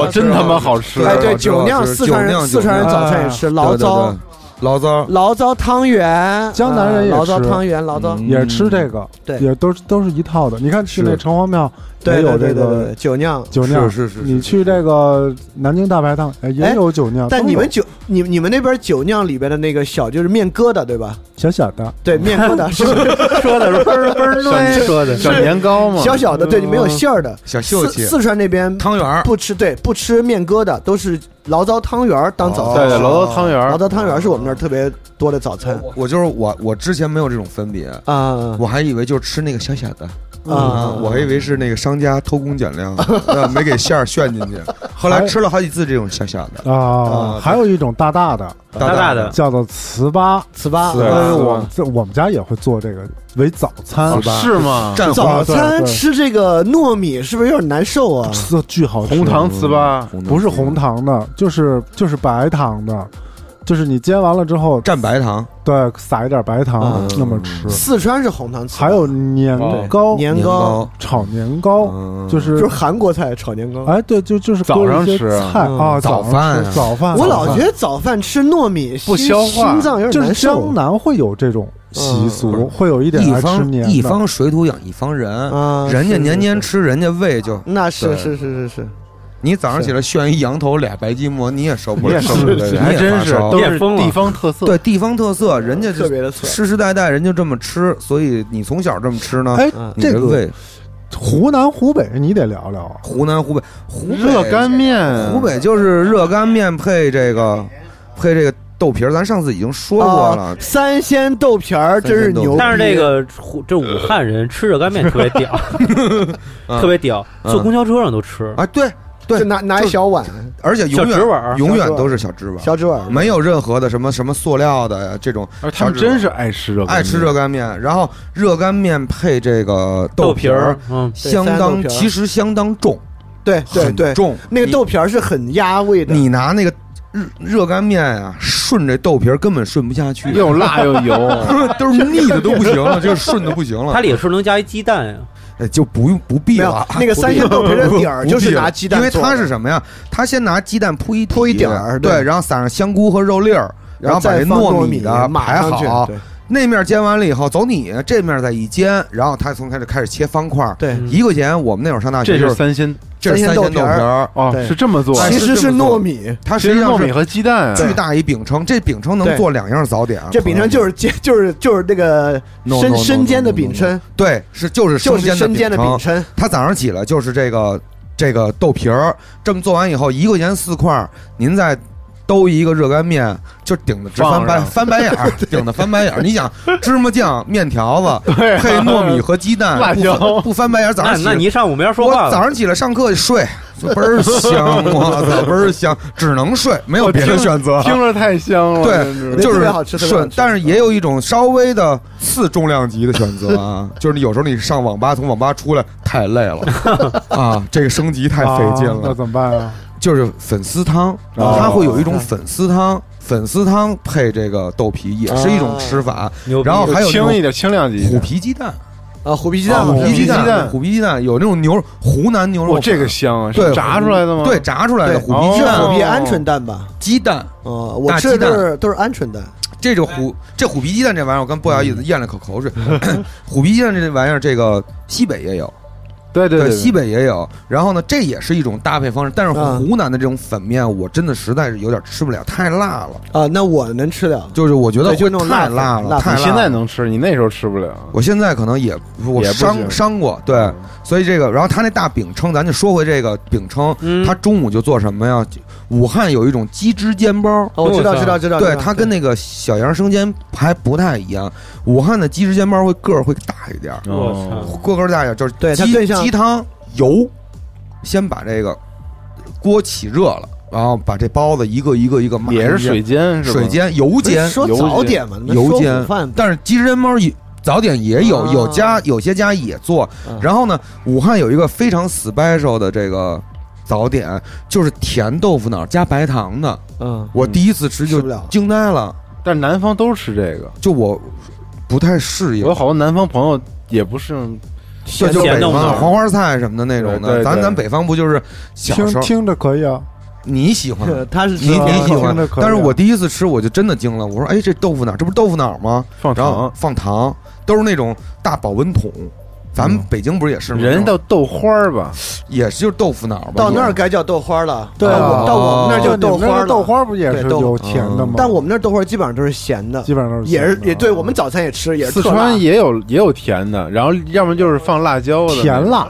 Speaker 8: 呦，
Speaker 6: 是
Speaker 8: 真他妈
Speaker 6: 吧
Speaker 8: 好吃！
Speaker 9: 哎，对，
Speaker 6: 好吃好
Speaker 9: 酒酿
Speaker 6: 吃
Speaker 9: 四
Speaker 6: 酒
Speaker 9: 川
Speaker 6: 酿啊
Speaker 9: 人，四川人
Speaker 3: 酒酿
Speaker 9: 早餐也吃醪
Speaker 6: 醪
Speaker 9: 糟
Speaker 6: 糟、，醪糟，
Speaker 9: 醪糟汤圆，
Speaker 3: 江南人也
Speaker 9: 啊醪糟
Speaker 3: 吃嗯
Speaker 9: 汤圆，醪糟
Speaker 3: 也是吃这个，
Speaker 9: 嗯对
Speaker 3: 也都是都是一套的。你看去
Speaker 6: 是
Speaker 3: 那城隍庙也
Speaker 9: 对
Speaker 3: 有
Speaker 9: 对
Speaker 3: 这
Speaker 9: 对对
Speaker 3: 个啊
Speaker 9: 对，酒酿。
Speaker 3: 酒酿，
Speaker 6: 是是是
Speaker 3: 你去这个南京大排档哎也
Speaker 9: 哎
Speaker 3: 有酒酿，
Speaker 9: 但
Speaker 3: 都
Speaker 9: 你们
Speaker 3: 有
Speaker 9: 酒，你你们那边酒酿里边的那个小就是面疙瘩对吧？
Speaker 3: 小小的，
Speaker 9: 对，面疙瘩是说 的是嘣嘣
Speaker 8: 小
Speaker 9: 说
Speaker 8: 小年糕嘛，
Speaker 9: 小小的，对，
Speaker 3: 嗯
Speaker 9: 没有馅儿的。
Speaker 6: 小秀
Speaker 9: 四
Speaker 6: 气，
Speaker 9: 四川那边
Speaker 6: 汤圆儿，
Speaker 9: 不吃，对，不吃面疙瘩，都是醪糟汤圆儿当早
Speaker 8: 对哦对，
Speaker 9: 餐吃。
Speaker 8: 醪糟汤圆
Speaker 9: 醪
Speaker 8: 儿，
Speaker 9: 糟汤圆儿是我们那儿特别多的早餐
Speaker 6: 我就是我，我之前没有这种分别，
Speaker 9: 啊
Speaker 6: 我还以为就是吃那个小小的
Speaker 9: 啊！
Speaker 6: 我还以为是那个商家偷工减料，呃没给馅儿炫进 去。后来吃了好几次这种小小的，
Speaker 3: 啊，
Speaker 6: 啊
Speaker 3: 还有一种大大的，
Speaker 5: 大大的，
Speaker 3: 叫做糍粑。
Speaker 9: 糍粑哎
Speaker 8: 对
Speaker 3: 但是啊
Speaker 8: 糍粑
Speaker 3: 我这我们家也会做这个为早餐
Speaker 8: 啊，是吗？
Speaker 6: 蘸
Speaker 3: 啊
Speaker 9: 早
Speaker 3: 对
Speaker 9: 餐
Speaker 3: 对
Speaker 9: 吃这个糯米是不是有点难受啊？
Speaker 3: 这巨好吃。
Speaker 8: 红糖糍
Speaker 6: 嗯
Speaker 8: 粑，
Speaker 3: 不是红，糖的，就是就是白糖的，就是你煎完了之后，
Speaker 6: 蘸白糖，
Speaker 3: 对，撒一点白糖
Speaker 9: 嗯
Speaker 3: 那么吃。
Speaker 9: 四川是红糖糍粑，
Speaker 3: 还有年
Speaker 8: 哦
Speaker 3: 糕，
Speaker 9: 年
Speaker 6: 年
Speaker 9: 糕，
Speaker 6: 糕，
Speaker 3: 炒年糕，
Speaker 6: 嗯
Speaker 3: 就
Speaker 9: 就是
Speaker 3: 是
Speaker 9: 韩国菜炒年糕。
Speaker 3: 哎，对，就就是
Speaker 8: 早
Speaker 3: 搁
Speaker 8: 上
Speaker 3: 一些
Speaker 8: 吃
Speaker 3: 菜
Speaker 9: 嗯
Speaker 3: 啊，
Speaker 6: 早
Speaker 3: 上
Speaker 6: 饭
Speaker 3: 吃
Speaker 6: 啊
Speaker 3: 早饭，早
Speaker 9: 我老
Speaker 3: 饭
Speaker 9: 觉得早饭吃糯米
Speaker 8: 不
Speaker 9: 心
Speaker 8: 消化
Speaker 9: 心脏有
Speaker 3: 就
Speaker 9: 点
Speaker 3: 是
Speaker 9: 难受
Speaker 3: 江南会有这种习
Speaker 6: 嗯
Speaker 3: 俗，
Speaker 6: 嗯
Speaker 3: 会有一点
Speaker 6: 一
Speaker 3: 爱吃
Speaker 6: 方
Speaker 3: 年
Speaker 6: 一
Speaker 3: 的
Speaker 6: 方水土养一方人，
Speaker 9: 啊！
Speaker 6: 人家
Speaker 9: 是
Speaker 6: 年年，
Speaker 9: 是嗯
Speaker 6: 吃，人家胃就是
Speaker 9: 那是
Speaker 6: 对
Speaker 9: 是是是是，
Speaker 6: 你早上起来炫一羊头俩白吉馍，你也受不
Speaker 8: 你
Speaker 6: 了，
Speaker 8: 也受不了，
Speaker 6: 你也
Speaker 8: 还真
Speaker 6: 发
Speaker 8: 是
Speaker 6: 烧
Speaker 8: 都是
Speaker 5: 也疯了
Speaker 8: 地方特色。
Speaker 6: 对地方特色，人家就
Speaker 9: 特别的脆
Speaker 6: 世世代代人就这么吃，所以你从小这么吃呢，
Speaker 3: 哎，
Speaker 9: 嗯
Speaker 6: 你的
Speaker 3: 这个
Speaker 6: 胃
Speaker 3: 湖南湖北你得聊聊啊，
Speaker 6: 湖南湖北湖北
Speaker 8: 热干面，
Speaker 6: 湖北就是热干面配这个配这个豆皮儿，咱上次已经说过了
Speaker 9: 啊，三鲜豆皮儿真是牛逼，
Speaker 5: 但是这个湖这武汉
Speaker 6: 呃
Speaker 5: 人吃热干面特别 屌，
Speaker 6: 嗯
Speaker 5: 特别屌，
Speaker 6: 嗯
Speaker 5: 坐公交车上都吃。
Speaker 6: 啊，对，对
Speaker 9: 就拿拿一小碗
Speaker 6: 而且永
Speaker 5: 小纸碗
Speaker 6: 远
Speaker 5: 儿
Speaker 6: 永远
Speaker 9: 小纸碗儿
Speaker 6: 都是小纸碗儿，
Speaker 9: 小纸碗，
Speaker 6: 没有任何的什么什么塑料的这种，
Speaker 8: 而他们真是爱吃热干面，
Speaker 6: 爱吃热干面，然后热干面配这个
Speaker 5: 豆
Speaker 6: 皮
Speaker 5: 皮儿
Speaker 6: 儿，，
Speaker 5: 嗯，
Speaker 6: 相
Speaker 9: 三豆
Speaker 6: 当
Speaker 9: 皮儿
Speaker 6: 其实相当重，
Speaker 9: 对对
Speaker 6: 很
Speaker 9: 对，
Speaker 6: 重
Speaker 9: 那个
Speaker 6: 你
Speaker 9: 豆皮儿是很压味的，
Speaker 6: 你拿那个热热干面啊，顺着豆皮儿根本顺不下去，
Speaker 8: 又辣又油，
Speaker 6: 都是腻的都不行了，就是顺的不行了
Speaker 5: 它，里是不是能加一鸡蛋呀？
Speaker 6: 哎就不用不必
Speaker 9: 没有
Speaker 6: 了。
Speaker 9: 那个三鲜豆皮儿的 底儿就是拿鸡蛋
Speaker 6: 因
Speaker 9: 做
Speaker 6: 为
Speaker 9: 的，
Speaker 6: 它是什么呀？它先拿鸡蛋铺一
Speaker 9: 铺一
Speaker 6: 底
Speaker 9: 底儿
Speaker 6: 对，
Speaker 9: 对
Speaker 6: 然后撒上香菇和肉粒儿，然后把这
Speaker 9: 再放糯
Speaker 6: 米的
Speaker 9: 码
Speaker 6: 排
Speaker 9: 上去，
Speaker 6: 好，
Speaker 9: 对
Speaker 6: 那面煎完了以后，走你这面再一煎，然后它从开始开始切方块儿。
Speaker 9: 对
Speaker 5: 嗯
Speaker 6: 一块钱，我们那会儿上大
Speaker 8: 这
Speaker 6: 学
Speaker 8: 是
Speaker 6: 就是
Speaker 8: 三鲜
Speaker 6: 这是三
Speaker 9: 三鲜
Speaker 6: 鲜
Speaker 9: 豆
Speaker 6: 豆皮
Speaker 9: 皮
Speaker 6: 儿，
Speaker 8: 哦，
Speaker 9: 对
Speaker 8: 是这么做的，
Speaker 9: 其实
Speaker 6: 是
Speaker 9: 是
Speaker 6: 这么做
Speaker 9: 糯米，
Speaker 6: 它
Speaker 8: 其
Speaker 6: 实际
Speaker 8: 实
Speaker 6: 上
Speaker 8: 糯米
Speaker 6: 是
Speaker 8: 和鸡蛋啊，
Speaker 6: 巨大一饼铛，这饼铛能
Speaker 9: 对
Speaker 6: 做两样早点啊。
Speaker 9: 这饼铛就是煎就是就是那个
Speaker 6: No, no,
Speaker 9: 生
Speaker 6: no,
Speaker 9: 生煎的
Speaker 6: no, no, no,
Speaker 9: 饼铛，
Speaker 6: 对，是就是
Speaker 9: 就是生煎的饼
Speaker 6: 铛。
Speaker 9: 铛，
Speaker 6: 他早上起来就是这个这个豆皮儿，正做完以后一块钱四块儿，您再兜一个热干面，就顶的直翻白
Speaker 8: 放上
Speaker 6: 翻白眼儿，顶的翻白眼儿。你想芝麻酱、面条子
Speaker 8: 对啊
Speaker 6: 配糯米和鸡蛋，
Speaker 8: 辣椒
Speaker 6: 不翻不翻白眼儿。早
Speaker 5: 那
Speaker 6: 上起
Speaker 5: 那
Speaker 6: 来
Speaker 5: 你一上午没人说
Speaker 6: 我
Speaker 5: 话
Speaker 6: 早
Speaker 5: 了，
Speaker 6: 上起来上课就睡，就倍儿香，我操，倍儿香，只能睡，没有别的选择。
Speaker 8: 听着太香了，真是
Speaker 6: 对，就
Speaker 9: 特
Speaker 6: 是
Speaker 9: 别好吃特别好
Speaker 6: 顺
Speaker 9: 吃，
Speaker 6: 但是也有一种稍微的次重量级的选择啊，就是你有时候你上网吧，从网吧出来太累了啊，这个升级太费劲
Speaker 3: 啊那
Speaker 6: 了。
Speaker 3: 怎么办呀？
Speaker 6: 就是粉丝汤，
Speaker 8: 哦
Speaker 6: 它会有一种粉丝汤，粉丝汤配这个豆皮也是一种吃法。
Speaker 5: 牛逼
Speaker 6: 然后还有那
Speaker 8: 轻一
Speaker 6: 种
Speaker 8: 点，轻量级
Speaker 6: 虎。皮鸡蛋，
Speaker 9: 啊，虎皮鸡
Speaker 8: 啊
Speaker 9: 蛋好
Speaker 8: 虎
Speaker 9: 吃，
Speaker 8: 皮鸡蛋
Speaker 6: 虎皮鸡蛋有那种牛肉湖南牛肉
Speaker 8: 哇，
Speaker 6: 粉，
Speaker 8: 这个香啊！
Speaker 6: 对
Speaker 8: 是炸出来的吗？
Speaker 6: 对，炸出来的
Speaker 9: 对
Speaker 6: 虎皮鸡
Speaker 9: 是
Speaker 6: 蛋，
Speaker 9: 虎皮
Speaker 8: 哦
Speaker 9: 鹌鹑蛋吧？
Speaker 6: 鸡蛋
Speaker 9: 哦，我
Speaker 6: 大鸡
Speaker 9: 吃的
Speaker 6: 蛋
Speaker 9: 都是都是鹌鹑蛋，
Speaker 6: 这种虎这虎皮鸡蛋这玩意儿，我跟波瑶
Speaker 9: 嗯
Speaker 6: 一直咽了口 口水。虎皮鸡蛋这玩意儿，这个西北也有，呃
Speaker 8: 对对对，
Speaker 6: 西北也有。然后呢，这也是一种搭配方式，但是
Speaker 9: 嗯
Speaker 6: 湖南的这种粉面，我真的实在是有点吃不了，太辣了。
Speaker 9: 啊，那我能吃了。
Speaker 6: 就是我觉得
Speaker 9: 对就
Speaker 6: 会
Speaker 9: 那种
Speaker 6: 太
Speaker 9: 辣
Speaker 6: 辣
Speaker 9: 粉
Speaker 6: 了，
Speaker 9: 辣
Speaker 6: 太
Speaker 9: 粉
Speaker 6: 辣
Speaker 8: 你
Speaker 6: 了。
Speaker 8: 现在能吃，你那时候吃不了。
Speaker 6: 我现在可能也我
Speaker 8: 也不行
Speaker 6: 伤伤过，对，
Speaker 9: 嗯
Speaker 6: 所以这个，然后他那大饼铛，咱就说回这个饼铛，
Speaker 5: 嗯
Speaker 6: 他中午就做什么呀？武汉有一种鸡汁煎包，
Speaker 9: 哦，我知道，知道，知道。
Speaker 6: 对，
Speaker 9: 知道
Speaker 6: 它跟那个小杨生煎还不太一样。武汉的鸡汁煎包会个儿会大一点儿，
Speaker 5: 我
Speaker 8: 哦
Speaker 5: 操，
Speaker 6: 个儿大一点儿就是
Speaker 9: 对它
Speaker 6: 鸡
Speaker 9: 更像
Speaker 6: 鸡汤油，先把这个锅起热了，然后把这包子一个一个一个码
Speaker 8: 也
Speaker 6: 进
Speaker 8: 是
Speaker 6: 去
Speaker 8: 水煎是吧？
Speaker 6: 水煎油
Speaker 9: 不是
Speaker 6: 煎，
Speaker 9: 说
Speaker 8: 油
Speaker 9: 早
Speaker 8: 煎
Speaker 9: 点嘛，那
Speaker 6: 油
Speaker 9: 说
Speaker 6: 煎
Speaker 9: 午饭
Speaker 6: 但是鸡汁煎包一早点也有，
Speaker 9: 啊
Speaker 6: 有家有些家也做
Speaker 9: 嗯。
Speaker 6: 然后呢，武汉有一个非常 special 的这个早点，就是甜豆腐脑加白糖的。
Speaker 9: 嗯，
Speaker 6: 我第一次吃
Speaker 9: 吃
Speaker 6: 就
Speaker 9: 不了
Speaker 6: 惊呆了，
Speaker 8: 但是南方都吃这个，
Speaker 6: 就我不太适应
Speaker 8: 我有。好多南方朋友也不是
Speaker 6: 这就
Speaker 5: 咸
Speaker 6: 北
Speaker 5: 豆腐
Speaker 6: 方
Speaker 5: 脑
Speaker 6: 黄花菜什么的那种
Speaker 8: 对
Speaker 6: 的，
Speaker 8: 对
Speaker 6: 咱
Speaker 8: 对
Speaker 6: 咱北方不就是小
Speaker 3: 听
Speaker 6: 时候
Speaker 3: 听着可以啊，
Speaker 6: 你喜 欢，
Speaker 9: 他是
Speaker 6: 你
Speaker 9: 吃
Speaker 6: 你喜
Speaker 3: 听
Speaker 6: 欢
Speaker 3: 着可以啊，
Speaker 6: 但是我第一次吃我就真的惊了，我说哎这豆腐脑这不是豆腐脑吗？
Speaker 8: 放
Speaker 6: 然后
Speaker 8: 糖，
Speaker 6: 放糖，都是那种大保温桶。咱们北京不是也是吗？
Speaker 8: 嗯人叫豆花儿吧，
Speaker 6: 也是就是豆腐脑吧。
Speaker 9: 到那儿
Speaker 6: 也
Speaker 9: 该叫豆花了，
Speaker 3: 对啊
Speaker 9: 到我到我们那儿
Speaker 3: 就
Speaker 9: 就
Speaker 3: 你
Speaker 9: 豆
Speaker 3: 们那
Speaker 9: 花
Speaker 3: 个
Speaker 9: 了，
Speaker 3: 豆花不也是
Speaker 9: 对豆嗯
Speaker 3: 有甜的吗？
Speaker 9: 但我们那儿豆花基本上都是咸的，
Speaker 3: 基本上都是
Speaker 9: 也是
Speaker 3: 咸的
Speaker 9: 也对我们早餐也吃，也是
Speaker 8: 四
Speaker 9: 特辣
Speaker 8: 川也有也有甜的，然后要么就是放辣椒的，
Speaker 3: 甜辣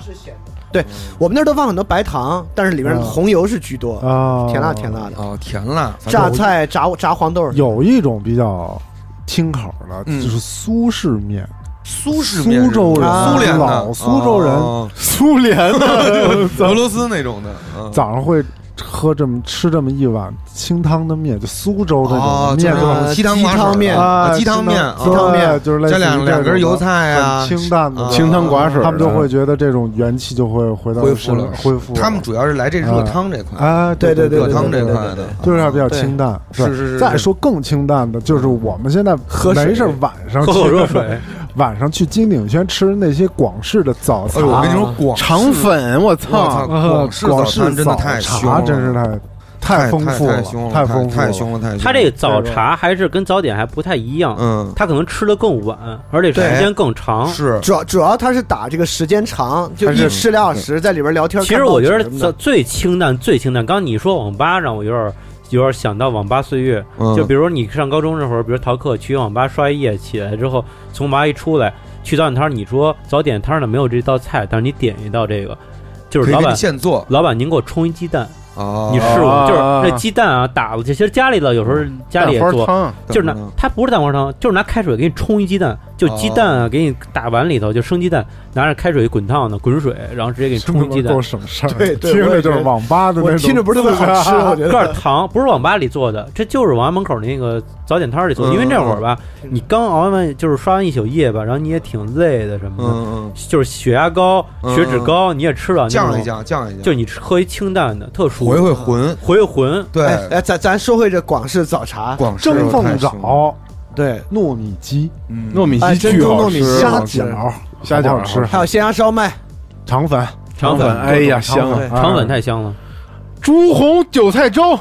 Speaker 9: 我们那儿都放很多白糖，但是里面
Speaker 3: 嗯
Speaker 9: 红油是居多，
Speaker 3: 啊，
Speaker 9: 甜辣甜辣的，
Speaker 6: 哦，甜辣反正
Speaker 9: 榨菜炸炸黄豆，
Speaker 3: 有一种比较清口的，
Speaker 6: 嗯
Speaker 3: 就是苏式面，
Speaker 6: 苏式面是吧，
Speaker 3: 苏州人
Speaker 6: 苏联的
Speaker 3: 老苏州人
Speaker 6: 哦
Speaker 8: 苏联的
Speaker 6: 俄罗斯那种的，嗯
Speaker 3: 早上会喝这么吃这么一碗清汤的面，就苏州的
Speaker 6: 哦，
Speaker 3: 那种
Speaker 6: 就
Speaker 3: 面
Speaker 6: 是
Speaker 3: 就
Speaker 9: 吧
Speaker 6: 那
Speaker 3: 是
Speaker 6: 种鸡汤
Speaker 9: 鸡
Speaker 6: 麻
Speaker 9: 汤
Speaker 6: 水
Speaker 9: 面
Speaker 6: 的
Speaker 3: 啊
Speaker 6: 啊鸡汤面
Speaker 3: 鸡
Speaker 6: 啊
Speaker 3: 汤面就是类似
Speaker 6: 加
Speaker 3: 于
Speaker 6: 两
Speaker 3: 这
Speaker 6: 两根
Speaker 3: 种
Speaker 6: 油
Speaker 3: 的
Speaker 6: 菜啊
Speaker 3: 很，清淡的
Speaker 6: 啊
Speaker 8: 清汤寡水的，
Speaker 3: 他们就会觉得这种元气就会回到
Speaker 6: 恢复
Speaker 3: 身
Speaker 6: 了，
Speaker 3: 恢复了。
Speaker 6: 他们主要是来这热汤这块，
Speaker 3: 啊，对
Speaker 9: 对
Speaker 3: 对
Speaker 6: 热
Speaker 9: 对
Speaker 6: 汤这
Speaker 3: 对
Speaker 6: 块
Speaker 3: 对
Speaker 6: 的，
Speaker 3: 就是它比较
Speaker 9: 对
Speaker 3: 清淡，
Speaker 6: 是
Speaker 3: 对
Speaker 6: 是是
Speaker 3: 再
Speaker 6: 是
Speaker 3: 说更清淡的，就是我们现在
Speaker 9: 喝水
Speaker 3: 没事晚上
Speaker 5: 喝口
Speaker 3: 去
Speaker 5: 热水，
Speaker 3: 晚上去金鼎轩吃那些广式的早茶，
Speaker 6: 哎呦，我跟你说，
Speaker 5: 啊
Speaker 6: 广
Speaker 8: 肠粉，我
Speaker 6: 我操，
Speaker 8: 操！
Speaker 6: 广式早餐真的太凶
Speaker 3: 茶
Speaker 6: 了，
Speaker 3: 真是太
Speaker 6: 太
Speaker 3: 丰富
Speaker 6: 太
Speaker 3: 了
Speaker 6: 太凶，
Speaker 3: 太
Speaker 6: 太
Speaker 3: 丰富
Speaker 6: 太
Speaker 3: 了。
Speaker 6: 凶了，太凶了
Speaker 5: 他这个早茶还是跟早点还不太一样，
Speaker 6: 嗯
Speaker 5: 他可能吃的更晚，而且时间更长。
Speaker 6: 是
Speaker 9: 主要主要它是打这个时间长，就
Speaker 8: 它是嗯
Speaker 9: 一吃俩小时，在里边聊天。
Speaker 5: 其实
Speaker 9: 看报
Speaker 5: 我觉
Speaker 9: 纸
Speaker 5: 得
Speaker 9: 什么
Speaker 5: 最
Speaker 9: 的
Speaker 5: 最清淡、最清淡。刚刚你说网吧，让我有点有点想到网吧岁月。
Speaker 6: 嗯
Speaker 5: 就比如你上高中那会儿，比如逃课去网吧刷一夜，起来之后从网吧一出来，去早点摊儿，你说早点摊儿呢没有这道菜，但是你点一道这个，就是
Speaker 6: 可以
Speaker 5: 老
Speaker 6: 给
Speaker 5: 板
Speaker 6: 你现做
Speaker 5: 老板您给我冲一鸡蛋，
Speaker 6: 啊，嗯
Speaker 5: 你试我
Speaker 8: 啊
Speaker 5: 就是那鸡蛋啊打过去，其实家里的有时候家里也
Speaker 8: 蛋花
Speaker 5: 做，
Speaker 8: 汤，
Speaker 5: 就是拿
Speaker 6: 怎么呢
Speaker 5: 它不是蛋花汤，就是拿开水给你冲一鸡蛋，就鸡蛋啊，给你打碗里头，就生鸡蛋，拿着开水滚烫的滚水，然后直接给你
Speaker 3: 真他
Speaker 5: 冲
Speaker 3: 妈
Speaker 5: 鸡蛋
Speaker 3: 够，省事儿，
Speaker 9: 对对
Speaker 3: 听
Speaker 9: 我
Speaker 3: 着
Speaker 9: 也
Speaker 3: 就是
Speaker 9: 觉得
Speaker 3: 网吧的那
Speaker 9: 我
Speaker 3: 种，哎
Speaker 9: 听着不是特别 好吃，我 觉
Speaker 5: 这
Speaker 9: 得
Speaker 5: 是糖，不是网吧里做的，这就是网吧门口那个早点摊儿里做的，
Speaker 6: 嗯
Speaker 5: 因为那会儿吧，你刚熬完就是刷完一宿夜吧，然后你也挺累的什么的，
Speaker 6: 嗯
Speaker 5: 就是血压高、
Speaker 6: 嗯
Speaker 5: 血脂高，你也吃了那
Speaker 6: 嗯，
Speaker 5: 种
Speaker 6: 降一，降，降一降，
Speaker 5: 就你吃喝一清淡的，特舒
Speaker 6: 回
Speaker 5: 服，
Speaker 6: 回魂，
Speaker 5: 回魂。
Speaker 6: 对，
Speaker 9: 哎哎，咱咱说回这广式早茶，
Speaker 6: 广式
Speaker 3: 蒸凤
Speaker 6: 太凶了，
Speaker 3: 爪、
Speaker 9: 对，
Speaker 3: 糯米鸡、
Speaker 6: 嗯
Speaker 8: 糯米
Speaker 9: 哎
Speaker 8: 鸡啊
Speaker 9: 珍
Speaker 8: 巨
Speaker 9: 珠
Speaker 8: 好
Speaker 9: 糯
Speaker 8: 吃，
Speaker 9: 米鸡
Speaker 3: 虾
Speaker 9: 好吃
Speaker 3: 饺、
Speaker 8: 虾饺啊
Speaker 3: 好
Speaker 8: 好
Speaker 3: 吃
Speaker 8: 吃，
Speaker 9: 还有鲜鸭烧麦，
Speaker 3: 肠粉、
Speaker 5: 肠粉，
Speaker 8: 哎呀
Speaker 3: 各种
Speaker 8: 香
Speaker 3: 肠
Speaker 8: 啊！
Speaker 3: 粉哎
Speaker 5: 肠粉太香
Speaker 6: 嗯
Speaker 5: 了，
Speaker 8: 朱红韭菜粥，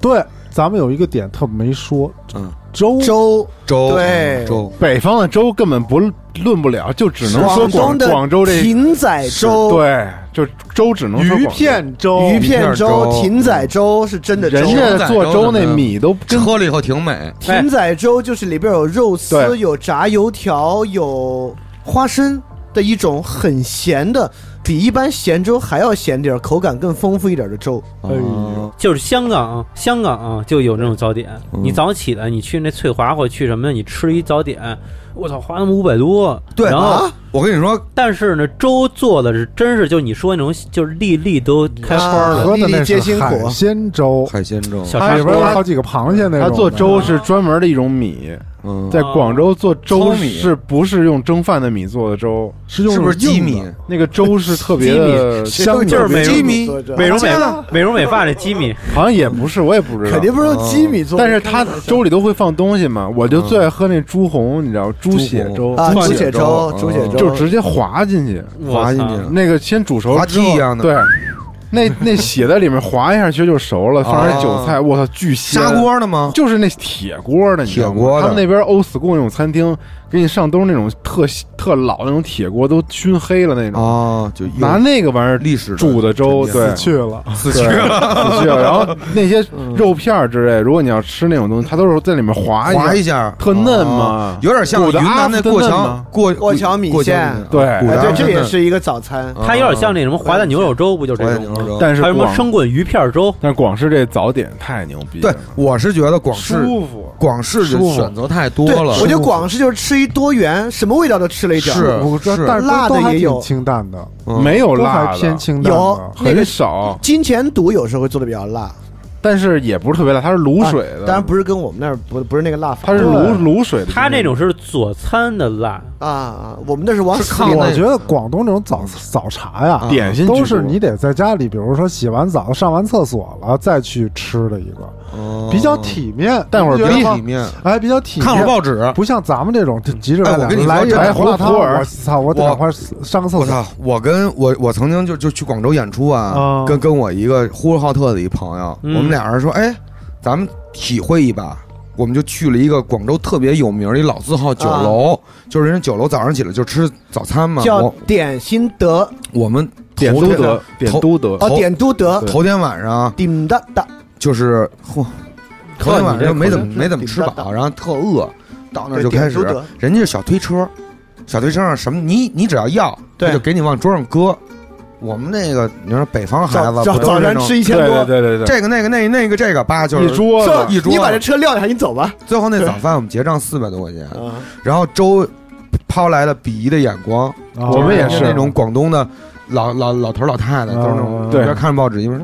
Speaker 3: 对，咱们有一个点特没说，
Speaker 6: 嗯
Speaker 3: 粥
Speaker 9: 粥，
Speaker 6: 粥嗯
Speaker 9: 对
Speaker 6: 粥
Speaker 8: 北方的粥根本不论不了，就只能说
Speaker 9: 广
Speaker 8: 广
Speaker 9: 东的
Speaker 8: 广州这
Speaker 9: 艇仔粥、
Speaker 8: 对，就粥只能说
Speaker 3: 鱼
Speaker 8: 广州。
Speaker 3: 片粥、
Speaker 9: 鱼
Speaker 6: 片
Speaker 9: 片
Speaker 6: 粥
Speaker 9: 粥、艇仔粥是真的粥。
Speaker 8: 嗯
Speaker 9: 啊
Speaker 8: 人家哎做粥那米都跟
Speaker 6: 喝了以后挺美，
Speaker 9: 艇仔粥就是里边有肉丝、
Speaker 8: 对
Speaker 9: 有炸油条、有花生的一种很咸的，比一般咸粥还要咸点儿，口感更丰富一点的粥。
Speaker 3: 哎呦
Speaker 5: 就是香港，香港、啊、就有那种早点。
Speaker 6: 嗯
Speaker 5: 你早起来，你去那翠华或去什么，你吃一早点，我操，花那么五百多。
Speaker 6: 对
Speaker 5: 然后、
Speaker 6: 啊，我跟你说，
Speaker 5: 但是呢，粥做的是真是就你说那种，就是粒粒都开花
Speaker 9: 啊
Speaker 5: 了。
Speaker 3: 喝的
Speaker 9: 粒
Speaker 3: 那
Speaker 9: 粒皆
Speaker 3: 是
Speaker 9: 辛苦
Speaker 3: 海鲜粥，
Speaker 6: 海鲜粥，
Speaker 5: 小
Speaker 3: 它
Speaker 5: 茶
Speaker 3: 里边有好几个螃蟹那种的。
Speaker 8: 他做粥是专门的一种米，
Speaker 6: 嗯，
Speaker 8: 在广州做
Speaker 6: 糙
Speaker 8: 粥
Speaker 6: 米
Speaker 8: 是不是用蒸饭的米做的粥？
Speaker 3: 是用
Speaker 6: 是不是
Speaker 3: 硬
Speaker 6: 鸡
Speaker 3: 的
Speaker 6: 米？
Speaker 8: 那个粥是特别的香
Speaker 3: 香
Speaker 8: 的，
Speaker 5: 就是美
Speaker 6: 鸡米
Speaker 5: 美
Speaker 9: 啊
Speaker 5: 容美
Speaker 6: 加了
Speaker 5: 美容美发那机米，
Speaker 6: 啊
Speaker 8: 好像也不是，我也不知道
Speaker 9: 肯。定不是
Speaker 8: 哦
Speaker 9: 用鸡米做的，
Speaker 8: 但是它粥里都会放东西嘛，我就最爱喝那猪红，你知道猪血粥，
Speaker 9: 啊，
Speaker 6: 猪
Speaker 9: 猪
Speaker 6: 血
Speaker 9: 血
Speaker 6: 粥
Speaker 9: 粥、猪血粥
Speaker 8: 就直接滑进去，
Speaker 6: 滑
Speaker 5: 我
Speaker 6: 进
Speaker 5: 操
Speaker 6: 去！了，
Speaker 8: 那个先煮熟
Speaker 6: 滑
Speaker 8: 了之后
Speaker 6: 梯一样的
Speaker 8: 对，那那血在里面滑一下，其实就熟了，放点韭菜，我操，巨鲜
Speaker 6: 砂锅的吗？
Speaker 8: 就是那铁锅的，你知道
Speaker 6: 啊
Speaker 8: 吗
Speaker 6: 铁锅的
Speaker 8: 他们那边 old school 那种餐厅，给你上都是那种特特老那种铁锅，都熏黑了那种，
Speaker 6: 哦，就用
Speaker 8: 拿那个玩意儿
Speaker 6: 历史
Speaker 8: 煮的粥，对，
Speaker 3: 去了，
Speaker 8: 死去了，死去了。然后那些肉片儿之类，如果你要吃那种东西，它都是在里面划
Speaker 6: 划
Speaker 8: 一
Speaker 6: 一
Speaker 8: 下，
Speaker 6: 下，
Speaker 8: 特嫩
Speaker 6: 哦
Speaker 8: 嘛，
Speaker 6: 有点像
Speaker 8: 鼓
Speaker 6: 云
Speaker 8: 的
Speaker 6: 南
Speaker 8: 阿
Speaker 6: 那
Speaker 8: 芙
Speaker 6: 过
Speaker 8: 嫩
Speaker 6: 桥
Speaker 8: 嘛
Speaker 6: 过
Speaker 9: 过桥米
Speaker 6: 过桥
Speaker 9: 线
Speaker 6: 米
Speaker 8: 对
Speaker 6: 古
Speaker 9: 哎，
Speaker 6: 达
Speaker 9: 对，
Speaker 6: 阿
Speaker 9: 这
Speaker 6: 芙
Speaker 9: 也
Speaker 6: 嫩
Speaker 9: 是一个早餐。
Speaker 5: 它有点像那什么滑蛋牛肉粥，不就这
Speaker 6: 火腿
Speaker 5: 种
Speaker 6: 牛
Speaker 5: 吗？
Speaker 6: 肉粥。
Speaker 8: 但是
Speaker 5: 还有什么
Speaker 8: 广
Speaker 5: 生滚鱼片粥，
Speaker 6: 嗯
Speaker 8: 但广式这早点太牛逼了，
Speaker 6: 对，我是觉得广式
Speaker 8: 舒服。
Speaker 6: 广式的
Speaker 3: 舒服
Speaker 6: 选择太多
Speaker 9: 对，
Speaker 6: 了，
Speaker 9: 我觉得广式就是吃一多元，什么味道都吃了一点儿。
Speaker 6: 是
Speaker 3: 我这
Speaker 6: 是
Speaker 3: 但是都
Speaker 9: 辣的
Speaker 3: 都还
Speaker 9: 也
Speaker 3: 挺
Speaker 9: 有
Speaker 3: 清淡的，
Speaker 6: 嗯
Speaker 8: 没有
Speaker 3: 都
Speaker 8: 哦辣
Speaker 3: 还
Speaker 8: 的，
Speaker 3: 偏清淡的。
Speaker 9: 有那个
Speaker 8: 很少。
Speaker 9: 金钱肚有时候会做的比较辣，啊
Speaker 8: 但是也不是特别辣，它是卤水的，
Speaker 9: 当然不是跟我们那儿不不是那个辣法，
Speaker 8: 它是卤卤水的。
Speaker 5: 它那种是佐餐的辣，
Speaker 9: 啊啊，我们那是往死
Speaker 6: 靠
Speaker 9: 里
Speaker 6: 那
Speaker 9: 弄
Speaker 6: 个
Speaker 3: 我觉得广东这种早早茶呀，
Speaker 8: 点心居多
Speaker 3: 都是你得在家里，比如说洗完澡、上完厕所了再去吃的一个，
Speaker 6: 哦
Speaker 3: 比较体面。
Speaker 8: 待会儿
Speaker 3: 你不觉得
Speaker 8: 别提
Speaker 3: 吗
Speaker 6: 嗯体面。
Speaker 3: 哎，比较体面。
Speaker 6: 看会儿报纸，
Speaker 3: 不像咱们这种就急着
Speaker 6: 哎我
Speaker 3: 来
Speaker 6: 跟你说
Speaker 3: 来一
Speaker 6: 真的
Speaker 3: 来胡辣汤，
Speaker 8: 胡尔
Speaker 3: 我操，我得
Speaker 6: 我
Speaker 3: 赶快上个厕
Speaker 6: 我
Speaker 3: 所。
Speaker 6: 操！我跟我我曾经就就去广州演出啊
Speaker 3: 啊，
Speaker 6: 跟跟我一个呼和浩特的一朋友，
Speaker 5: 嗯
Speaker 6: 我们俩人说，哎，咱们体会一把。我们就去了一个广州特别有名儿一老字号酒楼，就是人家酒楼早上起来就吃早餐嘛。
Speaker 9: 叫
Speaker 6: 我
Speaker 9: 点心德
Speaker 6: 我们
Speaker 8: 点
Speaker 6: 头
Speaker 8: 都
Speaker 6: 天
Speaker 8: 德，点都德，
Speaker 9: 哦，点都德
Speaker 8: 对
Speaker 6: 头天晚上
Speaker 9: 顶的的
Speaker 6: 就是，嚯，头天晚上就没怎么
Speaker 9: 口音
Speaker 6: 没怎么吃
Speaker 9: 顶大
Speaker 6: 饱，然后特饿，到那儿就
Speaker 9: 对
Speaker 6: 开始
Speaker 9: 点都德，
Speaker 6: 人家是小推车，小推车上什么你你只要要，
Speaker 9: 对
Speaker 6: 他就给你往桌上搁。我们那个你说北方孩子
Speaker 9: 早早
Speaker 6: 不都
Speaker 9: 早
Speaker 6: 是那
Speaker 9: 上
Speaker 6: 种
Speaker 9: 吃一千
Speaker 8: 对对
Speaker 9: 多，
Speaker 8: 对对对，
Speaker 6: 这个那个那个那个这个吧，就是
Speaker 8: 一桌
Speaker 9: 这
Speaker 8: 子
Speaker 6: 一桌
Speaker 9: 你把这车撂下，你走吧。
Speaker 6: 最后那早饭我们结账四百多块钱，
Speaker 9: 啊，
Speaker 6: 然后周抛来了鄙夷的眼光，
Speaker 3: 啊
Speaker 8: 我们也是
Speaker 6: 那种广东的老老老头老太太，都是那种
Speaker 3: 啊
Speaker 8: 对
Speaker 6: 一边看着报纸一边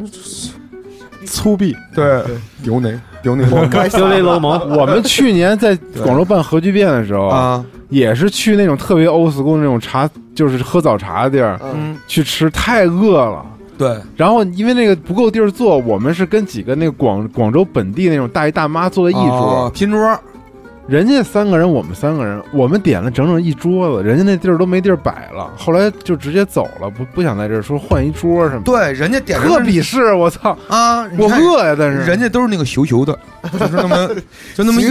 Speaker 3: 粗鄙，
Speaker 6: 对丢哪丢 哪
Speaker 5: 丢雷楼蒙，
Speaker 8: 我们去年在广州办核聚变的时候，
Speaker 6: 啊，
Speaker 8: 也是去那种特别 old school 那种茶，就是喝早茶的地儿
Speaker 9: 嗯
Speaker 6: 嗯
Speaker 8: 去吃，太饿了。
Speaker 6: 对，
Speaker 8: 然后因为那个不够地儿坐，我们是跟几个那个广广州本地那种大爷大妈坐在一桌，
Speaker 6: 哦拼桌
Speaker 8: 人家三个人，我们三个人，我们点了整整一桌子，人家那地儿都没地儿摆了，后来就直接走了，不不想在这儿说换一桌什么的，
Speaker 6: 对，人家点的
Speaker 8: 特鄙视，我操，
Speaker 6: 啊，你
Speaker 8: 我
Speaker 6: 看
Speaker 8: 饿呀，但是
Speaker 6: 人家都是那个球球 的，就是那么就那么一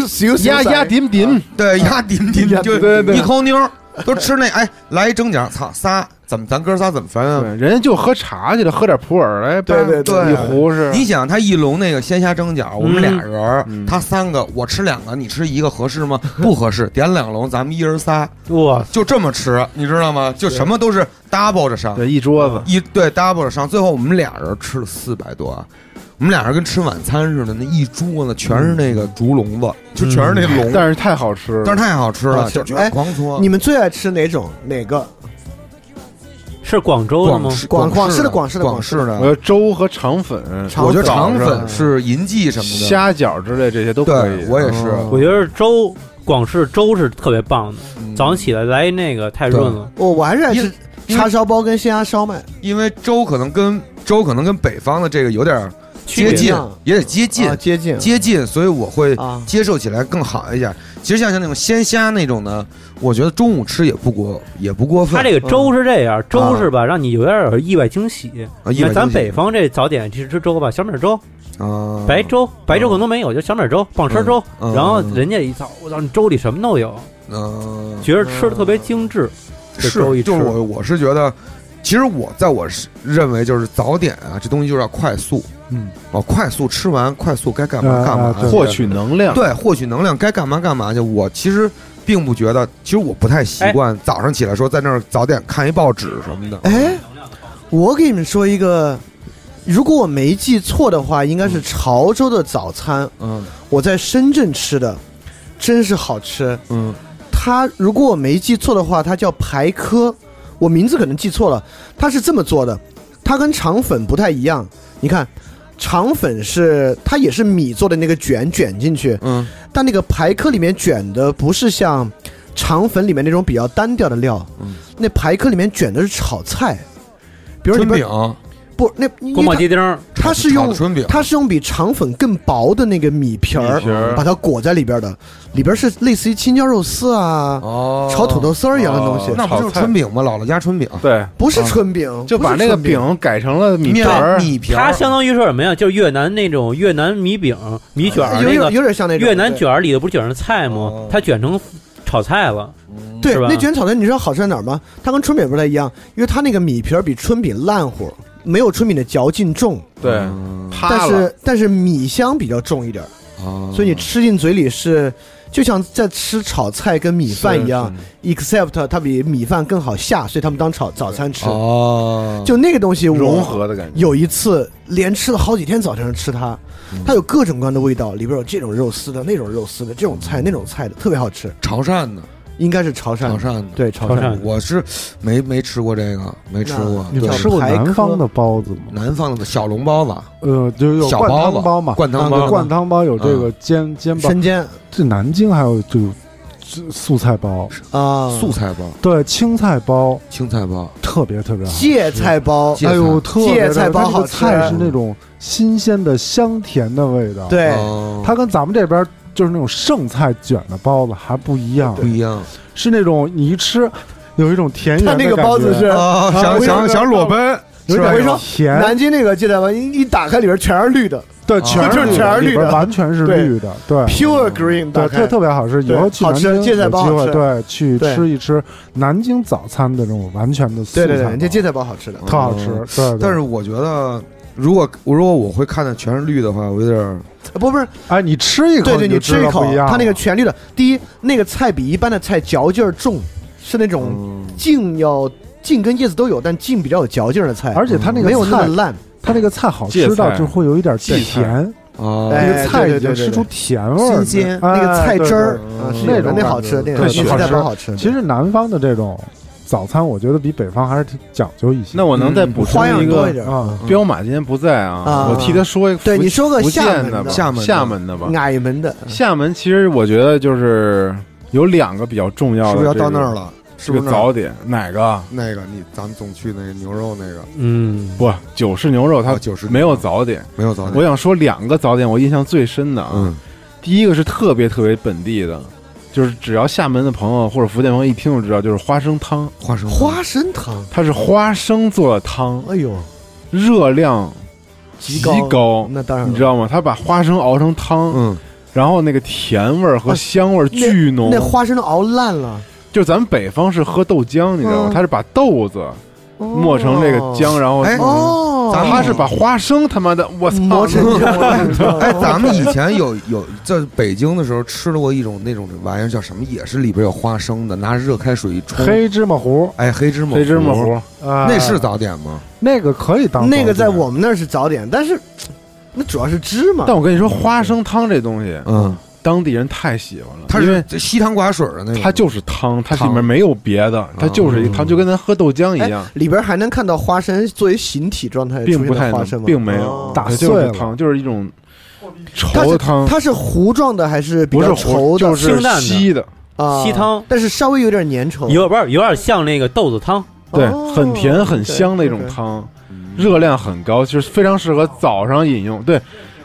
Speaker 8: 压
Speaker 3: 啊
Speaker 8: 压顶顶，
Speaker 6: 对压顶 顶，就
Speaker 8: 对对
Speaker 6: 一口妞儿都吃那哎来一蒸饺，操仨怎么咱哥仨怎么分啊？
Speaker 8: 对，人家就喝茶去了，喝点普洱来，
Speaker 7: 对对
Speaker 8: 一壶是，
Speaker 6: 你想他一笼那个鲜虾蒸饺，我们俩人儿，
Speaker 8: 嗯
Speaker 6: 他三个，我吃两个，你吃一个合适吗？ 不合适，点两笼，咱们一人仨，
Speaker 5: 哇，
Speaker 6: 就这么吃，你知道吗？就什么都是 double 着上，
Speaker 8: 对一桌子，
Speaker 6: 一对 double 着上，最后我们俩人吃了四百多啊。我们俩人跟吃晚餐似的，那一桌子全是那个
Speaker 8: 嗯
Speaker 6: 竹笼子，就全是那嗯笼，
Speaker 8: 但是太好吃了，
Speaker 6: 但是太好吃了，
Speaker 9: 啊
Speaker 6: 就哎
Speaker 9: 其
Speaker 6: 就
Speaker 9: 实
Speaker 6: 狂搓。
Speaker 9: 你们最爱吃哪种？哪个？
Speaker 5: 是广州的吗？
Speaker 6: 式
Speaker 9: 广
Speaker 6: 广式
Speaker 9: 广式的
Speaker 6: 广
Speaker 9: 广
Speaker 6: 式
Speaker 9: 式
Speaker 6: 的
Speaker 9: 的
Speaker 8: 我觉得粥和肠粉、
Speaker 9: 肠
Speaker 6: 我觉得肠
Speaker 8: 肠
Speaker 6: 粉
Speaker 8: 粉
Speaker 6: 是银记什么的。
Speaker 8: 虾饺之类这些都可以
Speaker 6: 对，。我也是。
Speaker 5: 我觉得粥，广式粥是特别棒的，
Speaker 6: 嗯
Speaker 5: 早上起来来那个太润了，
Speaker 9: 我我还是爱吃
Speaker 6: 因为
Speaker 9: 叉烧包跟鲜虾烧麦，
Speaker 6: 因为粥可能跟粥可能跟北方的这个有点儿接
Speaker 9: 区别
Speaker 6: 近
Speaker 9: 呢，
Speaker 6: 也得接近
Speaker 9: 啊，接近
Speaker 6: 接近，所以我会
Speaker 9: 啊，
Speaker 6: 接受起来更好一点。其实像像那种鲜虾那种呢，我觉得中午吃也不过也不过分。
Speaker 5: 它这个
Speaker 6: 嗯
Speaker 5: 粥是这样，粥是吧，让你有点儿意外惊喜。
Speaker 6: 啊
Speaker 5: 你
Speaker 6: 一
Speaker 5: 看
Speaker 6: 碗
Speaker 5: 咱
Speaker 6: 东西
Speaker 5: 北方这早点去吃粥吧，小米粥、
Speaker 6: 啊
Speaker 5: 白粥、白粥可能没有，就小米粥、棒碴粥。
Speaker 6: 嗯嗯
Speaker 5: 然后人家一操，我操，你粥里什么都有，
Speaker 6: 嗯
Speaker 5: 觉得吃的特别精致。这
Speaker 6: 是
Speaker 5: 粥一吃
Speaker 6: 就是我我是觉得，其实我在我是认为就是早点啊，这东西就是要快速，
Speaker 3: 嗯，
Speaker 6: 哦，快速吃完快速该干嘛
Speaker 3: 啊
Speaker 6: 干嘛
Speaker 3: 啊，对
Speaker 8: 获取能量，
Speaker 6: 对，获取能量，该干嘛干嘛去。我其实并不觉得，其实我不太习惯早上起来说在那儿早点看一报纸什么的。
Speaker 9: 哎，我给你们说一个，如果我没记错的话，应该是潮州的早餐。
Speaker 6: 嗯
Speaker 9: 我在深圳吃的，真是好吃。
Speaker 6: 嗯，
Speaker 9: 它如果我没记错的话，它叫排科，我名字可能记错了。它是这么做的，它跟肠粉不太一样。你看，肠粉是它也是米做的那个卷卷进去，
Speaker 6: 嗯，
Speaker 9: 但那个排科里面卷的不是像肠粉里面那种比较单调的料，
Speaker 6: 嗯
Speaker 9: 那排科里面卷的是炒菜，比如里
Speaker 6: 春
Speaker 9: 边
Speaker 6: 饼，
Speaker 9: 不那
Speaker 5: 宫保
Speaker 9: 因为
Speaker 5: 鸡丁儿，
Speaker 9: 它它是
Speaker 6: 炒
Speaker 9: 用
Speaker 6: 的春饼，
Speaker 9: 它是用比肠粉更薄的那个米皮儿
Speaker 8: 米皮儿
Speaker 9: 把它裹在里边的，里边是类似于青椒肉丝啊、
Speaker 6: 哦
Speaker 9: 炒土豆丝儿一样的东西，嗯
Speaker 8: 哦
Speaker 6: 那不就是春饼吗？姥姥家春饼，
Speaker 8: 对，
Speaker 9: 不是春饼，
Speaker 8: 就把
Speaker 9: 不是
Speaker 8: 那个
Speaker 9: 春饼
Speaker 8: 饼改成了米皮
Speaker 6: 面
Speaker 8: 儿，
Speaker 6: 米皮
Speaker 5: 它
Speaker 6: 儿，
Speaker 5: 相当于是什么呀？就是越南那种越南米饼、
Speaker 6: 哎
Speaker 5: 米卷儿
Speaker 9: 有
Speaker 5: 那
Speaker 9: 点
Speaker 5: 个
Speaker 9: 有点像那种
Speaker 5: 越南卷儿里的不是卷成菜吗
Speaker 6: 哦？
Speaker 5: 它卷成炒菜了。
Speaker 9: 对
Speaker 5: 是吧
Speaker 9: 那卷炒菜，你知道好吃在哪儿吗？它跟春饼不太一样，因为它那个米皮儿比春饼烂乎，没有春饼的嚼劲重，
Speaker 8: 对，
Speaker 6: 嗯
Speaker 9: 但
Speaker 8: 塌了，
Speaker 9: 是但是米香比较重一点儿，
Speaker 6: 哦
Speaker 9: 所以你吃进嘴里是就像在吃炒菜跟米饭一样，except 它比米饭更好下，所以他们当炒早餐吃。
Speaker 6: 哦，
Speaker 9: 就那个东西我
Speaker 8: 融合的感觉。
Speaker 9: 有一次连吃了好几天早晨吃它，它有各种各样的味道，里边有这种肉丝的、那种肉丝的、这种菜那种菜的，特别好吃。
Speaker 6: 潮汕的
Speaker 9: 应该是潮汕
Speaker 6: 潮
Speaker 9: 的，
Speaker 6: 汕的，
Speaker 9: 对潮
Speaker 5: 潮
Speaker 9: 汕
Speaker 5: 汕
Speaker 9: 的，
Speaker 6: 我是没没吃过这个，没吃过。
Speaker 3: 你
Speaker 6: 对
Speaker 3: 们
Speaker 9: 叫
Speaker 3: 吃过
Speaker 9: 排
Speaker 3: 南
Speaker 9: 科
Speaker 3: 方的包子吗？
Speaker 6: 南方的小笼包子、
Speaker 3: 呃，就有
Speaker 6: 小
Speaker 3: 灌
Speaker 6: 包
Speaker 3: 汤
Speaker 6: 子
Speaker 3: 包嘛，
Speaker 6: 灌汤包嗯
Speaker 3: 啊
Speaker 6: 子
Speaker 3: 灌汤包有这个煎煎包，
Speaker 9: 生煎
Speaker 3: 这南京还有这个素菜包，
Speaker 9: 啊，
Speaker 3: 嗯
Speaker 6: 素菜包、
Speaker 3: 对，青菜包
Speaker 6: 青菜包，
Speaker 3: 特别特别好。
Speaker 9: 芥菜包，
Speaker 6: 芥
Speaker 3: 哎呦，
Speaker 6: 菜
Speaker 3: 特别
Speaker 9: 芥菜包
Speaker 3: 它那
Speaker 9: 好
Speaker 3: 个
Speaker 9: 吃
Speaker 6: 啊
Speaker 3: 菜是那种新鲜的香甜的味道，，
Speaker 9: 对，
Speaker 6: 哦
Speaker 3: 它跟咱们这边就是那种剩菜卷的包子还不一样啊
Speaker 6: 不，一样
Speaker 3: 是那种你一吃有一种田园
Speaker 9: 它
Speaker 3: 的
Speaker 9: 那个包子
Speaker 3: 感觉嗯
Speaker 9: 是
Speaker 6: 啊！想
Speaker 9: 我
Speaker 6: 想
Speaker 9: 有
Speaker 6: 想裸奔，
Speaker 3: 有
Speaker 9: 我跟
Speaker 3: 点
Speaker 9: 你说
Speaker 3: 甜，
Speaker 9: 南京那个芥菜包一一打开里边全是绿的
Speaker 3: 对，
Speaker 6: 啊
Speaker 3: 全
Speaker 9: 就是
Speaker 3: 绿
Speaker 9: 全是
Speaker 3: 里
Speaker 9: 绿
Speaker 3: 边
Speaker 9: 的
Speaker 3: 完全是
Speaker 9: 对
Speaker 3: 绿的，对。
Speaker 9: ，pure green，打
Speaker 3: 对，
Speaker 9: 开
Speaker 3: 特特别好吃。以
Speaker 9: 对
Speaker 3: 后去
Speaker 9: 好
Speaker 3: 南
Speaker 9: 吃
Speaker 3: 京有
Speaker 9: 芥
Speaker 3: 机
Speaker 9: 菜包好
Speaker 3: 会
Speaker 9: 吃
Speaker 3: 对去
Speaker 9: 对
Speaker 3: 吃一吃南京早餐的这种完全的素菜包，
Speaker 9: 对对对，人家芥菜包好吃的，
Speaker 3: 特好吃。
Speaker 6: 嗯
Speaker 3: 对，对
Speaker 6: 但是我觉得，如果我如果我会看的全是绿的话，我有点儿
Speaker 9: 呃不不是，
Speaker 3: 哎，你吃一口
Speaker 9: 对对，
Speaker 3: 你就
Speaker 9: 你
Speaker 3: 知
Speaker 9: 吃一
Speaker 3: 道不
Speaker 9: 口
Speaker 3: 一，样了，
Speaker 9: 它那个全绿的，第一那个菜比一般的菜嚼劲儿重，是那种
Speaker 6: 嗯
Speaker 9: 茎要茎跟叶子都有，但茎比较有嚼劲儿的菜，
Speaker 3: 而且它那个
Speaker 9: 没有那
Speaker 3: 菜
Speaker 9: 么烂，
Speaker 3: 它那个菜好
Speaker 8: 芥
Speaker 3: 吃到
Speaker 8: 菜
Speaker 3: 就会有一点
Speaker 8: 芥菜
Speaker 3: 甜，
Speaker 6: 啊，
Speaker 3: 那
Speaker 9: 哎
Speaker 3: 个菜
Speaker 9: 对对
Speaker 3: 已经
Speaker 9: 对对
Speaker 3: 吃出
Speaker 9: 对
Speaker 3: 甜味儿了，
Speaker 9: 新
Speaker 3: 哎
Speaker 9: 鲜那个菜汁
Speaker 3: 对
Speaker 9: 儿
Speaker 3: 对
Speaker 9: 啊是
Speaker 3: 那
Speaker 9: 有的
Speaker 3: 种
Speaker 9: 那
Speaker 3: 感
Speaker 9: 好吃
Speaker 3: 觉
Speaker 9: 那
Speaker 3: 特
Speaker 9: 个
Speaker 3: 喜
Speaker 9: 芥
Speaker 3: 欢
Speaker 9: 菜
Speaker 3: 吃
Speaker 9: 包好吃，
Speaker 3: 其实南方的这种早餐，我觉得比北方还是挺讲究一些。
Speaker 8: 那我嗯能再补充
Speaker 9: 花样
Speaker 8: 一
Speaker 9: 多一
Speaker 8: 个，
Speaker 9: 点儿。
Speaker 3: 啊，
Speaker 8: 彪马今天不在啊
Speaker 9: 啊，
Speaker 8: 我替他说一个福。
Speaker 9: 对你说个
Speaker 8: 福
Speaker 9: 厦
Speaker 8: 建
Speaker 9: 门
Speaker 8: 的
Speaker 9: 的
Speaker 8: 吧，
Speaker 6: 厦门的
Speaker 8: 厦门的吧。
Speaker 9: 矮门的，
Speaker 3: 嗯
Speaker 8: 厦门其实我觉得就是有两个比较重要的，
Speaker 6: 是不是要到那儿？了？是
Speaker 8: 这
Speaker 6: 不是那
Speaker 8: 个
Speaker 6: 儿
Speaker 8: 早点哪个？
Speaker 6: 那个你咱们总去那个牛肉那个，
Speaker 5: 嗯，
Speaker 8: 不，九式牛肉它
Speaker 6: 啊九式牛肉
Speaker 8: 没有早点。
Speaker 6: 没有早点。
Speaker 8: 我想说两个早点，我印象最深的啊，
Speaker 6: 哦嗯，
Speaker 8: 第一个是特别特别本地的，就是只要厦门的朋友或者福建朋友一听就知道，就是花生汤，
Speaker 6: 花生
Speaker 9: 花生汤，
Speaker 8: 它是花生做的汤，
Speaker 9: 哎呦，
Speaker 8: 热量极
Speaker 9: 高，
Speaker 8: 高
Speaker 9: 那当然了，
Speaker 8: 你知道吗？它把花生熬成汤，
Speaker 6: 嗯，
Speaker 8: 然后那个甜味儿和
Speaker 9: 啊
Speaker 8: 香味儿巨浓。
Speaker 9: 那花生都熬烂了，
Speaker 8: 就咱们北方是喝豆浆，你知道吗？
Speaker 9: 嗯
Speaker 8: 它是把豆子
Speaker 3: 哦
Speaker 8: 磨成这个浆，然后
Speaker 6: 哎
Speaker 9: 哦，
Speaker 3: 嗯
Speaker 6: 咱们
Speaker 8: 它是把花生他妈的，我操！
Speaker 9: 磨成 浆，
Speaker 6: 哎，咱们以前有有在北京的时候吃了过一种那种玩意儿叫什么，也是里边有花生的，拿热开水一冲，
Speaker 3: 黑芝麻糊，
Speaker 6: 哎黑芝麻
Speaker 8: 黑芝麻糊，
Speaker 3: 啊，
Speaker 6: 那是早点吗？
Speaker 3: 那个可以当
Speaker 9: 那个
Speaker 3: 早
Speaker 9: 在
Speaker 3: 点
Speaker 9: 我们那儿是早点，但是那主要是芝麻
Speaker 8: 但。我跟你说，花生汤这东西，
Speaker 6: 嗯，
Speaker 8: 当地人太喜欢了，
Speaker 6: 它
Speaker 8: 因为
Speaker 6: 是稀汤寡水的那种，
Speaker 8: 它就是汤，它
Speaker 6: 汤
Speaker 8: 里面没有别的，
Speaker 9: 嗯
Speaker 8: 它就是一汤，就跟咱喝豆浆一样，
Speaker 9: 哎里边还能看到花生作为形体状态
Speaker 8: 并
Speaker 9: 哎出
Speaker 8: 不
Speaker 9: 现
Speaker 8: 太
Speaker 9: 的花
Speaker 8: 能
Speaker 9: 生吗？
Speaker 8: 并没有
Speaker 9: 哦
Speaker 3: 打
Speaker 8: 它
Speaker 3: 碎
Speaker 8: 就是
Speaker 3: 了
Speaker 8: 汤，就是一种
Speaker 9: 它
Speaker 8: 稠
Speaker 9: 是
Speaker 8: 的汤，
Speaker 9: 它是糊状的还是比
Speaker 8: 不是
Speaker 9: 较
Speaker 8: 稠，
Speaker 9: 稠的？
Speaker 8: 就是
Speaker 5: 清淡的
Speaker 8: 稀的，
Speaker 9: 啊
Speaker 5: 稀汤
Speaker 9: 但是稍微有点粘稠。
Speaker 5: 有点儿有点像那个豆子汤，
Speaker 8: 对，
Speaker 9: 哦
Speaker 8: 很甜很香那种
Speaker 9: OK，OK
Speaker 8: 汤，热量很高，就是非常适合早上饮用。对，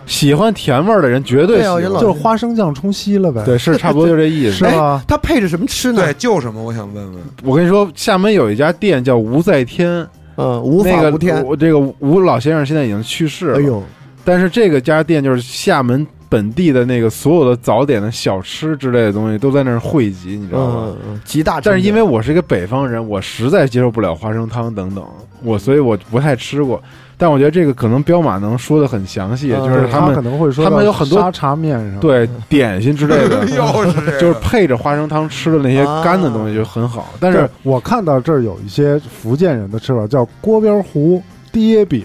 Speaker 8: 喜欢甜味儿的人绝对
Speaker 9: 对
Speaker 8: 喜
Speaker 9: 啊我觉
Speaker 8: 欢
Speaker 9: 得老。
Speaker 3: 就是花生酱冲稀了呗，
Speaker 8: 对， 是差不多就这 意
Speaker 3: 是
Speaker 8: 思。
Speaker 3: 吧？
Speaker 9: 它配着什么吃呢？
Speaker 6: 对，就什么我想问问，
Speaker 8: 我跟你说，厦门有一家店叫吴在天，
Speaker 9: 嗯，无
Speaker 8: 那
Speaker 9: 法
Speaker 8: 个
Speaker 9: 无天。
Speaker 8: 我这个吴老先生现在已经去世了。
Speaker 9: 哎呦，
Speaker 8: 但是这个家店就是厦门本地的那个所有的早点的小吃之类的东西都在那儿汇集，你知道吗？
Speaker 9: 嗯，嗯极大成就。
Speaker 8: 但是因为我是一个北方人，我实在接受不了花生汤等等，我所以我不太吃过。但我觉得这个可能彪马能说的很详细，
Speaker 9: 嗯
Speaker 8: 就是
Speaker 3: 哎呃
Speaker 8: 他
Speaker 3: 他可
Speaker 8: 们
Speaker 3: 能会说
Speaker 8: 他们
Speaker 3: 到
Speaker 8: 有很多
Speaker 3: 沙茶面上，
Speaker 8: 对点心之 类
Speaker 9: 哎
Speaker 8: 的，
Speaker 6: 又是这个
Speaker 8: 就是配着花生汤吃的那些
Speaker 9: 啊
Speaker 8: 干的东西就很好。但
Speaker 3: 对，
Speaker 8: 是
Speaker 3: 我看到这儿有一些福建人的吃法叫锅边糊、爹饼，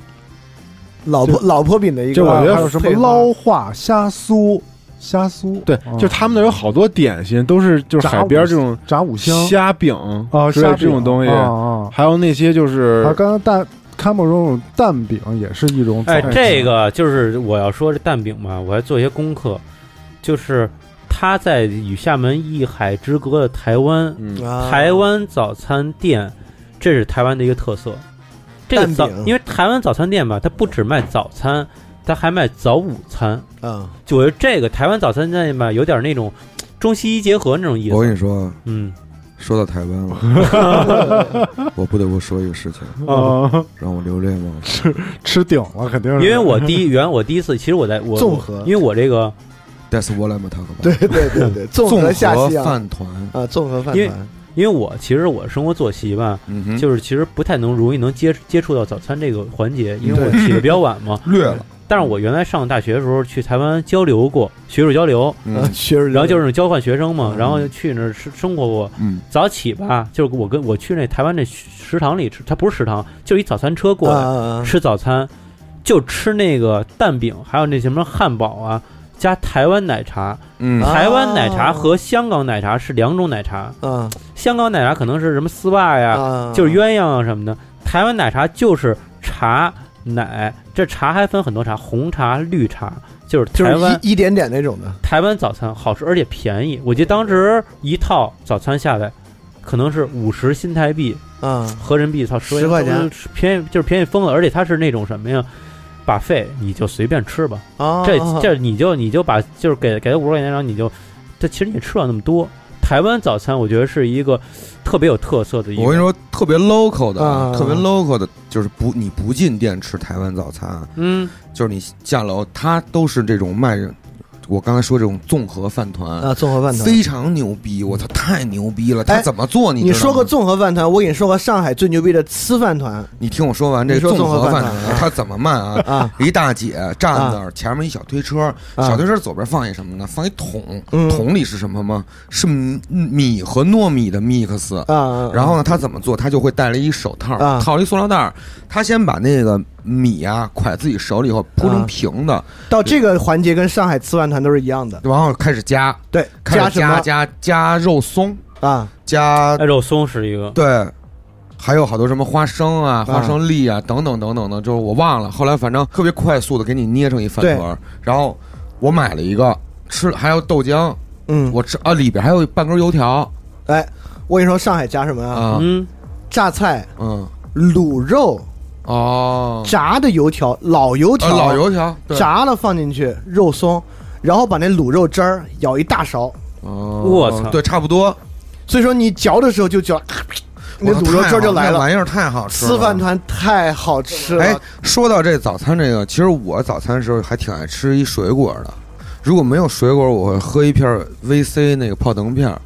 Speaker 3: 啊
Speaker 9: 老婆老婆饼的一个，
Speaker 8: 就我觉得
Speaker 3: 还有什么
Speaker 9: 配方
Speaker 3: 捞化、虾酥、虾酥，
Speaker 8: 对，
Speaker 6: 哦
Speaker 3: 嗯
Speaker 8: 就是他们那儿有好多点心都是就是
Speaker 3: 炸
Speaker 8: 海边
Speaker 3: 五
Speaker 8: 这种
Speaker 3: 炸
Speaker 6: 哦
Speaker 3: 五香
Speaker 8: 虾饼
Speaker 3: 啊，
Speaker 8: 之类
Speaker 3: 虾
Speaker 8: 这种
Speaker 3: 饼
Speaker 8: 东西，
Speaker 3: 啊
Speaker 8: 还有那些就
Speaker 3: 啊，
Speaker 8: 是
Speaker 3: 还有刚刚蛋开幕中蛋饼也是一种早
Speaker 5: 哎
Speaker 3: 餐，，
Speaker 5: 这个就是我要说这蛋饼嘛，我还做一些功课，就是它在与厦门一海之隔的台湾，
Speaker 8: 嗯
Speaker 9: 啊
Speaker 5: 台湾早餐店，这是台湾的一个特色。这个
Speaker 9: 蛋
Speaker 5: 早
Speaker 9: 饼，
Speaker 5: 因为台湾早餐店吧，它不只卖早餐，它还卖早午餐。
Speaker 9: 啊，
Speaker 5: 就我觉得这个台湾早餐店吧，有点那种中西医结合那种意
Speaker 6: 我
Speaker 5: 思。
Speaker 6: 跟你说，
Speaker 5: 嗯，
Speaker 6: 说到台湾了，我不得不说一个事情，
Speaker 3: 啊，
Speaker 6: 让我流泪吗？
Speaker 3: 吃顶了肯定
Speaker 6: 嗯
Speaker 3: 是，
Speaker 5: 因为我第一原来我第一次，其实我在我
Speaker 9: 综合
Speaker 5: 因为我这个
Speaker 6: That's what I'm talking about。
Speaker 9: 对，对对对，综
Speaker 6: 综
Speaker 9: 合下西洋
Speaker 6: 饭团，
Speaker 9: 啊，综合饭
Speaker 5: 因为
Speaker 9: 团
Speaker 5: 因为我其实我生活作息吧，
Speaker 6: 嗯哼，
Speaker 5: 就是其实不太能容易能接接触到早餐这个环节，因为我
Speaker 9: 对
Speaker 5: 起的比较晚嘛。
Speaker 6: 嗯 略了，
Speaker 5: 但是我原来上大学的时候去台湾交流过，学术交流，
Speaker 9: 啊，
Speaker 6: 嗯
Speaker 9: 学人
Speaker 5: 然后就是交换学生嘛，
Speaker 6: 嗯
Speaker 5: 然后去那儿生生活过。
Speaker 6: 嗯，
Speaker 5: 早起吧，就是我跟我去那台湾那食堂里吃，它不是食堂，就是一早餐车过来、
Speaker 9: 啊啊啊
Speaker 5: 吃早餐，就吃那个蛋饼，还有那什么汉堡啊，加台湾奶茶。
Speaker 6: 嗯
Speaker 9: 啊
Speaker 5: 台湾奶茶和香港奶茶是两种奶茶，
Speaker 9: 啊
Speaker 5: 香港奶茶可能是什么丝袜呀，
Speaker 9: 啊，
Speaker 5: 就是鸳鸯啊什么的。台湾奶茶就是茶奶，这茶还分很多茶，红茶、绿茶，就是
Speaker 9: 就
Speaker 5: 台湾、
Speaker 9: 是一一点点那种的，
Speaker 5: 台湾早餐好吃，而且便宜。我记得当时一套早餐下来，可能是五十新台币，
Speaker 9: 啊
Speaker 5: 合人民币操
Speaker 9: 10块钱，
Speaker 5: 便宜就是便宜疯了。而且它是那种什么呀，把费你就随便吃吧，
Speaker 9: 啊，
Speaker 5: 这这你就你就把就是给给他五十块钱，然后你就这其实你也吃不了那么多。台湾早餐我觉得是一个特别有特色的一
Speaker 6: 我跟
Speaker 5: 个，
Speaker 6: 你说，特别 local 的，啊，
Speaker 9: 啊
Speaker 6: 特别 local 的，就是不你不进店吃台湾早餐啊，
Speaker 5: 嗯，
Speaker 6: 就是你下楼，它都是这种卖，我刚才说这种综合饭团，
Speaker 9: 啊综合饭团。
Speaker 6: 非常牛逼，我操，太牛逼了！它
Speaker 9: 哎
Speaker 6: 怎么做？你
Speaker 9: 你
Speaker 6: 知道
Speaker 9: 说
Speaker 6: 吗
Speaker 9: 过，综合饭团，我给你说过上海最牛逼的吃饭团
Speaker 6: 你听我说完这
Speaker 9: 你
Speaker 6: 个
Speaker 9: 说
Speaker 6: 综
Speaker 9: 综合
Speaker 6: 饭
Speaker 9: 饭团啊
Speaker 6: 它怎么卖啊？
Speaker 9: 啊，
Speaker 6: 一大姐站那儿，前面一小推车，
Speaker 9: 啊
Speaker 6: 小推车左边放一什么呢？放一桶，
Speaker 9: 嗯
Speaker 6: 桶里是什么吗？是米米和糯米的 mix。
Speaker 9: 啊，
Speaker 6: 然后呢，他怎么做？他就会戴了一手套，
Speaker 9: 啊
Speaker 6: 套了一塑料袋儿。他先把那个米啊，蒯自己手里以后铺成
Speaker 9: 啊
Speaker 6: 平的，
Speaker 9: 到这个环节跟上海吃饭团都是一样的，
Speaker 6: 然后开始加，
Speaker 9: 对，
Speaker 6: 开始
Speaker 9: 什么
Speaker 6: 加加加肉松，
Speaker 9: 啊？
Speaker 6: 加
Speaker 5: 哎，肉松是一个，
Speaker 6: 对，还有好多什么花生啊、花生粒啊等等等等的，就是我忘了。后来反正特别快速的给你捏成一饭团儿，然后我买了一个吃了，还有豆浆，
Speaker 9: 嗯，
Speaker 6: 我吃啊里边还有半根油条
Speaker 9: 哎，我跟你说上海加什么啊？
Speaker 6: 啊，
Speaker 5: 嗯，
Speaker 9: 榨菜、
Speaker 6: 嗯
Speaker 9: 卤肉、
Speaker 6: 哦，
Speaker 9: 炸的油条、老油条、
Speaker 6: 啊老油条对
Speaker 9: 炸了放进去，肉松，然后把那卤肉汁儿舀一大勺，
Speaker 6: 哦
Speaker 5: 我操
Speaker 6: 对，差不多，
Speaker 9: 所以说你嚼的时候就嚼，那
Speaker 6: 我操
Speaker 9: 卤肉汁儿就来
Speaker 6: 太好那
Speaker 9: 了。
Speaker 6: 玩意儿太好吃了，
Speaker 9: 吃饭。团太好吃了，
Speaker 6: 哎，说到这早餐这个，其实我早餐的时候还挺爱吃一水果的。如果没有水果，我会喝一片儿 VC 那个泡腾片儿。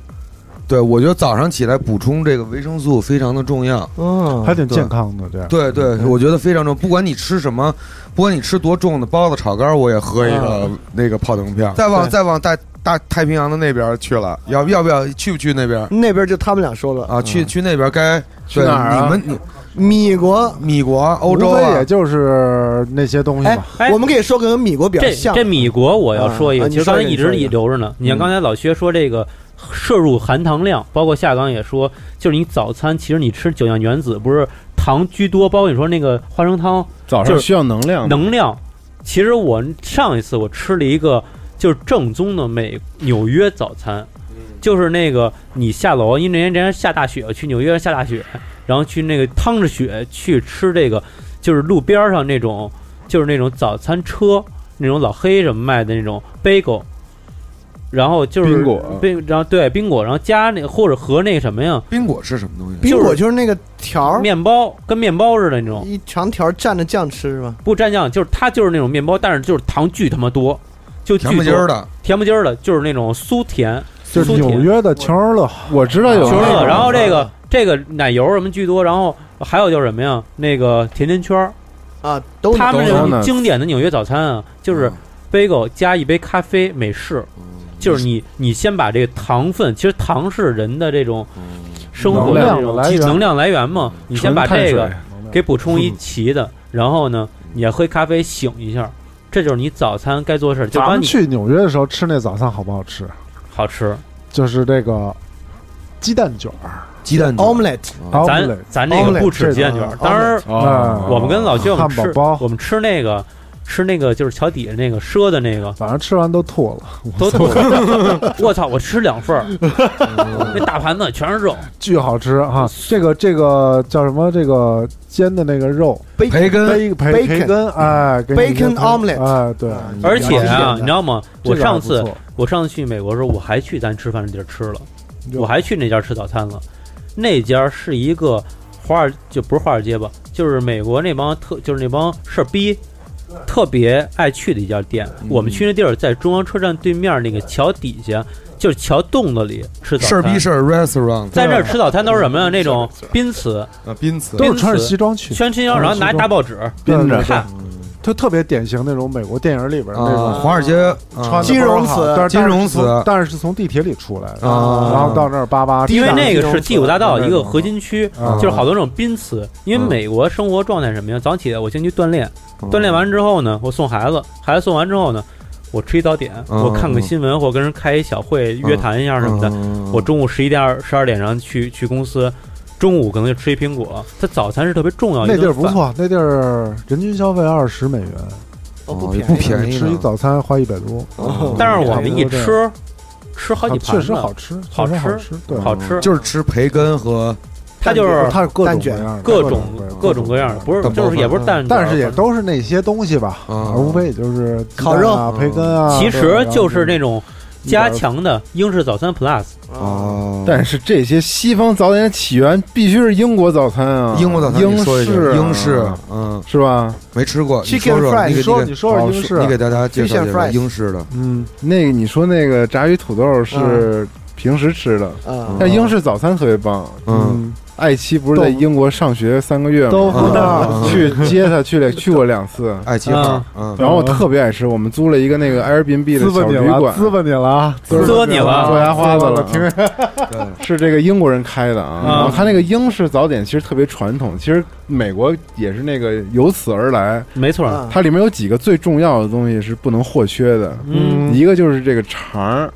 Speaker 6: 对，我觉得早上起来补充这个维生素非常的重要。
Speaker 9: 嗯，
Speaker 3: 还挺健康的这样。
Speaker 6: 对对，我觉得非常重要。不管你吃什么，不管你吃多重的包子、炒肝，我也喝一个那个泡腾片儿。再往
Speaker 9: 对
Speaker 6: 再往大大太平洋的那边去了，要要不要去不去那边
Speaker 9: 那边就他们俩说了，
Speaker 6: 啊？去去那边该
Speaker 8: 去哪儿啊
Speaker 6: 对你们
Speaker 9: 米国，
Speaker 6: 你米国、欧
Speaker 3: 无
Speaker 6: 洲
Speaker 3: 非
Speaker 6: 啊
Speaker 3: 也，就是那些东西
Speaker 9: 哎
Speaker 3: 吧。，
Speaker 5: 哎
Speaker 9: 我们可以说跟米国比较
Speaker 5: 这
Speaker 9: 像，
Speaker 5: 这米国我要说一个，
Speaker 9: 啊
Speaker 5: 其实刚才一
Speaker 9: 你说
Speaker 5: 直
Speaker 9: 一个嗯
Speaker 5: 也留着呢。你像刚才老薛说这个摄入含糖量，包括下岗也说，就是你早餐其实你吃九样原子不是糖居多，包括你说那个花生汤
Speaker 8: 早
Speaker 5: 就
Speaker 8: 上
Speaker 5: 是
Speaker 8: 需要能
Speaker 6: 啊
Speaker 8: 量，
Speaker 5: 能量。其实我上一次我吃了一个就是正宗的美纽约早餐，
Speaker 6: 嗯
Speaker 5: 就是那个你下楼，因为那天人家下大雪，去纽约下大雪，然后去那个趟着雪去吃这个，就是路边儿上那种，就是那种早餐车，那种老黑什么卖的那种 bagel，然后就是
Speaker 8: 冰果
Speaker 5: 冰，然后对冰果，然后加那或者和那什么呀，
Speaker 6: 冰果是什么东西？
Speaker 9: 冰果就是那个条儿，
Speaker 5: 面包跟面包似的那种，
Speaker 9: 一长条蘸着酱吃是吧？
Speaker 5: 不蘸酱，就是它就是那种面包，但是就是糖巨他妈多，就巨
Speaker 6: 甜不
Speaker 5: 多
Speaker 6: 筋儿的。
Speaker 5: 甜不筋儿的，就是那种酥甜，
Speaker 3: 就是
Speaker 5: 酥
Speaker 3: 纽
Speaker 5: 甜，
Speaker 3: 约的穷人乐，
Speaker 8: 我知道有
Speaker 5: 求
Speaker 8: 那
Speaker 5: 热。
Speaker 8: 种
Speaker 5: 然后这个这个奶油什么居多，然后还有就是什么呀？那个甜甜圈儿，
Speaker 9: 啊，都
Speaker 5: 他们
Speaker 8: 都
Speaker 5: 这
Speaker 8: 能
Speaker 5: 种
Speaker 8: 呢
Speaker 5: 经典的纽约早餐啊，就是 bagel 加一杯咖啡美式，就是你你先把这个糖分，其实糖是人的这种生活的这
Speaker 3: 能量的来
Speaker 5: 种
Speaker 3: 源
Speaker 5: 能量来源嘛，你先
Speaker 8: 纯
Speaker 5: 把
Speaker 8: 碳
Speaker 5: 这
Speaker 8: 水
Speaker 5: 个给补充一齐的，然后呢，你要喝咖啡醒一下，这就是你早餐该做的事儿，就
Speaker 3: 咱
Speaker 5: 把
Speaker 3: 们
Speaker 5: 你
Speaker 3: 去纽约的时候吃那早餐好不好吃？
Speaker 5: 好吃。
Speaker 3: 就是这个鸡蛋卷儿，
Speaker 6: 鸡蛋卷
Speaker 9: omelette
Speaker 3: 然后
Speaker 5: 咱咱这个
Speaker 3: omelette，啊
Speaker 5: 不吃鸡蛋
Speaker 9: 这
Speaker 5: 卷
Speaker 9: 个
Speaker 5: 儿，
Speaker 9: omelette
Speaker 5: 当然
Speaker 6: 嗯
Speaker 8: 哦，
Speaker 5: 我们跟老薛我们
Speaker 3: 汉堡
Speaker 5: 吃
Speaker 3: 包
Speaker 5: 我们吃那个吃那个就是桥底下那个赊的那个
Speaker 3: 反正吃完都吐了，
Speaker 5: 都吐了， 我操！我吃两份儿，那大盘子全是肉，
Speaker 3: 巨好吃哈！这个这个叫什么？这个煎的那个肉，
Speaker 6: 培根，
Speaker 3: 培培
Speaker 9: bacon 嗯
Speaker 3: 培根，哎给你
Speaker 9: Bacon
Speaker 3: 一个
Speaker 9: omelet
Speaker 3: 哎对，
Speaker 5: 而且啊，
Speaker 9: 嗯
Speaker 5: 你知道吗？
Speaker 3: 这
Speaker 5: 我
Speaker 3: 个还不
Speaker 5: 上
Speaker 3: 错
Speaker 5: 次我上次去美国的时候，我还去咱吃饭的地儿吃了，我还去那家吃早餐了。那家是一个华尔就不是华尔街吧，就是美国那帮特就是那帮事儿逼特别爱去的一家店。
Speaker 3: 嗯
Speaker 5: 我们去那地儿在中央车站对面那个桥底下，就是桥洞子里吃早餐。
Speaker 6: 事儿逼事儿 restaurant，
Speaker 5: 在那儿吃早餐都是什么呀？那种宾词、
Speaker 6: 呃宾词
Speaker 3: 都是穿着西装去，
Speaker 5: 宣亲腰，然后拿一大报纸
Speaker 3: 对对
Speaker 5: 看。
Speaker 3: 就特别典型那种美国电影里边那
Speaker 6: 啊，
Speaker 3: 种
Speaker 6: 华尔街
Speaker 3: 穿得
Speaker 6: 啊
Speaker 9: 金融
Speaker 3: 包好
Speaker 9: 词
Speaker 3: 但是
Speaker 6: 金融词
Speaker 3: 但是是从但是是从地铁里出来的，
Speaker 6: 啊
Speaker 3: 然后到那儿叭叭吃，
Speaker 5: 因为那个是第五大道
Speaker 6: 那
Speaker 5: 一个
Speaker 6: 种
Speaker 5: 核心区，
Speaker 3: 啊嗯
Speaker 5: 就是好多那种宾词。因为美国生活状态是什么呀？早上起来我先去锻炼，
Speaker 6: 嗯
Speaker 5: 锻炼完之后呢，我送孩子，孩子送完之后呢，我吃一早点，
Speaker 6: 嗯
Speaker 5: 我看个新闻，或跟人开一小会
Speaker 3: 嗯
Speaker 5: 约谈一下什么的。
Speaker 6: 嗯
Speaker 5: 我中午十一点二十二点上去去公司，中午可能就吃一苹果。它早餐是特别重要的
Speaker 3: 那
Speaker 5: 一
Speaker 3: 地
Speaker 5: 顿
Speaker 3: 儿不
Speaker 5: 饭，
Speaker 3: 错，那地儿人均消费二十美元，哎
Speaker 6: 哦
Speaker 9: 哦不
Speaker 6: 也
Speaker 9: 便
Speaker 6: 不
Speaker 9: 宜，
Speaker 6: 便宜呢，
Speaker 3: 吃一早餐花一百多，
Speaker 6: 哦，
Speaker 5: 嗯但是我们一
Speaker 3: 对对
Speaker 5: 吃，吃好几盘
Speaker 3: 确
Speaker 5: 呢，
Speaker 3: 实好吃，
Speaker 5: 好
Speaker 3: 确实好
Speaker 5: 吃
Speaker 3: 吃，对，
Speaker 5: 好吃
Speaker 6: 就是吃培根和
Speaker 5: 它就是
Speaker 3: 它是各种
Speaker 9: 蛋
Speaker 3: 各
Speaker 9: 卷
Speaker 3: 样的，
Speaker 5: 各
Speaker 3: 种
Speaker 5: 种各种各样的，不是
Speaker 6: 蛋包
Speaker 5: 就是也
Speaker 6: 饭
Speaker 5: 不是蛋，
Speaker 3: 但是也都是那些东西吧，
Speaker 6: 啊
Speaker 3: 无非也就是鸡蛋
Speaker 9: 烤肉
Speaker 3: 啊、培根啊，
Speaker 5: 嗯
Speaker 3: 嗯
Speaker 5: 其实就是那
Speaker 3: 种
Speaker 5: 种加强的英式早餐 Plus。
Speaker 6: 哦，
Speaker 8: 但是这些西方早点起源必须是英国早餐啊，
Speaker 6: 英国早餐
Speaker 8: 英
Speaker 6: 你说一句
Speaker 8: 式啊
Speaker 6: 英式，嗯，
Speaker 8: 是吧？
Speaker 6: 没吃过，你
Speaker 9: Chicken
Speaker 6: 说说
Speaker 9: fried，
Speaker 6: 你给
Speaker 3: 你说
Speaker 6: 你
Speaker 3: 你
Speaker 6: 给
Speaker 3: 说
Speaker 8: 哦
Speaker 3: 说英
Speaker 6: 你给
Speaker 3: 式，
Speaker 6: 大家介绍
Speaker 9: Fish and
Speaker 6: 介绍
Speaker 9: fries
Speaker 6: 英式的，
Speaker 3: 嗯，
Speaker 8: 那个你说那个炸鱼土豆是平时吃的，
Speaker 9: 啊
Speaker 8: 但英式早餐特别棒。
Speaker 6: 嗯，
Speaker 8: 爱妻不是在英国上学三个月吗？
Speaker 3: 豆
Speaker 6: 腐
Speaker 3: 腐
Speaker 6: 蛋儿
Speaker 3: 蛋，
Speaker 8: 嗯去
Speaker 6: 嗯
Speaker 8: 接她去了去过两次，
Speaker 6: 爱奇号，嗯，
Speaker 8: 然后我特别爱吃。我们租了一个那个 Airbnb 的
Speaker 3: 滋
Speaker 8: 小
Speaker 3: 吧你
Speaker 8: 旅
Speaker 3: 了，
Speaker 8: 馆，
Speaker 3: 滋吧你了啊，
Speaker 5: 滋吧你了
Speaker 8: 做牙花子了，
Speaker 3: 听着
Speaker 6: 对，
Speaker 8: 是这个英国人开的啊。
Speaker 5: 嗯
Speaker 8: 然后他那个英式早点其实特别传统，其实美国也是那个由此而来。
Speaker 5: 没错儿，
Speaker 9: 啊
Speaker 8: 它里面有几个最重要的东西是不能或缺的，
Speaker 5: 嗯
Speaker 8: 一个就是这个肠儿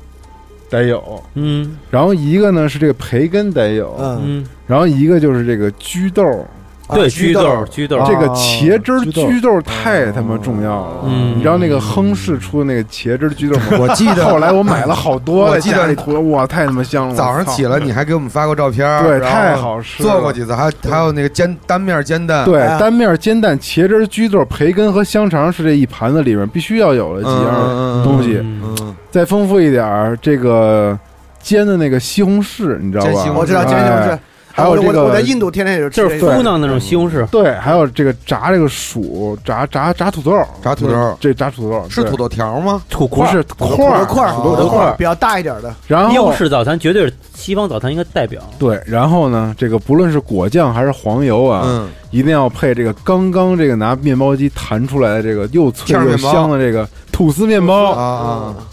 Speaker 8: 得有，
Speaker 5: 嗯
Speaker 8: 然后一个呢是这个培根得有，
Speaker 9: 嗯，
Speaker 5: 嗯，
Speaker 8: 然后一个就是这个焗豆儿，
Speaker 5: 对，
Speaker 6: 居
Speaker 5: 焗豆儿，焗豆儿，
Speaker 3: 啊
Speaker 8: 这个茄汁儿
Speaker 3: 焗豆
Speaker 8: 焗豆儿太他妈重要了。
Speaker 5: 嗯
Speaker 8: 你知道那个亨氏出的那个茄汁儿焗豆儿吗？
Speaker 6: 我记得
Speaker 8: 后来我买了好多，
Speaker 6: 我
Speaker 8: 在
Speaker 6: 记得
Speaker 8: 家里涂，哇，太他妈香了！
Speaker 6: 早上起
Speaker 8: 来，
Speaker 6: 来你还给我们发过照片儿，
Speaker 8: 对，
Speaker 6: 然后
Speaker 8: 太好吃了，
Speaker 6: 做过几次，还有还有那个煎单面煎蛋，
Speaker 8: 对，
Speaker 9: 哎
Speaker 8: 单面煎蛋、茄汁、焗豆、培根和香肠是这一盘子里面必须要有的几样
Speaker 6: 嗯嗯嗯
Speaker 8: 东西。
Speaker 5: 嗯
Speaker 6: 嗯，
Speaker 8: 再丰富一点儿，这个煎的那个西红柿，你知道
Speaker 6: 煎西红
Speaker 8: 吧？
Speaker 6: 柿啊
Speaker 9: 我知道，
Speaker 8: 哎
Speaker 9: 煎西红柿，
Speaker 8: 还有
Speaker 9: 我
Speaker 8: 这个
Speaker 9: 我我在印度天天也是
Speaker 5: 就
Speaker 9: 吃
Speaker 5: 是
Speaker 9: 这个
Speaker 5: 敷弄那种西红柿，
Speaker 8: 对，还有这个炸这个薯，炸炸炸土豆，
Speaker 6: 炸土豆
Speaker 8: 这炸土豆
Speaker 6: 是
Speaker 8: 对
Speaker 6: 土豆条吗？
Speaker 5: 土
Speaker 8: 不
Speaker 5: 块儿。
Speaker 8: 是块
Speaker 9: 土
Speaker 8: 儿
Speaker 9: 豆块儿，
Speaker 6: 土
Speaker 9: 土
Speaker 6: 豆
Speaker 9: 豆
Speaker 6: 块
Speaker 9: 块
Speaker 6: 儿
Speaker 9: 儿比较大一点的，
Speaker 8: 然后
Speaker 5: 英式早餐绝对是西方早餐应该代表，
Speaker 8: 对，然后呢，这个不论是果酱还是黄油啊，
Speaker 6: 嗯，
Speaker 8: 一定要配这个刚刚这个拿面包机弹出来的这个又脆
Speaker 6: 片儿
Speaker 8: 又
Speaker 6: 面包
Speaker 8: 香的这个吐司面
Speaker 6: 啊
Speaker 8: 包，
Speaker 5: 哦
Speaker 6: 啊，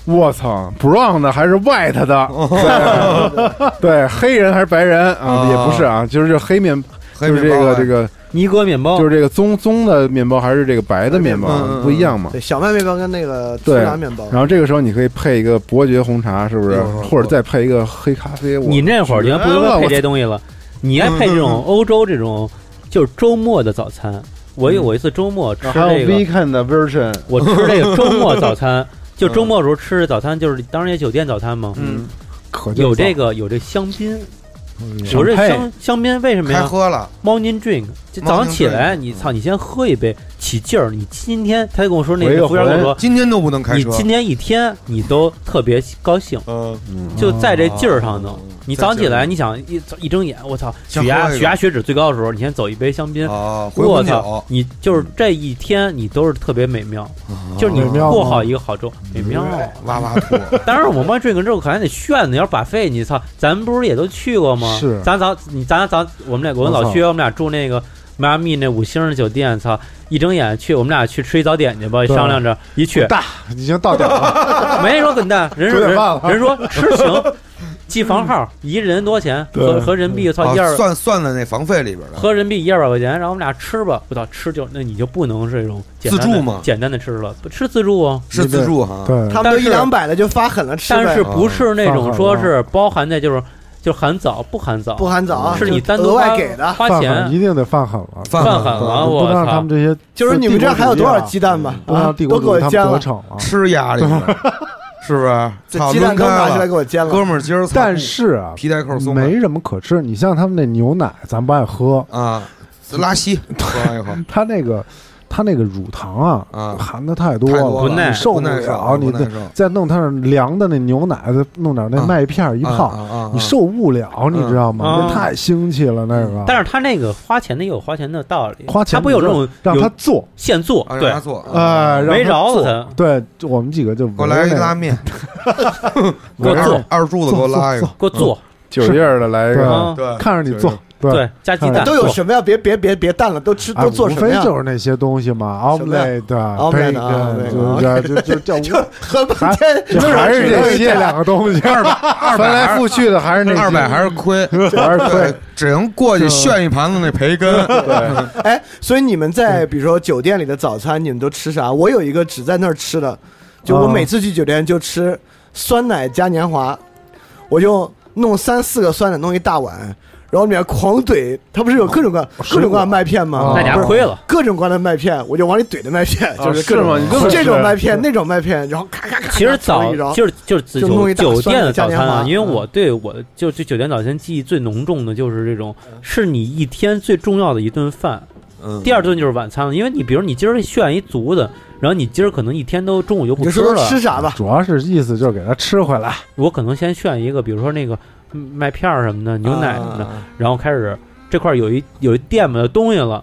Speaker 8: 我操，brown 的还是 white 的， 对，黑人还是白人啊，
Speaker 6: 哦啊
Speaker 8: 也不是啊，就是这黑面，
Speaker 6: 黑
Speaker 8: 就是
Speaker 6: 面
Speaker 8: 这
Speaker 6: 包哦
Speaker 8: 个
Speaker 6: 啊
Speaker 8: 这个，
Speaker 5: 尼哥面包
Speaker 8: 就是这个棕棕的面包还是这个白的面包
Speaker 6: 嗯嗯
Speaker 8: 不一样嘛。
Speaker 9: 对，小麦面包跟那个粗
Speaker 8: 对
Speaker 9: 粮面包，
Speaker 8: 然后这个时候你可以配一个伯爵红茶，是不是
Speaker 6: 哎呦？
Speaker 8: 或者再配一个黑咖啡。我
Speaker 5: 你那会儿原不应该配这些东西了，你应该配这
Speaker 6: 嗯嗯
Speaker 5: 种欧洲这种就是周末的早餐。我有我一次周末吃
Speaker 8: 还
Speaker 5: 这
Speaker 8: 有
Speaker 5: 个，
Speaker 8: weekend 的 version，
Speaker 5: 我吃这个周末早餐，就周末的时候吃的早餐，就是当然也酒店早餐嘛，
Speaker 6: 嗯，
Speaker 3: 可劲儿
Speaker 5: 有这
Speaker 3: 放，
Speaker 5: 个有这香槟，
Speaker 8: 嗯
Speaker 5: 我这
Speaker 8: 配
Speaker 5: 香香槟为什么
Speaker 6: 开
Speaker 5: 呀
Speaker 6: 喝了，
Speaker 5: ？Morning drink，就早上起来你操，你先喝一杯起劲儿。你今天他就跟我说那
Speaker 8: 回
Speaker 5: 个
Speaker 8: 个
Speaker 5: 服务员跟我说，
Speaker 6: 今天都不能开
Speaker 5: 你
Speaker 6: 车，
Speaker 5: 今天一天你都特别高兴，
Speaker 6: 嗯，
Speaker 5: 就在这劲儿上弄。你早上起
Speaker 6: 在
Speaker 5: 来，
Speaker 6: 劲
Speaker 5: 你想一一睁眼，我操，
Speaker 6: 想
Speaker 5: 血
Speaker 6: 喝
Speaker 5: 压
Speaker 6: 一个
Speaker 5: 血压血脂最高的时候，你先走一杯香槟，
Speaker 6: 啊，回
Speaker 5: 我
Speaker 6: 红
Speaker 5: 操
Speaker 6: 酒，，
Speaker 5: 你就是这一天你都是特别美妙，
Speaker 3: 啊
Speaker 5: 就是你
Speaker 3: 美妙吗
Speaker 5: 过好一个好周，美妙。
Speaker 6: 哇哇 吐，
Speaker 5: 当然，我们这个之后可还得炫呢，要把费，你操，咱们不是也都去过吗？
Speaker 3: 是
Speaker 5: 咱早你咱咱我们俩，我跟
Speaker 3: 我
Speaker 5: 老
Speaker 3: 操
Speaker 5: 薛，我们俩住那个迈阿密那五星酒店，操，一睁眼去，我们俩去吃一早点去吧，
Speaker 3: 对
Speaker 5: 商量着一去，
Speaker 3: 大已经到点了，
Speaker 5: 没说滚蛋，人
Speaker 3: 九
Speaker 5: 说
Speaker 3: 点
Speaker 5: 人
Speaker 3: 半了
Speaker 5: 人说吃行，记房号，一人多少钱？
Speaker 3: 对
Speaker 5: 合合人民币操一
Speaker 6: 啊
Speaker 5: 二，
Speaker 6: 算算在那房费里边的，
Speaker 5: 合人民币一二百块钱，然后我们俩吃吧。不到吃就那你就不能是这种简单的
Speaker 6: 自助吗
Speaker 5: 简单的吃了，不吃自助啊，
Speaker 6: 是自助哈，
Speaker 3: 对，
Speaker 9: 他们都
Speaker 5: 但
Speaker 9: 一
Speaker 5: 是
Speaker 9: 两百的就发狠了吃呗，
Speaker 5: 但是不是那
Speaker 3: 啊
Speaker 5: 种说是包含在就是就含早不含早，
Speaker 9: 不含枣，啊
Speaker 5: 是
Speaker 9: 就
Speaker 5: 你单独
Speaker 9: 额
Speaker 5: 花
Speaker 9: 外给的，
Speaker 5: 花
Speaker 3: 饭狠
Speaker 5: 钱
Speaker 3: 一定得饭狠了，
Speaker 6: 饭啊
Speaker 5: 饭狠
Speaker 6: 狠
Speaker 5: 了，
Speaker 3: 不
Speaker 5: 我
Speaker 3: 能让他
Speaker 5: 操
Speaker 3: 们！这些
Speaker 9: 就是你们这儿还有多少鸡蛋吧？
Speaker 5: 嗯
Speaker 3: 不能
Speaker 9: 啊，
Speaker 3: 让帝
Speaker 9: 都
Speaker 3: 国
Speaker 9: 给
Speaker 3: 主义
Speaker 9: 我
Speaker 3: 他们
Speaker 9: 煎
Speaker 3: 得
Speaker 9: 了，
Speaker 3: 逞了。
Speaker 6: 吃鸭里边，是不是？
Speaker 9: 这
Speaker 6: 操，
Speaker 9: 鸡蛋
Speaker 6: 抡
Speaker 9: 都
Speaker 6: 开
Speaker 9: 拿起来
Speaker 6: 了
Speaker 9: 给，我煎了。
Speaker 6: 哥们儿今儿操
Speaker 3: 但是啊，
Speaker 6: 皮带扣松了
Speaker 3: 没什么可吃。你像他们那牛奶，咱不爱喝，
Speaker 6: 啊，拉稀，喝完以后
Speaker 3: 它那个它那个乳糖啊，
Speaker 6: 啊
Speaker 3: 含的太多
Speaker 6: 太
Speaker 3: 了，
Speaker 6: 多
Speaker 5: 不
Speaker 6: 了
Speaker 5: 耐
Speaker 3: 你受
Speaker 6: 不耐
Speaker 3: 了。
Speaker 6: 受，
Speaker 3: 你
Speaker 6: 不耐
Speaker 3: 再
Speaker 6: 受，
Speaker 3: 再弄点凉的那牛奶，再弄点那
Speaker 6: 啊
Speaker 3: 麦片儿一
Speaker 6: 啊
Speaker 3: 泡，
Speaker 6: 啊啊
Speaker 3: 你受不了，你知道吗？
Speaker 5: 啊
Speaker 3: 那太腥气了，那个。
Speaker 5: 但是他那个花钱的也有花钱的道理，
Speaker 3: 花钱
Speaker 5: 他不有这种
Speaker 3: 让他
Speaker 5: 有
Speaker 3: 做，
Speaker 5: 现做
Speaker 6: 啊，让
Speaker 5: 对
Speaker 6: 他，做，
Speaker 3: 哎，让
Speaker 5: 没
Speaker 3: 他
Speaker 5: 饶
Speaker 3: 做
Speaker 5: 了他
Speaker 3: 对，就我们几个就
Speaker 6: 给我来一
Speaker 3: 围着那
Speaker 6: 拉
Speaker 3: 个
Speaker 6: 面，
Speaker 5: 给我
Speaker 6: 二
Speaker 5: 做，
Speaker 6: 二柱子给我拉一个，
Speaker 5: 给我做
Speaker 8: 酒印儿的来一个，
Speaker 5: 啊，
Speaker 6: 对，
Speaker 3: 看着你做，
Speaker 5: 对，加鸡蛋
Speaker 9: 都有
Speaker 5: 做
Speaker 9: 什么呀？别别别别蛋了，都吃
Speaker 3: 哎
Speaker 9: 都做
Speaker 3: 无
Speaker 9: 什么
Speaker 3: 非
Speaker 9: 呀？
Speaker 3: 就是那些东西嘛
Speaker 9: 什么呀
Speaker 3: ，omelette、
Speaker 9: omelette 啊
Speaker 3: bacon，就是就 就就
Speaker 9: 喝半天
Speaker 3: 就
Speaker 8: 还是这
Speaker 3: 这两个东西，
Speaker 6: 二百二
Speaker 8: 翻
Speaker 6: 百
Speaker 8: 来覆去的还是那
Speaker 6: 二百还是亏，
Speaker 5: 嗯
Speaker 8: 还是
Speaker 6: 对
Speaker 8: 亏，，
Speaker 6: 只能过去炫一盘子那 培根，
Speaker 8: 对，
Speaker 9: 哎，所以你们在比如说酒店里的早餐，你们都吃啥？我有一个只在那儿吃的，就我每次去酒店就吃酸奶加年华，我就弄三四个酸奶弄一大碗，然后里面狂怼，它不是有各种各样各种各样的麦片吗？
Speaker 5: 那家
Speaker 9: 不是
Speaker 5: 亏了，
Speaker 9: 各种各样的麦片，我就往里怼的麦片，
Speaker 8: 啊
Speaker 9: 就是各
Speaker 8: 是吗
Speaker 9: 种
Speaker 8: 你这么吃
Speaker 9: 这种麦片那种麦片，然后咔咔咔，
Speaker 5: 其实
Speaker 9: 咔
Speaker 5: 早
Speaker 9: 咔咔
Speaker 5: 就是就是
Speaker 9: 就弄一
Speaker 5: 酒
Speaker 9: 大
Speaker 5: 酒
Speaker 9: 酸
Speaker 5: 店的
Speaker 9: 的嘉
Speaker 5: 早
Speaker 9: 年
Speaker 5: 餐啊，
Speaker 9: 华
Speaker 5: 因为我对我就对酒店早餐记忆最浓重的就是这种，
Speaker 9: 嗯
Speaker 5: 是你一天最重要的一顿饭，
Speaker 6: 嗯，
Speaker 5: 第二顿就是晚餐了。因为你比如你今儿炫一足的，然后你今儿可能一天都中午就不
Speaker 9: 你就
Speaker 5: 吃
Speaker 9: 说
Speaker 5: 了，
Speaker 9: 吃啥吧，
Speaker 3: 主要是意思就是给它吃回来，
Speaker 5: 我可能先炫一个，比如说那个嗯麦片儿什么的，牛奶什么的，
Speaker 9: 啊
Speaker 5: 然后开始这块儿有一有一店嘛的东西了，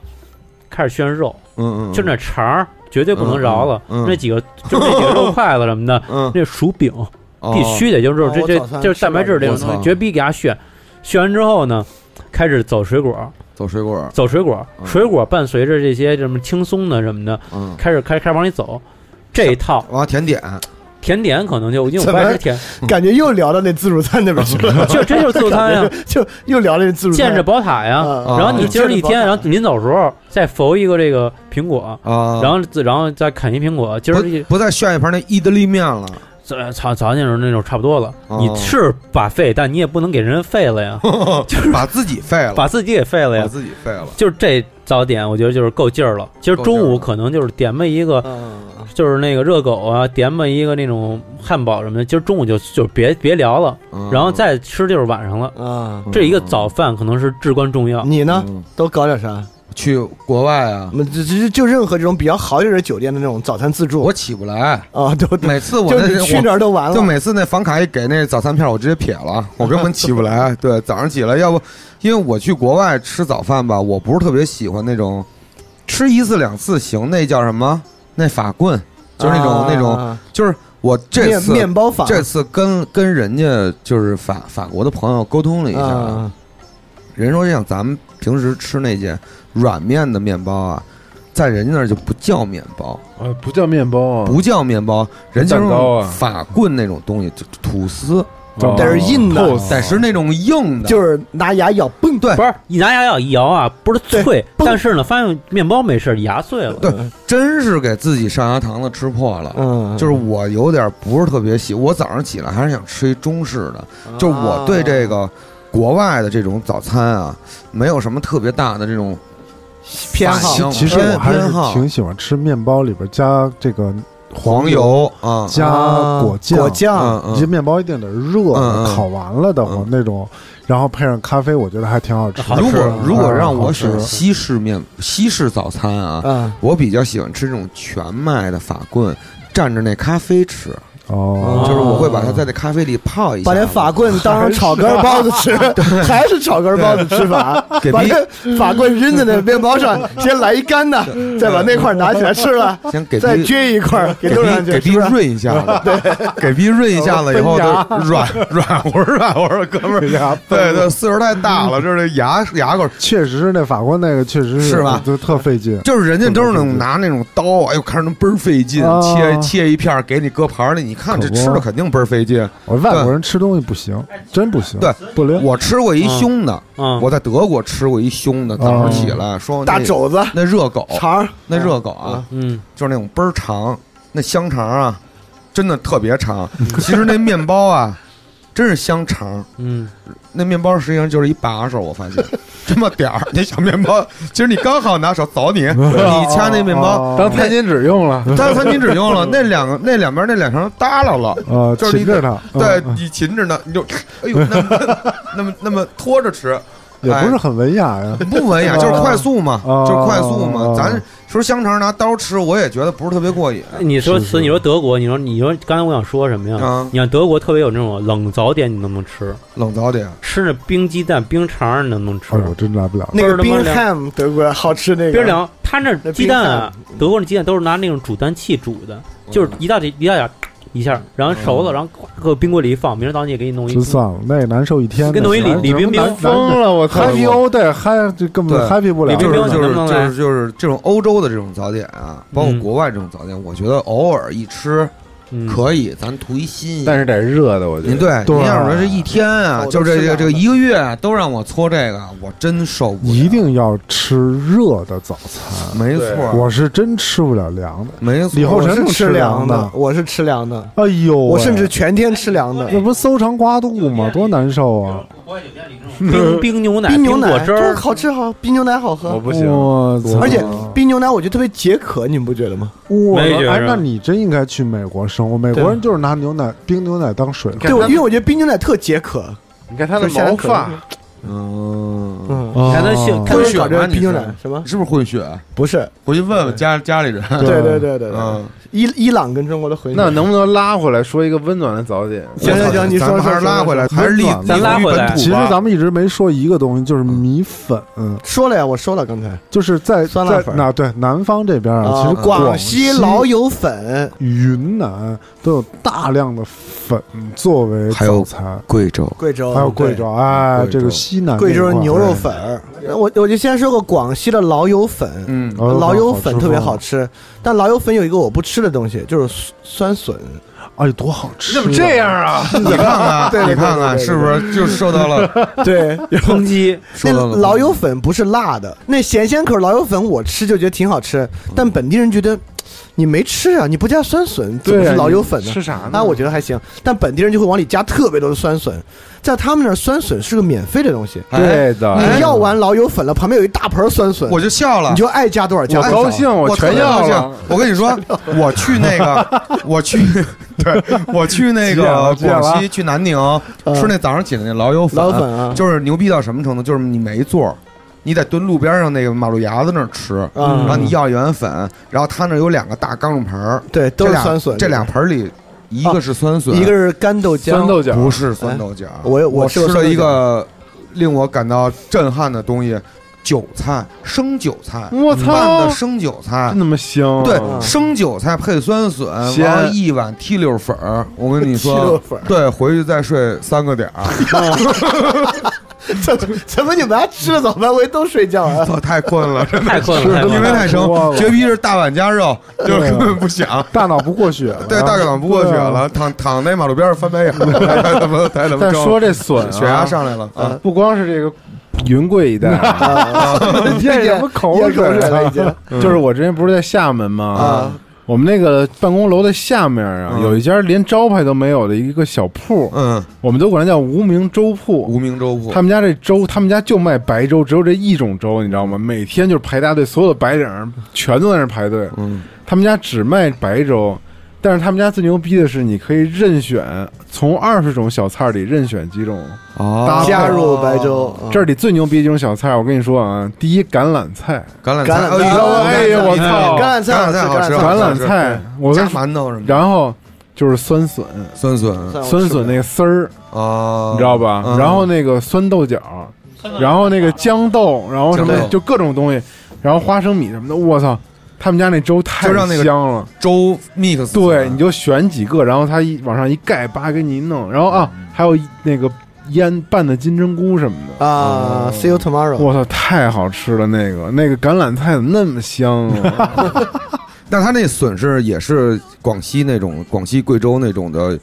Speaker 5: 开始炫肉，
Speaker 6: 嗯嗯，
Speaker 5: 就那肠儿绝对不能饶了，
Speaker 6: 嗯嗯嗯
Speaker 5: 那几个就那几个肉筷子什么 的，
Speaker 6: 嗯
Speaker 5: 那薯饼
Speaker 6: 哦
Speaker 5: 必须得就是
Speaker 9: 哦
Speaker 5: 这
Speaker 9: 我
Speaker 5: 这
Speaker 9: 早餐
Speaker 5: 就是
Speaker 9: 吃
Speaker 5: 蛋白
Speaker 9: 了
Speaker 5: 质这种
Speaker 6: 我操
Speaker 5: 东西，绝逼给它炫，炫完之后呢。开始走水果，
Speaker 6: 走水果儿，
Speaker 5: 走水果，
Speaker 6: 嗯
Speaker 5: 水果伴随着这些什么轻松的什么的，
Speaker 6: 嗯，
Speaker 5: 开始开始开始往里走。这一套
Speaker 6: 完了甜点，啊
Speaker 5: 甜点可能就因为我
Speaker 9: 怎
Speaker 5: 不
Speaker 9: 么
Speaker 5: 爱吃 甜，
Speaker 9: 感觉又聊到那自助餐那边去了，
Speaker 5: 就这就是自助餐呀，
Speaker 9: 就又聊到那自助餐，
Speaker 5: 见着宝塔呀，
Speaker 9: 啊
Speaker 5: 然后你今儿一天，
Speaker 9: 啊
Speaker 5: 然后临走的时候再缝一个这个苹果，
Speaker 6: 啊，
Speaker 5: 然后自然后再啃一苹果。今儿一
Speaker 6: 不不再炫一盘那意大利面了，
Speaker 5: 这操早那种那种差不多了，
Speaker 6: 哦
Speaker 5: 你是把费，但你也不能给人废了 呀，
Speaker 6: 就是把自己废了，
Speaker 5: 把自己给废了
Speaker 6: 把
Speaker 5: 呀。
Speaker 6: 自己废了，
Speaker 5: 就是这早点，我觉得就是够劲儿了。今儿中午
Speaker 6: 够劲儿了
Speaker 5: 可能就是点吧一个，就是那个热狗啊，点吧一个那种汉堡什么的。今儿中午就就别别聊了，
Speaker 6: 嗯
Speaker 5: 然后再吃就是晚上了。
Speaker 9: 啊，
Speaker 5: 这一个早饭可能是至关重要。
Speaker 9: 你呢
Speaker 6: 嗯
Speaker 9: 都搞点啥？
Speaker 6: 去国外啊
Speaker 9: 我，们就就就任何这种比较好一点的酒店的那种早餐自助
Speaker 5: 嗯
Speaker 6: 我起不来，
Speaker 9: 啊，都都
Speaker 6: 每次我
Speaker 9: 就
Speaker 6: 那
Speaker 9: 你去
Speaker 6: 我
Speaker 9: 哪儿都完了，
Speaker 6: 就每次那房卡一给那早餐票，我直接撇了，我根本起不 来。对，早上起来，要不因为我去国外吃早饭吧，我不是特别喜欢那种吃一次两次行，那叫什么？那法棍，就是那种、
Speaker 9: 啊
Speaker 6: 那种，就是我这
Speaker 9: 面
Speaker 6: 次
Speaker 9: 面包法
Speaker 6: 这次跟跟人家就是法法国的朋友沟通了一下，
Speaker 9: 啊
Speaker 6: 人说像咱们平时吃那些软面的面包啊，在人家那儿就不叫面包，
Speaker 8: 啊，不叫面包
Speaker 9: 哦
Speaker 8: 啊，
Speaker 6: 不叫面包，人家
Speaker 8: 蛋糕
Speaker 6: 用
Speaker 8: 啊
Speaker 6: 法棍那种东西，就吐司。
Speaker 8: 哦
Speaker 9: 但是硬的
Speaker 8: ，toast
Speaker 6: 得是那种硬的，
Speaker 9: 就是拿牙咬蹦
Speaker 6: 对
Speaker 5: 不是你拿牙咬一摇啊，不是脆，
Speaker 9: 嘣
Speaker 5: 但是呢，发现面包没事，牙碎了。
Speaker 6: 对，真是给自己上牙膛子吃破了。
Speaker 9: 嗯
Speaker 6: 就是我有点不是特别喜，我早上起来还是想吃一中式的。就是我对这个国外的这种早餐啊，没有什么特别大的这种
Speaker 9: 偏好
Speaker 6: 反应
Speaker 3: 其实我还是
Speaker 6: 啊偏好
Speaker 3: 挺喜欢吃面包里边加这个
Speaker 6: 黄油啊，
Speaker 3: 加果酱，
Speaker 9: 果酱
Speaker 6: 嗯
Speaker 3: 这
Speaker 6: 嗯。
Speaker 3: 面包一定得热的，
Speaker 6: 嗯嗯
Speaker 3: 烤完了的话
Speaker 6: 嗯
Speaker 3: 那种，然后配上咖啡，我觉得还挺好吃的。啊
Speaker 5: 好
Speaker 6: 如
Speaker 5: 吃
Speaker 6: 果如果让我
Speaker 3: 好
Speaker 6: 选
Speaker 3: 吃
Speaker 6: 西式面西式早餐啊，
Speaker 9: 嗯
Speaker 6: 我比较喜欢吃这种全麦的法棍，蘸着那咖啡吃，
Speaker 3: 哦，
Speaker 6: 就是我会把它在那咖啡里泡一下，
Speaker 9: 把那法棍当成炒根包子吃，还是炒根包子吃法？
Speaker 6: 给
Speaker 9: 把
Speaker 6: 逼
Speaker 9: 那法棍扔在那面包上，先来一干 的，再把那块拿起来吃了，
Speaker 6: 先给
Speaker 9: 再
Speaker 6: 逼
Speaker 9: 撅一块儿给
Speaker 6: 给
Speaker 9: 丢上
Speaker 6: 逼
Speaker 9: 去，
Speaker 6: 给
Speaker 9: 是
Speaker 6: 逼
Speaker 9: 不是
Speaker 6: 润一 下子，对，给逼润一下子以后就软软乎软乎的，哥们 儿，对对，岁数太大了，这是牙牙口，
Speaker 3: 确实是那法国那个确实
Speaker 6: 是吧
Speaker 3: 就特费劲。
Speaker 6: 就是人家都是那种拿那种刀，哎呦，看着那倍儿费劲，
Speaker 3: 啊
Speaker 6: 切切一片儿给你搁盘儿里，你看这
Speaker 3: 可不
Speaker 6: 吃的肯定倍儿费劲。
Speaker 3: 我外国人吃东西不行，真不行，
Speaker 6: 对，
Speaker 3: 不灵。
Speaker 6: 我吃过一
Speaker 9: 啊
Speaker 6: 凶的，
Speaker 5: 嗯，
Speaker 6: 我在德国吃过一凶的，早上起来说
Speaker 9: 啊大
Speaker 6: 那
Speaker 9: 肘子、
Speaker 6: 那热狗，
Speaker 9: 肠儿
Speaker 6: 那热狗啊，
Speaker 5: 嗯，
Speaker 6: 就是那种倍儿长，那香肠啊，真的特别 长。其实那面包啊，真是香肠。
Speaker 5: 嗯，
Speaker 6: 那面包实际上就是一把手，我发现这么点儿，那小面包，其实你刚好拿手凿你，你掐那面
Speaker 3: 啊
Speaker 6: 包，
Speaker 8: 当餐巾纸用了，
Speaker 6: 当餐巾纸用了，那两个那两边那两层耷拉了。
Speaker 3: 呃，
Speaker 6: 就是
Speaker 3: 勤
Speaker 6: 你
Speaker 3: 着它，
Speaker 6: 对
Speaker 3: 嗯嗯
Speaker 6: 你擒着呢，你就，哎呦，那么那么那么拖着吃，
Speaker 3: 也不
Speaker 6: 哎
Speaker 3: 是啊很文雅呀。
Speaker 6: 不文雅，就是快速嘛，
Speaker 3: 哦
Speaker 6: 就是快速嘛
Speaker 3: 哦。
Speaker 6: 咱说香肠拿刀吃，我也觉得不是特别过瘾。
Speaker 5: 你说
Speaker 3: 是
Speaker 5: 词，
Speaker 3: 是
Speaker 5: 你说德国，你说你说刚才我想说什么呀
Speaker 6: 啊？
Speaker 5: 你看德国特别有那种冷早点，你能不能吃？
Speaker 6: 冷早点，
Speaker 5: 吃那冰鸡蛋、冰肠儿，你能不能吃
Speaker 3: 哎？呦，我真来不了。
Speaker 9: 那个
Speaker 5: 倍儿
Speaker 9: Bing
Speaker 5: 的
Speaker 9: Ham 德国好吃那
Speaker 5: 冰
Speaker 9: 个，
Speaker 5: 凉，他那
Speaker 9: 那
Speaker 5: 鸡蛋啊，德国的鸡蛋都是拿那种煮蛋器煮的，
Speaker 9: 嗯
Speaker 5: 就是一大点一大点一下，然后熟了，然后呱搁冰柜里一放，明儿早上也给你弄一
Speaker 3: 真。算了，那也难受一天。
Speaker 5: 跟
Speaker 3: 那
Speaker 5: 董一
Speaker 3: 是
Speaker 5: 李李冰冰
Speaker 3: 难
Speaker 8: 疯了，我操！
Speaker 3: happy all day，嗨，哎这根本
Speaker 6: 对
Speaker 3: happy 不了。
Speaker 5: 李
Speaker 6: 就
Speaker 5: 冰
Speaker 6: 是
Speaker 5: 冰
Speaker 6: 就
Speaker 5: 能
Speaker 6: 是
Speaker 5: 不能
Speaker 6: 就
Speaker 5: 来
Speaker 6: 是就是这种欧洲的这种早点啊，包括
Speaker 5: 嗯
Speaker 6: 国外这种早点，我觉得偶尔一吃
Speaker 5: 嗯
Speaker 6: 可以，咱图一新。
Speaker 8: 但是得热的，我觉
Speaker 6: 您
Speaker 8: 得。
Speaker 3: 对
Speaker 6: 对，您要是说是一天啊，
Speaker 9: 口都
Speaker 6: 就这这个
Speaker 9: 吃凉
Speaker 6: 这个
Speaker 9: 了
Speaker 6: 一个月啊都让我搓这个，我真受不了。
Speaker 3: 一定要吃热的早餐。
Speaker 6: 没错
Speaker 8: 对
Speaker 6: 儿，
Speaker 3: 我是真吃不了凉的。
Speaker 6: 没错儿。
Speaker 3: 李厚
Speaker 9: 我
Speaker 3: 辰
Speaker 9: 是
Speaker 3: 能
Speaker 9: 吃
Speaker 3: 凉
Speaker 9: 凉
Speaker 3: 的
Speaker 9: 的，，我是吃凉的，
Speaker 3: 哎呦喂，
Speaker 9: 我甚至全天吃凉的。
Speaker 3: 那不是搜肠刮肚吗？多难受啊！
Speaker 5: 冰冰牛奶、
Speaker 9: 冰牛
Speaker 5: 冰
Speaker 9: 奶
Speaker 5: 果汁
Speaker 9: 就是
Speaker 5: 儿，
Speaker 9: 好吃好，冰牛奶好
Speaker 8: 我
Speaker 9: 喝，
Speaker 8: 不行，
Speaker 3: 我操
Speaker 9: 而且冰牛奶我觉得特别解渴，你们不觉得吗？
Speaker 3: 我
Speaker 5: 没觉着
Speaker 3: 哎，那你真应该去美国生活。美国人就是拿牛奶、冰牛奶当水喝。
Speaker 9: 对，我因为我觉得冰牛奶特解渴。
Speaker 8: 你看他的
Speaker 9: 就夏天
Speaker 8: 毛
Speaker 9: 可
Speaker 8: 发，
Speaker 6: 嗯，
Speaker 9: 嗯，
Speaker 3: 哦
Speaker 5: 看他性，看
Speaker 9: 我
Speaker 6: 混
Speaker 9: 也
Speaker 6: 血
Speaker 9: 搞这
Speaker 6: 吗
Speaker 9: 冰
Speaker 6: 你
Speaker 9: 牛
Speaker 6: 是
Speaker 9: 奶什么？
Speaker 6: 是不是混血？啊
Speaker 9: 不是，
Speaker 6: 回去问问家家里人。
Speaker 9: 对对对对对
Speaker 6: 嗯，，
Speaker 9: 伊伊朗跟中国的混血。
Speaker 8: 那能不能拉回来说一个温暖的早 点？
Speaker 9: 行行行，你
Speaker 6: 咱
Speaker 9: 说
Speaker 6: 们还
Speaker 9: 说
Speaker 6: 是拉回来，
Speaker 9: 说
Speaker 6: 还是立
Speaker 3: 咱
Speaker 5: 拉回来
Speaker 3: 其实咱们一直没说一个东西，就是米粉，
Speaker 9: 说了呀，我说了刚才
Speaker 3: 就是在
Speaker 9: 酸
Speaker 3: 在
Speaker 9: 辣粉哦
Speaker 3: 那对南方这边啊，其实
Speaker 9: 广
Speaker 3: 西
Speaker 9: 西老友粉，
Speaker 3: 云南都有大量的粉作为
Speaker 6: 还有
Speaker 3: 早餐，
Speaker 6: 贵州，
Speaker 9: 贵州
Speaker 3: 还有贵州，哎，
Speaker 6: 贵州
Speaker 3: 这个西南
Speaker 9: 哦贵州
Speaker 3: 这块儿
Speaker 9: 牛肉，粉儿，我我就先说个广西的老友粉，
Speaker 3: 哎
Speaker 6: 嗯，
Speaker 9: 老友粉特别好。
Speaker 3: 吃
Speaker 9: 吃，但老友粉有一个我不吃的东西，就是酸笋。
Speaker 3: 哎呦，多好吃！
Speaker 8: 你怎么 这？样啊？
Speaker 6: 你看看，
Speaker 9: 对对对对
Speaker 6: 你看看，
Speaker 9: 对对对
Speaker 6: 是不是就受到了
Speaker 9: 对，
Speaker 5: 抨击，
Speaker 6: 受
Speaker 9: 那
Speaker 6: 到了
Speaker 9: 老友粉不是辣的，那咸鲜口老友粉我吃就觉得挺好吃，但本地人觉得你没吃啊，你不加酸笋怎么
Speaker 8: 对
Speaker 9: 是
Speaker 8: 啊
Speaker 9: 老
Speaker 8: 你
Speaker 9: 友粉呢？
Speaker 8: 吃啥呢？
Speaker 9: 啊，我觉得还行，但本地人就会往里加特别多的酸笋，在他们那儿酸笋是个免费的东西，
Speaker 6: 哎，
Speaker 8: 对的，
Speaker 9: 你要完老友粉了，旁边有一大盆酸笋，
Speaker 6: 我就笑了
Speaker 9: 你。就爱加多少加
Speaker 8: 我
Speaker 9: 多少。
Speaker 8: 高兴，
Speaker 6: 我
Speaker 8: 全要了。
Speaker 6: 我跟你说，我去那个，我去， 对，我去那
Speaker 8: 急眼
Speaker 6: 个
Speaker 8: 了急眼了
Speaker 6: 广西，去南宁吃那早上起来那老友粉，
Speaker 9: 嗯老友粉啊
Speaker 6: 就是牛逼到什么程度？就是你没座儿，你得蹲路边上那个马路牙子那儿吃，
Speaker 9: 嗯
Speaker 6: 然后你要一碗粉，然后他那儿有两个大钢种盆儿，
Speaker 9: 对，都
Speaker 6: 这
Speaker 9: 是
Speaker 6: 俩
Speaker 9: 酸笋，
Speaker 6: 这俩盆儿里一个是酸笋，
Speaker 9: 一个是干豆
Speaker 8: 酸
Speaker 9: 浆，
Speaker 8: 豆角
Speaker 6: 不是酸豆角儿。
Speaker 9: 我我
Speaker 6: 我
Speaker 9: 吃
Speaker 6: 吃
Speaker 9: 过
Speaker 6: 了
Speaker 9: 酸豆
Speaker 6: 一
Speaker 9: 角
Speaker 6: 个令我感到震撼的东西，韭菜，生韭菜，
Speaker 8: 我
Speaker 6: 拌
Speaker 8: 操
Speaker 6: 的，生韭菜
Speaker 8: 真。那么香啊！
Speaker 6: 对，生韭菜配酸笋，
Speaker 8: 鲜
Speaker 6: 然后一碗剔溜粉儿。我跟你
Speaker 9: 剔溜
Speaker 6: 说
Speaker 9: 粉儿，
Speaker 6: 对，回去再睡三个点 儿，哎
Speaker 9: 怎怎么你们还吃了早饭，我也都睡觉啊？
Speaker 6: 操，太困 了，真的
Speaker 5: 太困了，太
Speaker 6: 因
Speaker 5: 困
Speaker 6: 为
Speaker 5: 了。
Speaker 6: 太撑
Speaker 3: 多，了
Speaker 6: 绝逼是大碗加肉，就是
Speaker 8: 啊
Speaker 6: 根本不想。
Speaker 3: 大脑不过血了，啊
Speaker 6: 对，大脑不过血了，躺躺那马路边儿翻白眼儿， 太他妈太他妈
Speaker 8: 但
Speaker 6: 正
Speaker 8: 说这笋 啊
Speaker 6: 血压上来了啊！
Speaker 8: 不光是这个云贵一带啊，你咽什么口
Speaker 9: 咽口水了已经
Speaker 8: 就是我之前不是在厦门吗
Speaker 9: 啊？
Speaker 8: 我们那个办公楼的下面啊，
Speaker 6: 嗯
Speaker 8: 有一家连招牌都没有的一个小铺，
Speaker 6: 嗯，
Speaker 8: 我们都管它叫无名粥铺。
Speaker 6: 无名粥铺，
Speaker 8: 他们家这粥，他们家就卖白粥，只有这一种粥，你知道吗？每天就是排大队，所有的白领儿全都在那儿排队。
Speaker 6: 嗯，
Speaker 8: 他们家只卖白粥，但是他们家最牛逼的是，你可以任选从二十种小菜里任选几种。
Speaker 6: 哦
Speaker 8: 搭
Speaker 9: 加入白粥，
Speaker 6: 啊
Speaker 8: 这里最牛逼的几种小菜，我跟你说啊，第一橄榄菜，
Speaker 6: 橄榄
Speaker 9: 橄榄菜
Speaker 6: 呦
Speaker 9: 哎
Speaker 8: 呦我
Speaker 9: 嗯
Speaker 8: 操
Speaker 9: 橄榄菜
Speaker 6: 啊橄榄菜好
Speaker 9: 好
Speaker 6: 吃
Speaker 9: 吃，
Speaker 8: 橄榄
Speaker 6: 是
Speaker 8: 菜，我跟
Speaker 6: 加
Speaker 8: 你说，
Speaker 6: 馒头什么的，
Speaker 8: 然后就是酸笋，
Speaker 6: 酸笋
Speaker 8: 酸笋那个丝儿，
Speaker 6: 哦，
Speaker 8: 你知道吧？
Speaker 6: 嗯
Speaker 8: 然后那个酸豆角，然后那个豇豆，然后什
Speaker 6: 豇
Speaker 8: 么
Speaker 6: 豆
Speaker 8: 就各种东西，然后花生米什么的，我操！他们家那粥太
Speaker 6: 就让那个
Speaker 8: 香了，
Speaker 6: 粥 mix，
Speaker 8: 对，你就选几个，然后他一往上一盖，叭给你一弄，然后啊，
Speaker 6: 嗯
Speaker 8: 还有一那个腌拌的金针菇什么的，
Speaker 9: 啊，See you tomorrow。
Speaker 8: 我操，太好吃了！那个那个橄榄菜怎么那么香啊？
Speaker 6: 那他那笋是也是广西那种广西贵州那种的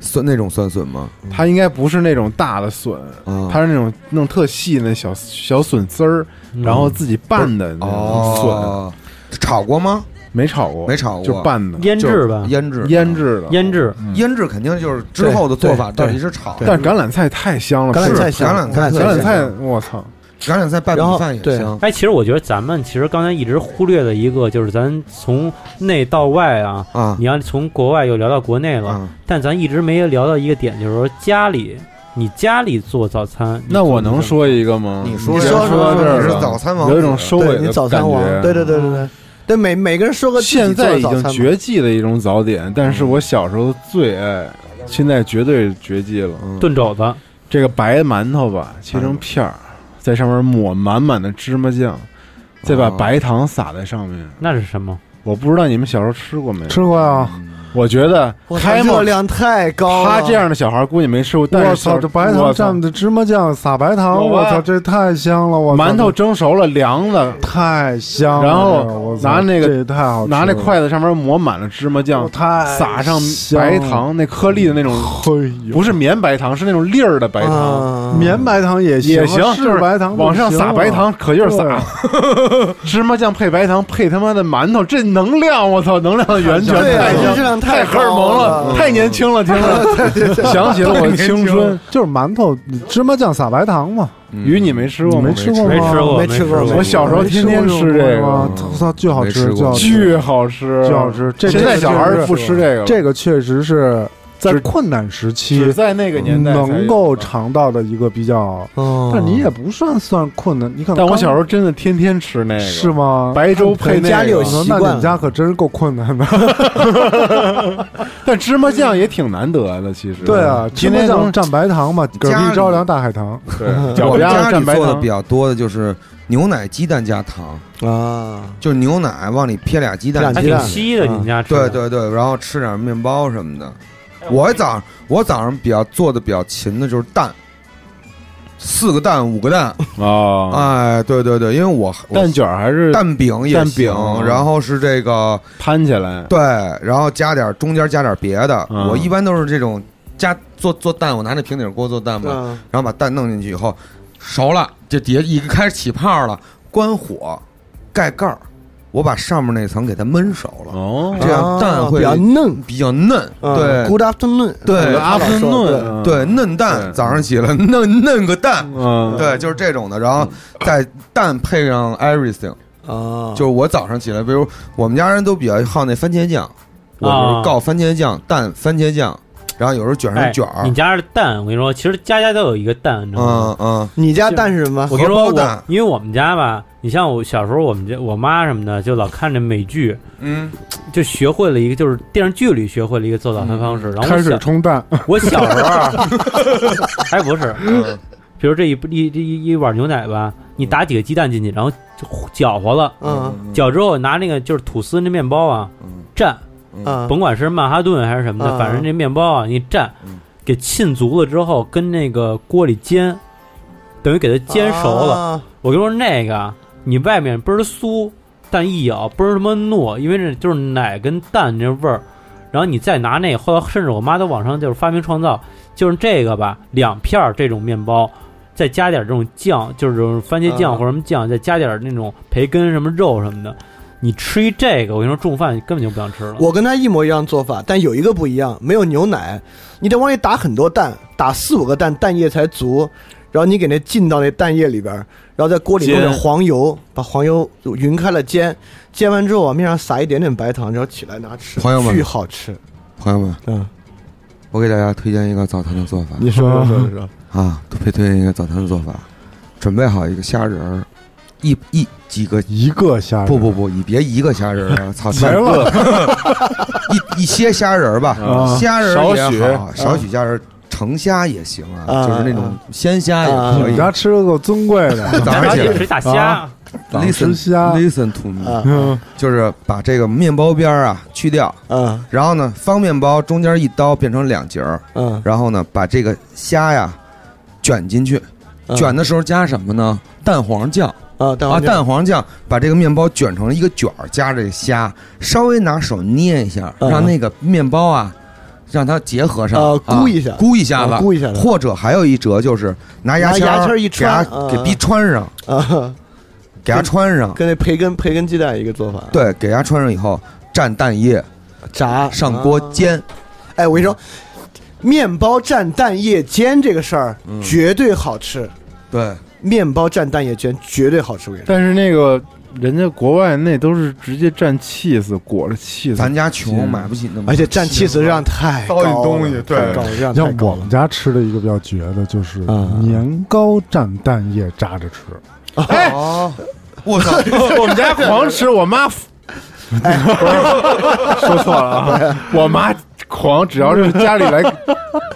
Speaker 6: 酸那种酸笋吗？
Speaker 8: 它应该不是那种大的笋，
Speaker 6: 啊，
Speaker 8: 它是那种弄特细那小小笋丝儿，
Speaker 9: 嗯
Speaker 8: 然后自己拌的那种笋，
Speaker 6: 哦，炒过吗？
Speaker 8: 没炒过，
Speaker 6: 没炒过
Speaker 8: 就拌的
Speaker 5: 腌制吧
Speaker 6: 就，腌制
Speaker 8: 腌制的。
Speaker 5: 腌制
Speaker 6: 腌嗯制肯定就是之后的做法到底是炒，
Speaker 8: 但橄榄菜太香了，
Speaker 9: 橄榄
Speaker 8: 是
Speaker 9: 菜
Speaker 6: 是橄
Speaker 9: 香，
Speaker 6: 榄菜
Speaker 8: 橄榄
Speaker 6: 香
Speaker 8: 菜，我操，
Speaker 6: 橄榄菜拌
Speaker 9: 然
Speaker 6: 米
Speaker 9: 后
Speaker 6: 饭也
Speaker 9: 对
Speaker 6: 香。
Speaker 5: 哎，其实我觉得咱们其实刚才一直忽略的一个，就是咱从内到外啊，
Speaker 6: 啊
Speaker 5: 你要从国外又聊到国内了，
Speaker 9: 嗯
Speaker 6: 啊，
Speaker 5: 但咱一直没聊到一个点，就是说家里，你家里做早餐，你
Speaker 8: 那
Speaker 5: 做
Speaker 8: 我
Speaker 5: 那
Speaker 8: 能
Speaker 5: 种
Speaker 8: 说一个吗？
Speaker 6: 你说
Speaker 8: 既然
Speaker 9: 说
Speaker 8: 说到
Speaker 9: 说
Speaker 8: 这儿
Speaker 6: 你是
Speaker 8: 了
Speaker 6: 早餐王
Speaker 8: 有一
Speaker 6: 子
Speaker 8: 种收尾
Speaker 9: 对
Speaker 8: 的
Speaker 9: 你早餐王
Speaker 8: 感觉，
Speaker 9: 对对对对对，对每每个人说个自己
Speaker 8: 现在已
Speaker 9: 做
Speaker 8: 经
Speaker 9: 的早餐嘛
Speaker 8: 绝迹的一种早点，但是我小时候最爱，现在绝对绝迹了。
Speaker 6: 嗯
Speaker 5: 炖肘子，
Speaker 8: 这个白馒头
Speaker 3: 哎
Speaker 8: 吧，切成片儿，在上面抹满满的芝麻酱，
Speaker 3: 啊
Speaker 8: 再把白糖撒在上面。
Speaker 5: 那是什么？
Speaker 8: 我不知道你们小时候吃过没 有？
Speaker 3: 吃过啊，
Speaker 8: 我觉得
Speaker 9: 我操
Speaker 8: 开
Speaker 9: 热
Speaker 8: 幕
Speaker 9: 量太高了。
Speaker 8: 他这样的小孩估计没吃过， 但是
Speaker 3: 啊我操，这白糖
Speaker 8: 我操
Speaker 3: 蘸的芝麻酱撒白糖，
Speaker 8: 有
Speaker 3: 我
Speaker 8: 啊
Speaker 3: 操，这太香了！我操
Speaker 8: 馒头蒸熟了凉的，
Speaker 3: 太香了，
Speaker 8: 然后
Speaker 3: 这个我操
Speaker 8: 拿那个
Speaker 3: 这也太好吃了，
Speaker 8: 拿那筷子上面抹满了芝麻酱
Speaker 3: 哦，太
Speaker 8: 撒上
Speaker 3: 香了
Speaker 8: 白，糖，那颗粒的那种
Speaker 3: 嘿呦，
Speaker 8: 不是绵白糖，是那种粒儿的白糖。
Speaker 9: 啊
Speaker 3: 绵白糖也行，
Speaker 8: 也行，就是
Speaker 3: 是白糖
Speaker 8: 往上
Speaker 3: 就
Speaker 8: 撒
Speaker 3: 行啊
Speaker 8: 白
Speaker 3: 了
Speaker 8: 糖，，可劲儿撒。 芝麻酱配白糖，配他妈的馒头，这能量，我操，能量的源泉
Speaker 9: 对啊
Speaker 8: 太
Speaker 9: 这量
Speaker 8: 香，太
Speaker 9: 太
Speaker 8: 荷尔蒙
Speaker 9: 高
Speaker 8: 了，
Speaker 9: 了
Speaker 8: 太年轻了，听 着，想起了我的青春。
Speaker 3: 就是馒头芝麻酱撒白糖嘛，
Speaker 8: 鱼你嗯没吃过吗？
Speaker 3: 嗯没吃过
Speaker 5: 没
Speaker 3: 吗
Speaker 5: 吃过，
Speaker 9: 没吃过
Speaker 8: 我小时候天天吃这个，
Speaker 3: 我操，巨好
Speaker 6: 没吃
Speaker 3: 吃，
Speaker 6: 过
Speaker 3: 巨好吃，
Speaker 8: 巨
Speaker 3: 巨好
Speaker 8: 好吃，
Speaker 3: 吃。这
Speaker 8: 现在小孩儿不吃这个了，
Speaker 3: 这个确实是在困难时期
Speaker 8: 只在那个年代才有
Speaker 3: 能够。尝到的一个比较，
Speaker 9: 哦
Speaker 3: 但你也不算算困难。你看，
Speaker 8: 但我小时候真的天天吃那个，
Speaker 3: 是吗？
Speaker 8: 白粥配那个
Speaker 9: 家里有习惯
Speaker 3: 那你们家可真是够困难的。
Speaker 8: 但芝麻酱也挺难得的，其实。
Speaker 3: 对啊，芝
Speaker 8: 今
Speaker 3: 麻
Speaker 8: 天
Speaker 3: 酱蘸白糖嘛，嗝
Speaker 6: 家
Speaker 3: 屁
Speaker 6: 里
Speaker 3: 着凉大海棠。
Speaker 8: 对，
Speaker 6: 我
Speaker 8: 脚
Speaker 6: 们
Speaker 8: 丫
Speaker 6: 家
Speaker 8: 蘸
Speaker 6: 里
Speaker 8: 白
Speaker 6: 做的
Speaker 8: 糖
Speaker 6: 比，较多的就是牛奶、鸡蛋加糖，
Speaker 9: 啊，
Speaker 6: 就是牛奶往里撇俩鸡蛋嗯
Speaker 5: 还
Speaker 9: 撇
Speaker 5: 挺
Speaker 9: 俩鸡蛋
Speaker 5: 稀的，你们家吃
Speaker 6: 对
Speaker 5: 的
Speaker 6: 对对，然后吃点面包什么的。我早上我早上比较做的比较勤的就是蛋，四个蛋五个蛋，
Speaker 8: 啊，
Speaker 6: 哎，对对对，因为我我
Speaker 8: 蛋卷还是
Speaker 6: 蛋饼也
Speaker 8: 蛋饼
Speaker 6: 行，然后是这个
Speaker 8: 摊起来，
Speaker 6: 对，然后加点中间加点别的，
Speaker 8: 嗯
Speaker 6: 我一般都是这种加做做蛋，我拿那平底锅做蛋嘛，
Speaker 8: 啊
Speaker 9: 嗯
Speaker 6: 然后把蛋弄进去以后熟了，这底下已经开始起泡了，关火，盖盖儿，我把上面那层给它焖熟了，
Speaker 8: 哦，
Speaker 6: 这样蛋会
Speaker 9: 啊比较嫩。
Speaker 6: 比较嫩，
Speaker 9: 嗯
Speaker 6: 对。
Speaker 9: ，Good afternoon。
Speaker 6: 对
Speaker 8: 阿芙
Speaker 9: 对
Speaker 8: 嫩，
Speaker 6: 对，嫩蛋，
Speaker 8: 对
Speaker 6: 早上起来 嫩嫩个蛋，
Speaker 8: 嗯，
Speaker 6: 对，就是这种的。然后再蛋配上 everything，
Speaker 9: 啊，
Speaker 6: 就是我早上起来，比如我们家人都比较好那番茄酱，我就是告番茄酱、蛋番茄酱，然后有时候卷
Speaker 5: 啊哎
Speaker 6: 上卷儿
Speaker 5: 你，家的蛋，我跟你说，其实家家都有一个蛋，你知道吗？
Speaker 6: 嗯嗯，
Speaker 9: 你家蛋是什么？
Speaker 5: 我跟你
Speaker 6: 荷
Speaker 5: 说，
Speaker 6: 包
Speaker 5: 我
Speaker 6: 蛋
Speaker 5: 因为我们家吧，你像我小时候，我们家我妈什么的，就老看着美剧，
Speaker 6: 嗯，
Speaker 5: 就学会了一个，就是电视剧里学会了一个做早餐方式。然后我
Speaker 3: 开水
Speaker 5: 小
Speaker 3: 冲蛋，
Speaker 5: 我小时候，哎不是，比如这一一一一碗牛奶吧，你打几个鸡蛋进去，然后就搅和了，
Speaker 9: 嗯
Speaker 5: 搅之后拿那个就是吐司那面包啊
Speaker 6: 嗯
Speaker 5: 蘸，
Speaker 9: 啊，
Speaker 5: 甭管是曼哈顿还是什么的，
Speaker 9: 啊
Speaker 5: 反正这面包啊你蘸
Speaker 6: 嗯，
Speaker 5: 给浸足了之后，跟那个锅里煎，等于给它煎熟了。
Speaker 9: 啊，
Speaker 5: 我跟你说，那个啊你外面倍儿酥，但一咬倍儿他妈糯，因为这就是奶跟蛋这味儿。然后你再拿那个，后来甚至我妈都往上就是发明创造，就是这个吧，两片儿这种面包，再加点这种酱，就是这种番茄酱
Speaker 9: 啊
Speaker 5: 或者什么酱，再加点那种培根什么肉什么的。你吃一这个，我跟你说，中饭根本就不想吃了。
Speaker 9: 我跟他一模一样做法，但有一个不一样，没有牛奶，你得往里打很多蛋，打四五个蛋，蛋液才足。然后你给那浸到那蛋液里边儿，然后在锅里弄点
Speaker 8: 煎
Speaker 9: 黄油，把黄油匀开了煎，煎完之后往面上撒一点点白糖，然后起来拿吃，
Speaker 6: 朋友们
Speaker 9: 巨好吃。
Speaker 6: 朋友们，
Speaker 9: 嗯，
Speaker 6: 我给大家推荐一个早餐的做法
Speaker 9: 你说说说说，
Speaker 6: 啊，推推荐一个早餐的做法，准备好一个虾仁儿，一一几个。
Speaker 3: 一个虾仁
Speaker 6: 不不不，你别一个虾仁儿啊！操，
Speaker 3: 没了，
Speaker 6: 一一些虾仁儿吧
Speaker 8: 啊，
Speaker 6: 虾仁儿也好，
Speaker 8: 少许
Speaker 6: 少许虾仁儿，成虾也行啊，
Speaker 9: 啊
Speaker 6: 就是那种鲜虾也啊
Speaker 3: 你
Speaker 6: 可
Speaker 3: 们
Speaker 6: 以。
Speaker 3: 家吃的够尊贵的，
Speaker 6: 早上
Speaker 5: 而
Speaker 6: 起来
Speaker 5: 且吃大虾，
Speaker 3: 啊早上吃
Speaker 6: listen
Speaker 3: 虾
Speaker 6: listen to me，、
Speaker 9: 啊
Speaker 3: 嗯，
Speaker 6: 就是把这个面包边儿啊去掉，
Speaker 9: 嗯
Speaker 6: 然后呢方便包中间一刀变成两截儿，
Speaker 9: 嗯，
Speaker 6: 然后呢把这个虾呀卷进去，
Speaker 9: 嗯
Speaker 6: 卷的时候加什么呢？蛋黄酱
Speaker 9: 啊蛋
Speaker 6: 啊，
Speaker 9: 黄酱
Speaker 6: 蛋黄酱，把这个面包卷成一个卷儿，加这虾，稍微拿手捏一下，
Speaker 9: 嗯
Speaker 6: 让那个面包啊让它结合上，
Speaker 9: 啊
Speaker 6: 啊
Speaker 9: 箍一下
Speaker 6: 箍一下
Speaker 9: 啊
Speaker 6: 子。
Speaker 9: 箍一下子
Speaker 6: 或者还有一折就是拿牙
Speaker 9: 拿
Speaker 6: 签
Speaker 9: 牙签
Speaker 6: 儿
Speaker 9: 儿一
Speaker 6: 给它
Speaker 9: 穿嗯
Speaker 6: 给
Speaker 9: 嗯
Speaker 6: 逼穿上，
Speaker 9: 啊，
Speaker 6: 给它穿上，
Speaker 9: 跟那培根培根鸡蛋一个做法，
Speaker 6: 对，给它穿上以后蘸蛋液，
Speaker 9: 炸
Speaker 6: 上锅
Speaker 9: 啊
Speaker 6: 煎，
Speaker 9: 哎，我跟你说，面包蘸蛋液煎这个事儿、
Speaker 6: 嗯
Speaker 9: 绝对好吃，
Speaker 6: 对，
Speaker 9: 面包蘸蛋液煎绝对好吃。我跟你说，
Speaker 8: 但是那个人家国外那都是直接蘸 cheese 裹着 cheese，
Speaker 6: 咱家穷买不起
Speaker 3: 嗯
Speaker 6: 那么，
Speaker 9: 而且蘸气死量太高
Speaker 6: 糟
Speaker 9: 了，
Speaker 6: 践东西对
Speaker 9: 太高了热量
Speaker 3: 像
Speaker 9: 太高
Speaker 3: 我
Speaker 9: 了
Speaker 3: 们家吃的一个比较绝的就是
Speaker 9: 啊
Speaker 3: 年糕蘸蛋液炸着吃，
Speaker 8: 哎，
Speaker 6: 我 操，
Speaker 8: 我们家 狂吃，我妈。 说错了啊！我妈狂，只要是家里来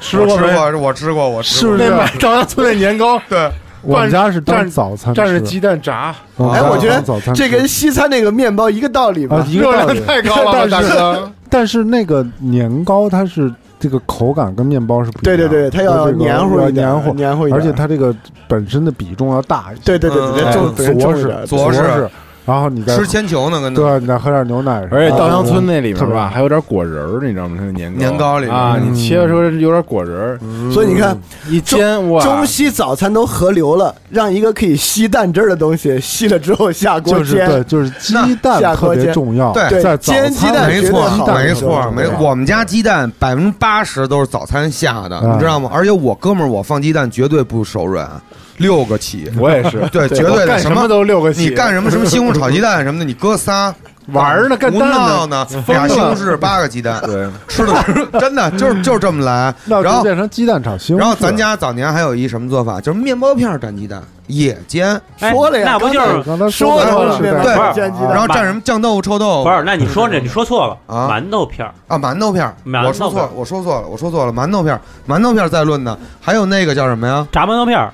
Speaker 8: 吃
Speaker 6: 我
Speaker 8: 过
Speaker 6: 吃
Speaker 8: 没，
Speaker 6: 过，我吃过，我吃
Speaker 8: 是不
Speaker 6: 过
Speaker 8: 是那买朝阳村那年糕？
Speaker 6: 对，
Speaker 3: 我们家是当
Speaker 8: 蘸
Speaker 3: 早餐
Speaker 8: 蘸着
Speaker 3: 吃，
Speaker 8: 鸡蛋炸，
Speaker 3: 嗯
Speaker 9: 哎，我
Speaker 3: 当
Speaker 9: 觉
Speaker 3: 早
Speaker 9: 得
Speaker 3: 餐
Speaker 9: 这
Speaker 3: 吃
Speaker 9: 跟西餐那个面包一个道理
Speaker 3: 啊
Speaker 9: 吧。
Speaker 3: 一个
Speaker 8: 热
Speaker 3: 道
Speaker 8: 量
Speaker 3: 理。
Speaker 8: 太高了吧，大哥。
Speaker 3: 但是那个年糕它是这个口感跟面包是不一
Speaker 9: 对
Speaker 3: 样的，
Speaker 9: 对对，它
Speaker 3: 它
Speaker 9: 要
Speaker 3: 这个
Speaker 9: 黏糊
Speaker 3: 要
Speaker 9: 一点，
Speaker 3: 黏糊，
Speaker 9: 黏糊一点，
Speaker 3: 而且它这个本身的比重要大一些，哎
Speaker 9: 对对对对，
Speaker 6: 嗯
Speaker 9: 对重本身
Speaker 3: 着
Speaker 9: 重
Speaker 3: 实
Speaker 9: 一点
Speaker 6: 着实
Speaker 3: 实，然后你再
Speaker 6: 吃铅球呢，跟那
Speaker 3: 对，你再喝点牛奶，啊
Speaker 8: 而且稻香村
Speaker 3: 那
Speaker 8: 那里面
Speaker 3: 特别
Speaker 8: 吧，还有点果仁儿，你知道吗？它那年糕
Speaker 6: 年糕里面
Speaker 8: 啊，
Speaker 3: 嗯
Speaker 8: 你切的时候有点果仁儿，
Speaker 9: 所以你看，
Speaker 8: 一煎哇，
Speaker 9: 中西早餐都合流了，让一个可以吸蛋汁儿的东西吸了之后下锅
Speaker 3: 就是
Speaker 9: 煎，
Speaker 3: 对，就是鸡
Speaker 6: 那
Speaker 3: 蛋
Speaker 9: 下
Speaker 3: 特
Speaker 9: 锅
Speaker 3: 别
Speaker 9: 煎
Speaker 3: 重要，
Speaker 6: 对
Speaker 3: 在早
Speaker 9: 煎鸡
Speaker 3: 餐
Speaker 9: 蛋
Speaker 6: 没
Speaker 9: 绝对
Speaker 6: 错
Speaker 9: 好，
Speaker 6: 没
Speaker 9: 鸡蛋
Speaker 6: 错，没
Speaker 3: 对
Speaker 8: 啊
Speaker 6: 我们家鸡蛋百分之八十都是早餐下的，
Speaker 8: 啊
Speaker 3: 嗯
Speaker 6: 你知道吗？而且我哥们儿，我放鸡蛋绝对不手软，六个起，
Speaker 8: 我也是，
Speaker 6: 对，绝对
Speaker 8: 我
Speaker 6: 的。
Speaker 8: 干什
Speaker 6: 么
Speaker 8: 都六个
Speaker 6: 你
Speaker 8: 起，
Speaker 6: 干什么？什么西红柿炒鸡蛋什么的，你哥仨 啊
Speaker 8: 玩儿呢干
Speaker 6: 胡
Speaker 8: 蛋呢
Speaker 6: 闹呢，
Speaker 8: 疯
Speaker 6: 俩
Speaker 8: 了
Speaker 6: 西红柿八个鸡蛋，
Speaker 8: 对，
Speaker 6: 吃 的真的就是就是这么来。
Speaker 3: 那
Speaker 6: 然
Speaker 3: 就
Speaker 6: 后
Speaker 3: 变成鸡蛋炒西红柿。
Speaker 6: 然后咱家早年还有一什么做法，就是面包片儿蘸鸡蛋也煎，
Speaker 5: 哎
Speaker 9: 说了呀
Speaker 5: 那不就
Speaker 3: 我
Speaker 5: 是
Speaker 3: 刚才
Speaker 9: 说
Speaker 3: 的
Speaker 9: 的
Speaker 3: 都
Speaker 9: 了
Speaker 3: 是
Speaker 9: 面
Speaker 3: 蛋
Speaker 6: 对
Speaker 9: 包煎鸡蛋
Speaker 6: 然后蘸什么酱豆腐、臭豆腐
Speaker 5: 不是？那你说这你说错了，
Speaker 6: 啊
Speaker 5: 馒头片儿
Speaker 6: 啊，馒头片儿，
Speaker 5: 馒头片儿
Speaker 6: 我说错了，我说错了，我说错了，馒头片儿，馒头片儿再论呢，还有那个叫什么呀？
Speaker 5: 炸馒头片儿，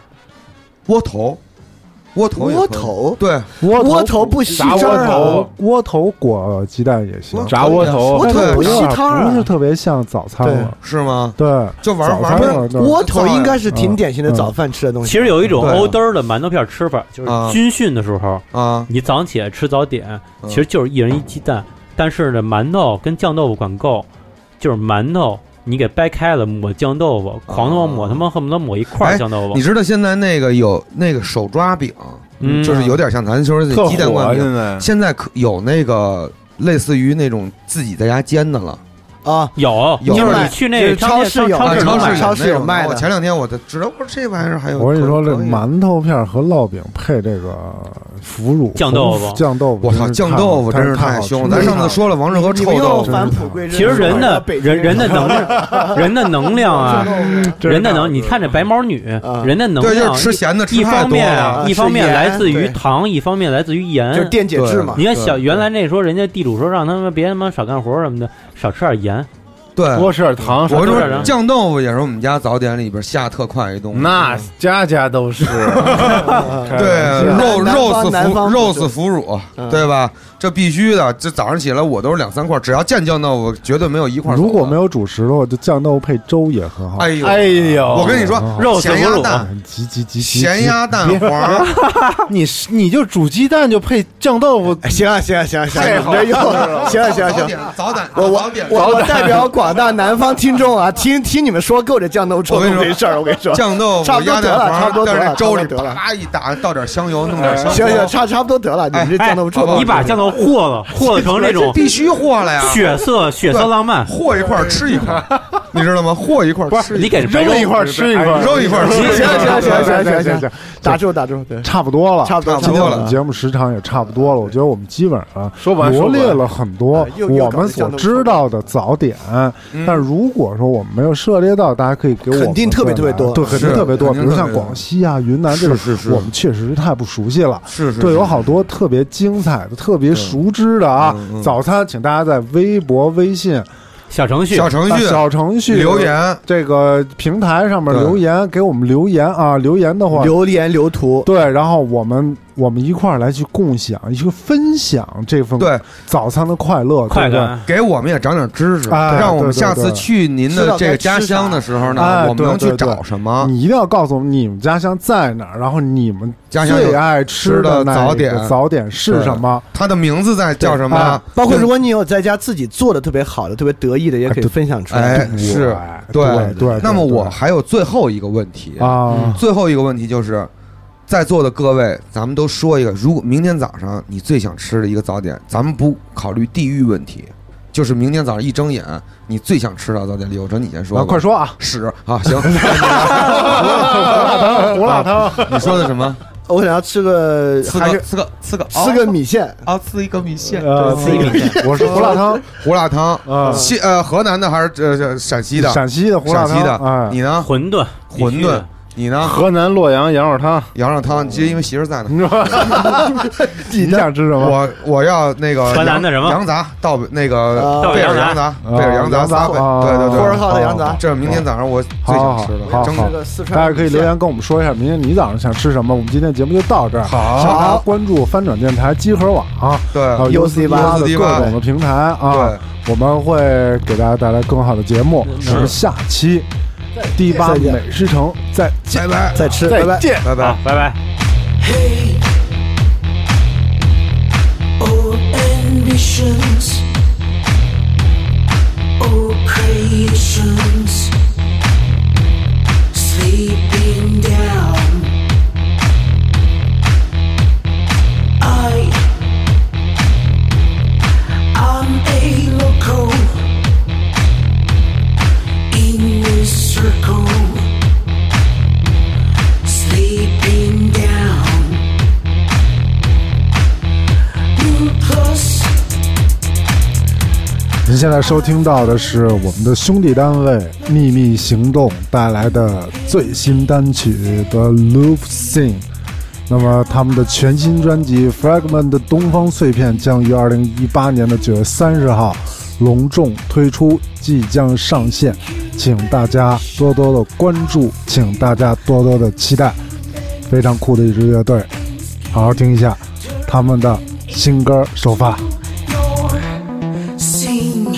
Speaker 6: 窝头，窝头也可以，
Speaker 9: 窝头
Speaker 6: 对，
Speaker 3: 窝
Speaker 9: 窝头不吸汁
Speaker 8: 炸窝
Speaker 9: 儿啊，
Speaker 8: 头，
Speaker 3: 窝头裹鸡蛋也行
Speaker 6: 窝，
Speaker 8: 炸窝头
Speaker 9: 窝
Speaker 3: 但是
Speaker 9: 头不
Speaker 3: 有
Speaker 9: 吸
Speaker 3: 点
Speaker 9: 汤啊
Speaker 3: 不是特别像早餐了。
Speaker 6: 是吗？
Speaker 3: 对，
Speaker 6: 就玩
Speaker 3: 早
Speaker 6: 玩
Speaker 3: 餐
Speaker 6: 那
Speaker 3: 了那
Speaker 9: 窝头应该是
Speaker 3: 嗯
Speaker 9: 挺典型的早饭吃的东西。
Speaker 5: 其实有一种
Speaker 6: 对啊
Speaker 5: 欧嘚儿的馒头片儿吃法，就是
Speaker 6: 啊
Speaker 5: 军训的时候，
Speaker 6: 啊，
Speaker 5: 你早上起来吃早点，
Speaker 6: 嗯
Speaker 5: 其实就是一人一鸡蛋，但是呢，馒头跟酱豆腐管够，就是馒头你给掰开了抹酱豆腐，狂他妈抹他妈恨不得抹一块
Speaker 6: 哎
Speaker 5: 儿酱豆腐
Speaker 6: 你，知道现在那个有那个手抓饼，
Speaker 5: 嗯
Speaker 6: 就是有点像咱说的
Speaker 8: 特
Speaker 6: 鸡蛋灌
Speaker 8: 火
Speaker 6: 饼，
Speaker 8: 现在。
Speaker 6: 现在可有那个类似于那种自己在家煎的了。
Speaker 3: 嗯
Speaker 9: 啊，
Speaker 5: 有
Speaker 6: 有
Speaker 5: 就是
Speaker 9: 卖
Speaker 5: 你去那个
Speaker 9: 就是
Speaker 5: 商
Speaker 9: 超
Speaker 5: 店
Speaker 9: 市有
Speaker 5: 商
Speaker 9: 啊
Speaker 5: 市
Speaker 6: 超
Speaker 5: 能买
Speaker 6: 市
Speaker 9: 有超市
Speaker 6: 有那
Speaker 9: 卖
Speaker 6: 种
Speaker 9: 的
Speaker 6: 我前两天我的知道，我说这玩意儿还有。
Speaker 3: 我跟你说，这
Speaker 6: 可以啊
Speaker 3: 馒头片儿和烙饼配这个腐乳
Speaker 5: 酱豆腐
Speaker 3: 酱豆腐
Speaker 6: 我
Speaker 3: 真
Speaker 6: 操，
Speaker 3: 是太好，
Speaker 6: 酱豆腐真是
Speaker 3: 太
Speaker 6: 太
Speaker 3: 好
Speaker 6: 凶
Speaker 3: 吃了
Speaker 6: 了。咱上次说了，王志和
Speaker 9: 你
Speaker 6: 臭
Speaker 9: 们
Speaker 6: 豆
Speaker 9: 又
Speaker 6: 腐，
Speaker 9: 返璞归真。
Speaker 5: 其实人的
Speaker 9: 北京
Speaker 5: 人人的能量，人的能量 啊，
Speaker 9: 啊，
Speaker 5: 人的能，你看这白毛女
Speaker 9: 啊，
Speaker 5: 人的能
Speaker 6: 对，就
Speaker 5: 量
Speaker 6: 是吃咸的，吃
Speaker 5: 一
Speaker 6: 太
Speaker 5: 方
Speaker 6: 多
Speaker 5: 面啊
Speaker 6: 了。
Speaker 5: 一方面
Speaker 9: 吃盐
Speaker 5: 来自于
Speaker 9: 对
Speaker 5: 糖，一方面来自于
Speaker 9: 就是
Speaker 5: 盐。
Speaker 9: 电解质嘛
Speaker 5: 你。看
Speaker 6: 对
Speaker 5: 小
Speaker 6: 对
Speaker 5: 原来那时候，人家地主说让他们别他妈少干活什么的，少吃点盐。
Speaker 6: 对，
Speaker 8: 多吃点糖，
Speaker 6: 我跟你
Speaker 5: 多吃点
Speaker 6: 说，
Speaker 5: 糖
Speaker 6: 酱豆腐也是我们家早点里边下特快一东西。
Speaker 8: 那家家都是，
Speaker 9: 嗯
Speaker 6: 对肉
Speaker 9: 南啊南
Speaker 6: 肉
Speaker 9: 方
Speaker 6: 丝
Speaker 9: 南
Speaker 6: 腐
Speaker 9: 方
Speaker 6: 肉
Speaker 9: 不
Speaker 6: 丝
Speaker 9: 是
Speaker 6: 腐乳，
Speaker 9: 嗯
Speaker 6: 对吧？这必须的。这早上起来我都是两三块，只要见酱豆腐，绝对没有一块。
Speaker 3: 如果没，有主食的话，就酱豆腐配粥也很好。
Speaker 6: 哎呦，
Speaker 8: 哎呦，
Speaker 6: 我跟 你说，
Speaker 3: 哦
Speaker 5: 肉丝
Speaker 6: 咸
Speaker 5: 腐
Speaker 6: 鸭
Speaker 5: 乳
Speaker 9: 啊
Speaker 6: 蛋，
Speaker 3: 急急急急！
Speaker 6: 咸
Speaker 3: 急
Speaker 6: 鸭蛋
Speaker 8: 别
Speaker 6: 黄，
Speaker 8: 你是你就煮鸡蛋就配酱豆腐，
Speaker 9: 哎行啊行啊行啊行啊，
Speaker 8: 太
Speaker 9: 你
Speaker 8: 好
Speaker 9: 这
Speaker 8: 了
Speaker 9: 又行啊 行啊
Speaker 6: 早
Speaker 9: 行啊。
Speaker 6: 点早点，
Speaker 9: 我
Speaker 6: 早
Speaker 9: 我
Speaker 6: 点
Speaker 9: 我我代表广大南方听众啊，听听你们说够这酱豆腐臭
Speaker 6: 我跟
Speaker 9: 豆
Speaker 6: 你
Speaker 9: 腐
Speaker 6: 说
Speaker 9: 这事儿，我跟你说，
Speaker 6: 酱豆腐
Speaker 9: 差不多
Speaker 6: 鸭
Speaker 9: 得
Speaker 6: 蛋
Speaker 9: 了差
Speaker 6: 黄，
Speaker 9: 不多
Speaker 6: 但
Speaker 9: 得
Speaker 6: 是
Speaker 9: 了
Speaker 6: 粥里
Speaker 9: 差不多得了
Speaker 6: 啪一打，倒点香油，弄点生
Speaker 9: 行行，
Speaker 6: 抽，
Speaker 9: 差差不多得了，你们这
Speaker 6: 哎
Speaker 9: 酱豆腐臭豆腐，
Speaker 5: 你把酱豆腐和了，和成
Speaker 3: 哎
Speaker 5: 那 种
Speaker 6: 必须和了呀，
Speaker 5: 血色血色浪漫，
Speaker 6: 和一块儿吃一 块儿，你知道吗？和一块儿吃一
Speaker 5: 你给白
Speaker 8: 扔一
Speaker 5: 肉
Speaker 8: 块儿吃一块儿，
Speaker 6: 肉一块儿吃一块
Speaker 9: 行啊
Speaker 6: 儿。
Speaker 9: 行啊行啊行啊行啊
Speaker 3: 行
Speaker 9: 行
Speaker 3: 行
Speaker 9: 啊
Speaker 3: 行，
Speaker 9: 打住打住，对，
Speaker 3: 差不多了，
Speaker 9: 差不多
Speaker 6: 差不多
Speaker 3: 我
Speaker 6: 了
Speaker 3: 们节目时长也差不多了，我觉得我们基本上
Speaker 8: 说完
Speaker 3: 罗列了很多
Speaker 9: 哎又又
Speaker 3: 我们所知道的早点，
Speaker 6: 嗯
Speaker 3: 但如果说我们没有涉猎到，大家可以给我们
Speaker 9: 肯定特别特别多
Speaker 3: 对，肯定特别多，比
Speaker 6: 肯定
Speaker 3: 如像
Speaker 6: 特别多
Speaker 3: 广西啊、云南这种，
Speaker 6: 是是是
Speaker 3: 我们确实太不熟悉了。
Speaker 6: 是是
Speaker 3: 对，有好多特别精彩的、特别熟知的啊
Speaker 6: 嗯嗯！嗯
Speaker 3: 早餐，请大家在微博、微信、啊
Speaker 5: 小程序
Speaker 6: 小程序
Speaker 3: 小程序
Speaker 6: 留言，
Speaker 3: 这个平台上面
Speaker 6: 对
Speaker 3: 留言，给我们留言啊！留言的话，
Speaker 9: 榴莲流图，
Speaker 3: 对，然后我们我们一块儿来去共享，一个分享这份
Speaker 6: 对，
Speaker 3: 早餐的快乐，
Speaker 5: 快
Speaker 3: 对不对
Speaker 5: 感。
Speaker 6: 给我们也长点知识，
Speaker 3: 哎
Speaker 6: 让我们
Speaker 3: 对对
Speaker 6: 下次
Speaker 3: 对
Speaker 6: 去您的这个家乡的时候
Speaker 3: 知道该吃
Speaker 6: 呢，
Speaker 3: 啥
Speaker 6: 我们能
Speaker 3: 哎对对
Speaker 6: 去
Speaker 3: 对
Speaker 6: 找什么？
Speaker 3: 你一定要告诉我们你们家乡在哪儿，然后你们
Speaker 6: 家乡有
Speaker 3: 最爱吃
Speaker 6: 吃的
Speaker 3: 那
Speaker 6: 早
Speaker 3: 一个
Speaker 6: 点
Speaker 3: 早点是什么？
Speaker 6: 它的名字在叫什么
Speaker 3: 啊？
Speaker 9: 包括如果你有在家自己做的特别好的、特别得意的，也可以分享出
Speaker 6: 哎，
Speaker 9: 来。
Speaker 6: 是
Speaker 3: 对
Speaker 6: 对
Speaker 3: 对。
Speaker 6: 那么
Speaker 3: 对
Speaker 6: 我还有最后一个问题，
Speaker 3: 啊，
Speaker 6: 最后一个问题就是，在座的各位，咱们都说一个，如果明天早上你最想吃的一个早点，咱们不考虑地域问题，就是明天早上一睁眼，你最想吃到早点，李有成，你先说
Speaker 3: 啊
Speaker 6: 吧、
Speaker 3: 快说啊！
Speaker 6: 屎啊，行，啊
Speaker 3: 胡辣汤，
Speaker 6: 你说的什么？
Speaker 9: 我想要吃个
Speaker 6: 吃
Speaker 9: 还
Speaker 6: 个
Speaker 9: 是
Speaker 6: 吃个吃个
Speaker 9: 吃个米线，
Speaker 6: 啊，吃一个米线
Speaker 3: 呃，我是胡辣汤，
Speaker 6: 胡辣汤，
Speaker 3: 啊
Speaker 6: 西呃河南的还是呃陕西的？
Speaker 3: 陕西的胡辣
Speaker 6: 陕西的
Speaker 3: 汤，哎，
Speaker 6: 你呢？
Speaker 5: 馄饨、必
Speaker 6: 馄
Speaker 5: 须
Speaker 6: 饨
Speaker 5: 的、
Speaker 6: 你呢？
Speaker 8: 河南洛阳羊肉汤，
Speaker 6: 羊肉汤，今天因为媳妇儿在呢。
Speaker 8: 你说你想吃什么？
Speaker 6: 我我要那个
Speaker 5: 河南的
Speaker 6: 羊
Speaker 5: 什么
Speaker 6: 羊杂，倒那个
Speaker 5: 倒
Speaker 9: 呃
Speaker 6: 贝尔
Speaker 5: 羊
Speaker 6: 羊杂，贝尔啊羊杂啊
Speaker 8: 羊杂
Speaker 6: 撒贝，
Speaker 8: 哦
Speaker 6: 对对对，
Speaker 9: 呼和浩特羊杂
Speaker 6: 这明天早上我最
Speaker 8: 好
Speaker 6: 想
Speaker 8: 好
Speaker 6: 吃的，
Speaker 8: 好
Speaker 6: 蒸
Speaker 8: 好
Speaker 9: 这，个四 川
Speaker 3: 大家可以留言跟我们说一下，明天你早上想吃什么？我们今天节目就到这儿。好，大家关注翻转电台集合网啊，还有
Speaker 6: 对
Speaker 3: U C 八的
Speaker 6: UCD
Speaker 3: 各
Speaker 6: 吧
Speaker 3: 种的平台啊
Speaker 6: 对，
Speaker 3: 我们会给大家带来更好的节目。
Speaker 5: 是
Speaker 3: 我们下期第八美食城再见，
Speaker 6: 拜拜，
Speaker 9: 再吃，拜
Speaker 3: 再
Speaker 9: 拜。
Speaker 3: 见。
Speaker 6: 拜拜
Speaker 5: 好。，拜拜。
Speaker 2: Hey, old ambitions, old creations, sleeping down. I, I'm a local in this circle, sleeping down. Plus,
Speaker 3: 您现在收听到的是我们的兄弟单位秘密行动带来的最新单曲《The Loop Sing》。那么，他们的全新专辑《Fragment》的东方碎片将于二零一八年的九月三十号隆重推出，即将上线，请大家多多的关注，请大家多多的期待。非常酷的一支乐队，好好听一下他们的新歌首发。
Speaker 2: you're sing.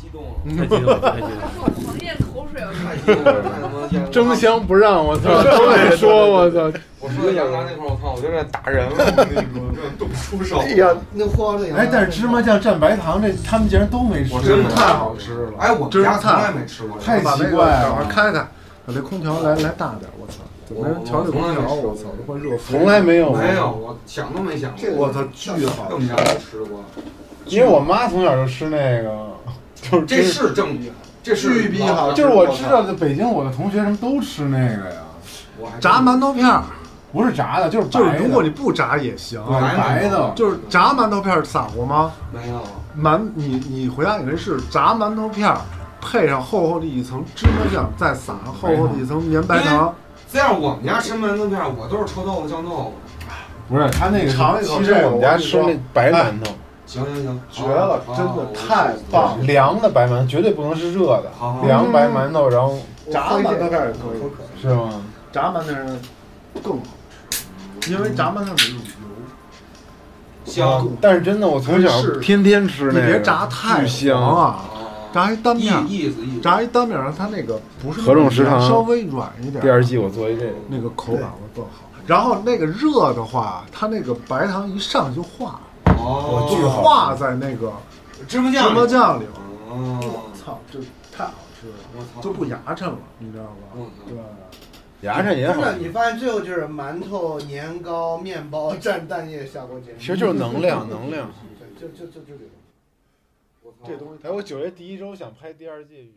Speaker 5: 激动了，太激动了。
Speaker 10: 狂咽口水了。
Speaker 8: 争相不让，我操，都得说，我操，
Speaker 6: 我说的杨澜那块儿，我靠，我就在打人了，我跟你说，我就动出手。
Speaker 9: 哎呀，那花的
Speaker 8: 哎，但是芝麻酱蘸白糖这他们竟然都没吃，
Speaker 6: 我真的
Speaker 8: 太好吃了，
Speaker 6: 哎，我们
Speaker 8: 真
Speaker 6: 家
Speaker 8: 是
Speaker 6: 从来
Speaker 8: 太
Speaker 6: 没吃过，
Speaker 8: 太
Speaker 6: 我把
Speaker 8: 奇
Speaker 6: 那个
Speaker 8: 怪
Speaker 6: 小孩
Speaker 8: 了，
Speaker 6: 看
Speaker 8: 开开，把这空调来来大点，我操，怎么没人调这空调？我操，都快热疯了，从来没有
Speaker 6: 没有，哎我想都没想过，
Speaker 8: 我操，巨好
Speaker 6: 我，们家没吃过。
Speaker 8: 因为我妈从小就吃那个，就是
Speaker 6: 这是正经，这是
Speaker 9: 巨逼好
Speaker 8: 就是我知道在北京我的同学什么都吃那个呀，
Speaker 6: 我还
Speaker 3: 炸馒头片儿，
Speaker 8: 不是炸的，就是
Speaker 3: 就是如果
Speaker 8: 你
Speaker 3: 你不炸也行，
Speaker 8: 对白的
Speaker 3: 就是炸馒头片儿撒过吗？
Speaker 6: 没有，
Speaker 3: 馒你你回答你这是炸馒头片儿，配上厚厚的一层芝麻酱，再撒上厚厚的一层绵白糖，
Speaker 6: 这样我们家吃馒头片儿，我都是臭豆腐酱豆腐。
Speaker 8: 不是他那个
Speaker 3: 尝一口
Speaker 8: 其实我们家吃那白馒头
Speaker 6: 行行行，
Speaker 8: 绝了，
Speaker 6: 好
Speaker 8: 真
Speaker 6: 好
Speaker 8: 的太棒了，凉的白馒头绝对不能是热的
Speaker 6: 好好，
Speaker 8: 凉白馒头然后
Speaker 3: 炸馒头片儿也可以，
Speaker 8: 是吗？
Speaker 3: 炸馒头片儿更好，因为炸馒头没有油。
Speaker 6: 香。
Speaker 8: 但是真的我从小
Speaker 3: 是
Speaker 8: 天天吃那
Speaker 3: 你
Speaker 8: 个，
Speaker 3: 别炸太
Speaker 8: 巨香
Speaker 3: 黄啊，炸一单
Speaker 6: 意
Speaker 3: 面儿，
Speaker 6: 意思意思，
Speaker 3: 炸一单面儿，让它那个不是
Speaker 8: 合众食堂
Speaker 3: 稍微软一点儿，
Speaker 8: 第二季我做一这个，
Speaker 3: 那个口感会更好。然后那个热的话，它那个白糖一上就化了，
Speaker 6: 哦，
Speaker 3: 就化在那个
Speaker 6: 芝麻
Speaker 3: 芝
Speaker 6: 酱，
Speaker 3: 麻，酱里了。
Speaker 6: 哦，
Speaker 3: 操，这太好吃了，
Speaker 6: 我操，嗯
Speaker 3: 就不牙碜了，你知道吧？
Speaker 6: 我操，
Speaker 3: 对，
Speaker 8: 牙碜也
Speaker 7: 真
Speaker 8: 好，
Speaker 7: 的，你发现最后就是馒头、年糕、面包 蘸蛋液下锅煎，
Speaker 8: 其实就是能量，能量。
Speaker 7: 对就就就就这个。
Speaker 3: 这东西
Speaker 8: 哎，我九月第一周想拍第二季。